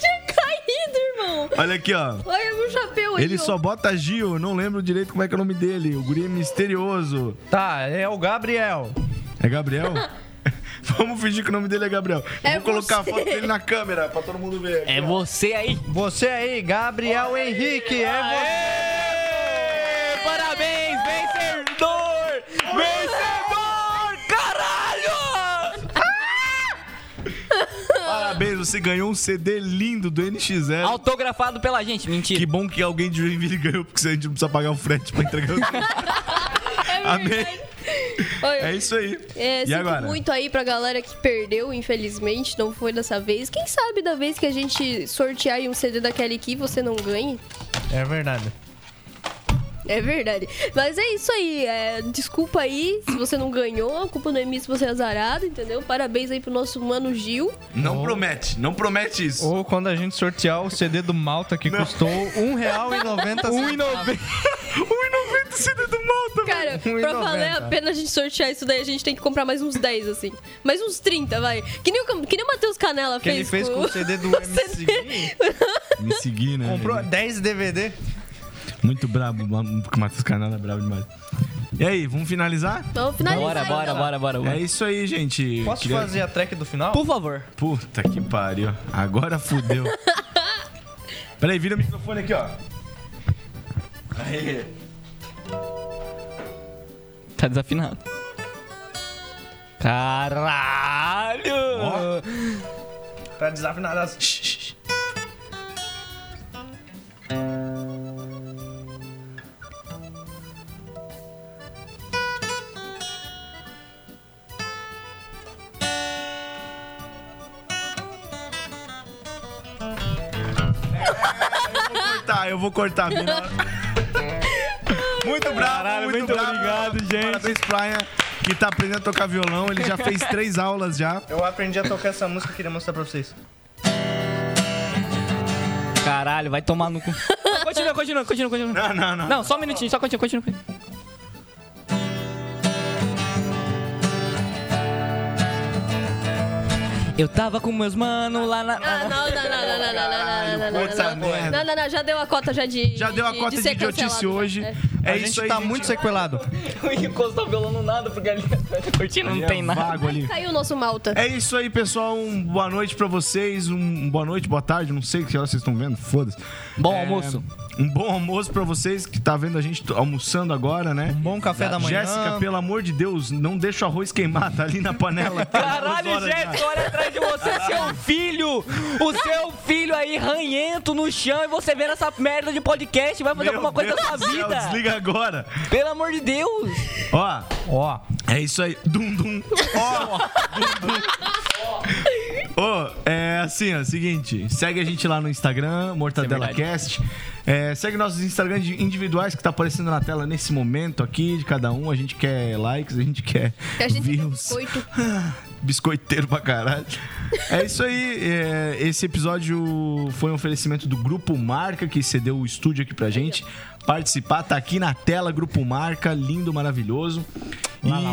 Speaker 4: Tinha caído, irmão.
Speaker 2: Olha aqui, ó.
Speaker 4: Olha meu chapéu aí.
Speaker 2: Ele
Speaker 4: ó.
Speaker 2: só bota Gil, eu não lembro direito como é que é o nome dele. O guri é misterioso.
Speaker 5: Tá, é o Gabriel.
Speaker 2: É Gabriel? Vamos fingir que o nome dele é Gabriel. Eu
Speaker 4: É
Speaker 2: vou colocar
Speaker 4: você.
Speaker 2: a foto dele na câmera pra todo mundo ver.
Speaker 1: É você aí.
Speaker 5: Você aí, Gabriel Henrique, é
Speaker 1: Aê! Parabéns, vencedor! Vencedor! Caralho!
Speaker 2: Parabéns, você ganhou um CD lindo do NX0.
Speaker 1: Autografado pela gente, mentira.
Speaker 2: Que bom que alguém de Joinville ganhou, porque senão a gente não precisa pagar o frete pra entregar. o-
Speaker 4: É verdade. Olha,
Speaker 2: é isso aí.
Speaker 4: é,
Speaker 2: e
Speaker 4: sinto
Speaker 2: agora?
Speaker 4: muito aí pra galera que perdeu, infelizmente, não foi dessa vez. Quem sabe da vez que a
Speaker 5: É
Speaker 4: gente sortear aí um CD da Kelly Key, você não ganhe?
Speaker 5: você. É verdade.
Speaker 4: É verdade. Mas é isso aí. é, desculpa aí se você não ganhou. A culpa não é minha se você é azarado, entendeu? Parabéns aí pro nosso mano Gil.
Speaker 2: Não promete, não promete isso.
Speaker 5: Ou quando a gente sortear o CD do Malta que custou R$1,90. R$1,90.
Speaker 2: 1,90 CD do Malta.
Speaker 4: Cara, pra
Speaker 5: 1,90.
Speaker 4: valer a pena a gente sortear isso daí, a gente tem que comprar mais uns 10, assim. Mais uns 30, vai. Que nem o, que nem o Matheus Canela
Speaker 5: Que ele
Speaker 4: fez,
Speaker 5: fez com o CD do MC Gui.
Speaker 2: Me seguir, né?
Speaker 5: Comprou 10 DVD.
Speaker 2: Muito brabo, o Matheus Canal é brabo demais. E aí, vamos finalizar?
Speaker 4: Vamos finalizar.
Speaker 1: Bora, bora,
Speaker 4: então.
Speaker 1: bora, bora,
Speaker 2: É
Speaker 1: bora.
Speaker 2: isso aí, gente.
Speaker 5: Posso
Speaker 2: Queria-
Speaker 5: fazer a track do final?
Speaker 1: Por favor.
Speaker 2: Puta que pariu. Agora fudeu. Peraí, vira o microfone aqui, ó. Aê.
Speaker 1: Tá desafinado. Caralho!
Speaker 2: Ó.
Speaker 5: Tá desafinado assim.
Speaker 2: Tá, eu vou cortar. bem na hora. muito bravo, muito, bravo.
Speaker 5: obrigado, gente.
Speaker 2: Parabéns, Praia, que tá aprendendo a tocar violão. Ele já fez três aulas já.
Speaker 5: Eu aprendi a tocar essa música e queria mostrar pra vocês.
Speaker 1: Caralho, vai tomar no cu. continua, continua, continua, continua.
Speaker 2: Não, não, não.
Speaker 1: Não, só um minutinho, só continua, continua. Eu tava com meus mano lá na.
Speaker 4: Ah, não, não, não, não, não, não, não, não, não, não,
Speaker 2: Puta
Speaker 4: não, não,
Speaker 2: merda.
Speaker 4: não, não, não, já deu a cota já de
Speaker 2: Já deu a cota de,
Speaker 4: ser
Speaker 2: idiotice
Speaker 4: cancelado,
Speaker 2: hoje.
Speaker 4: né?
Speaker 2: É
Speaker 5: a
Speaker 2: isso
Speaker 5: gente
Speaker 2: aí,
Speaker 5: tá muito sequelado.
Speaker 1: Eu ia encostar o violão no nada, porque ali curtindo não
Speaker 2: É
Speaker 1: tem nada.
Speaker 2: vago ali.
Speaker 4: Caiu o nosso Malta.
Speaker 2: É isso aí, pessoal. Um boa noite pra vocês. Um, um boa noite, boa tarde. Não sei que hora vocês estão vendo. Foda-se.
Speaker 1: Bom almoço.
Speaker 2: Um bom almoço pra vocês que tá vendo a gente t- almoçando agora, né?
Speaker 5: Um bom café da manhã.
Speaker 2: Jéssica, pelo amor de Deus, não deixa o arroz queimar, tá ali na panela.
Speaker 1: Caralho,
Speaker 2: Duas horas já.
Speaker 1: Jéssica, olha atrás de você, seu filho! O seu filho aí ranhento no chão e você vendo essa merda de podcast, vai fazer
Speaker 2: Meu
Speaker 1: alguma coisa
Speaker 2: Deus
Speaker 1: da sua
Speaker 2: do céu,
Speaker 1: vida!
Speaker 2: Desliga agora.
Speaker 1: Pelo amor de Deus!
Speaker 2: Ó,
Speaker 5: Ó,
Speaker 2: é isso aí. Dum, dum. Ó, dum, dum. Ó, é assim, ó, seguinte, segue a gente lá no Instagram, Mortadela
Speaker 1: Isso é
Speaker 2: Cast. É, segue nossos Instagrams de- individuais que tá aparecendo na tela nesse momento aqui, de cada um. A gente quer likes, a gente quer
Speaker 4: A gente tá tem
Speaker 2: views.
Speaker 4: biscoito.
Speaker 2: Biscoiteiro pra caralho. É isso aí. é, esse episódio foi um oferecimento do Grupo Marca, que cedeu o estúdio aqui pra gente. Participar, tá aqui na tela, Grupo Marca, lindo, maravilhoso.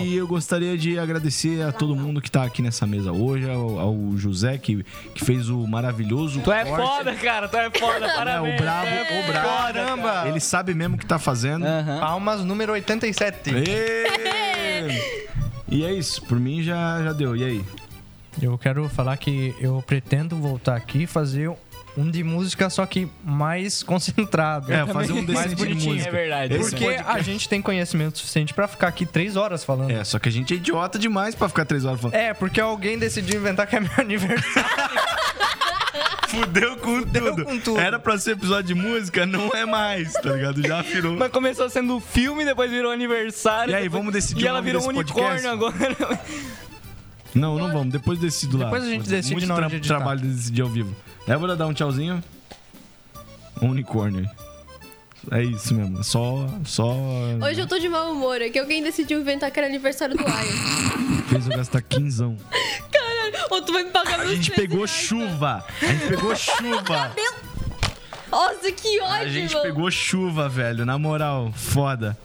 Speaker 2: E eu gostaria de agradecer a todo mundo que tá aqui nessa mesa hoje, ao, ao José, que, que fez o maravilhoso.
Speaker 1: Tu é
Speaker 2: corte,
Speaker 1: foda, cara, tu é foda,
Speaker 2: né?
Speaker 1: parabéns!
Speaker 2: O brabo, o brabo.
Speaker 5: Caramba.
Speaker 2: Ele sabe mesmo o que tá fazendo.
Speaker 1: Aham.
Speaker 5: palmas número 87.
Speaker 2: Ê! E é isso, por mim já, já deu. E aí?
Speaker 5: Eu quero falar que eu pretendo voltar aqui e fazer um de música, só que mais concentrado.
Speaker 2: É, fazer um
Speaker 5: mais
Speaker 2: desse de
Speaker 5: bonitinho.
Speaker 2: música.
Speaker 1: É verdade.
Speaker 2: Esse
Speaker 5: Porque a gente tem conhecimento suficiente pra ficar aqui três horas falando. É.
Speaker 2: É, só que a gente é idiota demais pra ficar três horas falando.
Speaker 5: porque alguém decidiu inventar que é meu aniversário.
Speaker 2: Fudeu com tudo.
Speaker 5: com tudo.
Speaker 2: Era pra ser episódio de música, não é mais, tá ligado? Já virou.
Speaker 1: Mas começou sendo filme, depois virou aniversário.
Speaker 2: E aí,
Speaker 1: depois-
Speaker 2: vamos decidir
Speaker 1: E
Speaker 2: o
Speaker 1: ela
Speaker 2: nome
Speaker 1: virou um
Speaker 2: desse
Speaker 1: unicórnio agora.
Speaker 2: Não, não vamos. Depois decido lá.
Speaker 5: Depois a gente
Speaker 2: Muito
Speaker 5: decide na hora
Speaker 2: tra-
Speaker 5: de editar.
Speaker 2: trabalho de decidir ao vivo. Débora, dá um tchauzinho. Um unicórnio. É isso mesmo. Só. Só.
Speaker 4: Hoje eu tô de mau humor, é que alguém decidiu inventar que era aniversário do Lion.
Speaker 2: Fez eu gastar quinzão.
Speaker 4: Caralho, ou tu vai me pagar
Speaker 2: A
Speaker 4: meus
Speaker 2: gente
Speaker 4: 13
Speaker 2: pegou
Speaker 4: reais, tá?
Speaker 5: né?
Speaker 2: chuva. A gente pegou chuva.
Speaker 4: Nossa, que ódio,
Speaker 2: A gente
Speaker 4: mano.
Speaker 2: pegou chuva, velho. Na moral, foda.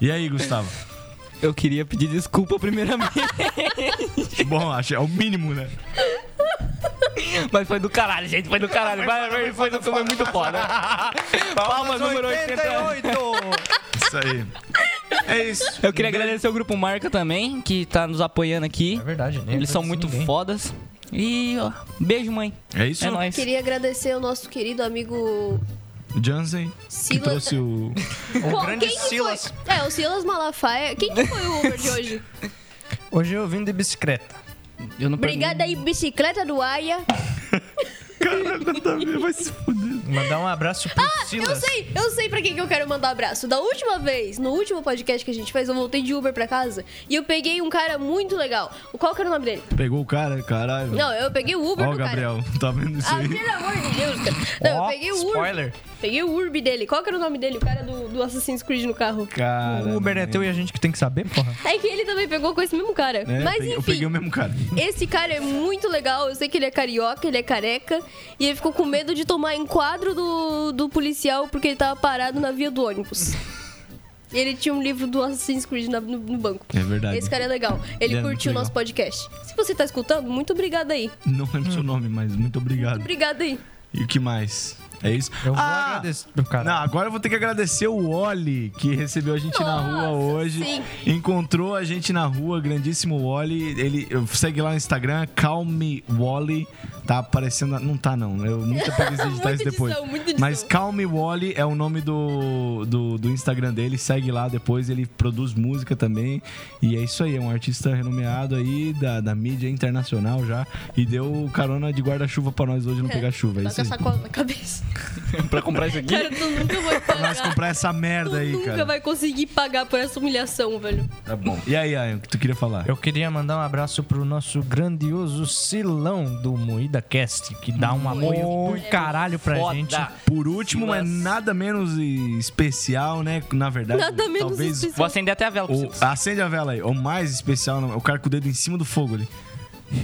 Speaker 2: E aí, Gustavo?
Speaker 1: Eu queria pedir desculpa primeiramente,
Speaker 2: Bom, acho é o mínimo, né?
Speaker 1: mas foi do caralho, gente, foi do caralho. Vai, vai, foi, do- foi muito foda. Palmas número 88.
Speaker 2: Isso aí. É isso.
Speaker 1: Eu queria agradecer ao Grupo Marca também, que tá nos apoiando aqui.
Speaker 5: É verdade, né?
Speaker 1: Eles são muito fodas. E, ó, beijo, mãe.
Speaker 2: É isso.
Speaker 1: É nóis.
Speaker 4: Queria agradecer ao nosso querido amigo
Speaker 2: Jansen, que
Speaker 4: Silas.
Speaker 2: trouxe o.
Speaker 4: Qual-
Speaker 5: grande
Speaker 4: quem que foi?
Speaker 5: Silas.
Speaker 4: É, o Silas Malafaia. Quem que foi o Uber de hoje?
Speaker 5: Hoje eu vim de bicicleta.
Speaker 1: Eu não
Speaker 4: Obrigada aí, bicicleta do Aia.
Speaker 2: Cara, nada a ver, vai se fuder.
Speaker 5: Mandar um abraço pro Silas.
Speaker 4: Ah, Eu sei, eu sei pra quem que eu quero mandar abraço. Da última vez, no último podcast que a gente fez, eu voltei de Uber pra casa e eu peguei um cara muito legal. Qual que era o nome dele?
Speaker 2: Pegou o cara, caralho.
Speaker 4: Não, eu peguei o Uber
Speaker 2: Ó, o
Speaker 4: do cara.
Speaker 2: Gabriel, tá vendo isso
Speaker 4: Ah,
Speaker 2: aí?
Speaker 4: pelo amor de Deus, cara. Não,
Speaker 5: Ó,
Speaker 4: eu peguei o Uber.
Speaker 5: spoiler.
Speaker 4: Peguei o Urb dele. Qual que era o nome dele? O cara do, do Assassin's Creed no carro.
Speaker 2: Cara.
Speaker 5: O Uber é teu e a gente que tem que saber, porra.
Speaker 4: É que ele também pegou com esse mesmo cara.
Speaker 2: É,
Speaker 4: Mas
Speaker 2: peguei- eu
Speaker 4: enfim,
Speaker 2: peguei o mesmo cara.
Speaker 4: esse cara é muito legal. Eu sei que ele é carioca, ele é careca. E ele ficou com medo de tomar enquadro do, do policial porque ele tava parado na via do ônibus. E ele tinha um livro do Assassin's Creed na- no, no banco.
Speaker 2: É verdade.
Speaker 4: Esse cara é legal. Ele
Speaker 2: Ele é muito
Speaker 4: curtiu o
Speaker 2: legal.
Speaker 4: nosso podcast. Se você tá escutando, muito obrigado aí.
Speaker 2: Não lembro seu nome, mas muito obrigado.
Speaker 4: Obrigado aí.
Speaker 2: E o que mais? É isso?
Speaker 5: Eu vou
Speaker 2: Ah!
Speaker 5: agradecer pro cara.
Speaker 2: Não, agora eu vou ter que agradecer o Oli, que recebeu a gente na
Speaker 4: Nossa,
Speaker 2: rua hoje.
Speaker 4: sim.
Speaker 2: Encontrou a gente na rua, grandíssimo Oli. Ele eu- segue lá no Instagram, Calme Wally. Tá aparecendo. Não tá, não. Eu nunca peguei
Speaker 4: Muita
Speaker 2: editar isso depois.
Speaker 4: edição, muita edição.
Speaker 2: Mas Calme Wally é o nome do, do, do Instagram dele. Segue lá depois. Ele produz música também. E é isso aí. É um artista renomeado aí da, da mídia internacional já. E deu carona de guarda-chuva pra nós hoje não pegar chuva. É
Speaker 4: Tá
Speaker 2: isso
Speaker 4: com a
Speaker 2: aí.
Speaker 4: sacola na cabeça.
Speaker 1: pra comprar isso aqui?
Speaker 4: Cara, tu nunca vai
Speaker 2: Nós
Speaker 4: pagar.
Speaker 2: comprar essa
Speaker 4: Tu
Speaker 2: merda Tá aí,
Speaker 4: nunca
Speaker 2: cara.
Speaker 4: vai conseguir pagar por essa humilhação, velho.
Speaker 2: Tá bom. E aí, Ian, o que tu queria falar?
Speaker 5: Eu queria mandar um abraço pro nosso grandioso Silão do Moída Cast, que dá um apoio do caralho pra
Speaker 1: Foda.
Speaker 5: gente.
Speaker 2: Por último, mas
Speaker 1: Silas.
Speaker 2: nada menos e- especial, né? Na verdade,
Speaker 4: Nada menos
Speaker 2: talvez.
Speaker 4: especial.
Speaker 1: Vou acender até a vela. pra
Speaker 2: O,
Speaker 1: vocês.
Speaker 2: acende a vela aí. O mais especial, não, o cara com o dedo em cima do fogo ali.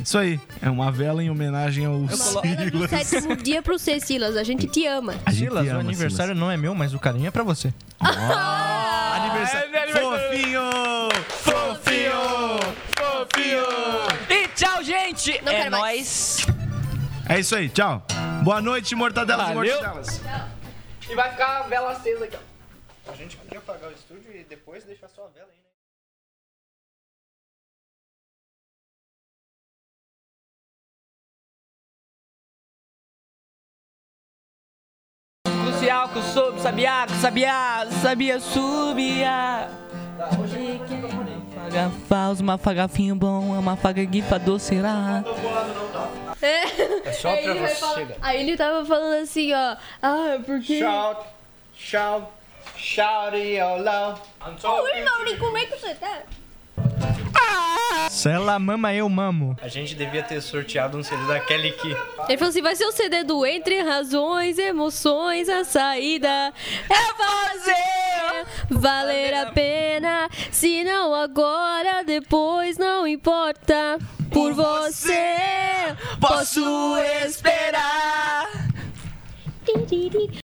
Speaker 2: Isso aí. É uma vela em homenagem ao Silas.
Speaker 4: Sétimo dia pro C, Silas. A gente te ama.
Speaker 2: A gente
Speaker 5: Silas, o
Speaker 2: ama,
Speaker 5: aniversário não é meu, mas o carinho é pra você.
Speaker 2: Silas. Aniversário. Fofinho! Fofinho!
Speaker 1: E tchau, gente!
Speaker 4: Ah. Não
Speaker 1: é
Speaker 4: quero mais.
Speaker 1: nóis!
Speaker 2: É isso aí, tchau. Boa noite, mortadelas e
Speaker 1: Valeu.
Speaker 2: mortadelas.
Speaker 1: E vai ficar a vela acesa aqui, ó.
Speaker 5: A gente podia apagar o estúdio e depois deixar só a vela aí, né?
Speaker 1: Crucial que eu soube, sabiá, que sabia, sabia, subia. Faz uma fagafinho bom, é uma faga guifa docerá.
Speaker 4: É,
Speaker 1: só
Speaker 4: aí
Speaker 1: pra
Speaker 4: ele vai
Speaker 1: você
Speaker 4: falar-
Speaker 1: chegar.
Speaker 4: Aí ele tava falando assim, ó. Ah, porque.
Speaker 6: Shout, shout, shout it all out.
Speaker 4: Oi, Mauri, como é que você tá?
Speaker 2: é
Speaker 5: Se ela mama, eu mamo. A gente devia ter sorteado um CD da Kelly Key.
Speaker 4: Ele falou assim: vai ser o CD do Entre Razões, Emoções, a saída é fazer valer a pena. Se não agora, depois não importa. Por você posso
Speaker 1: Esperar.
Speaker 4: esperar.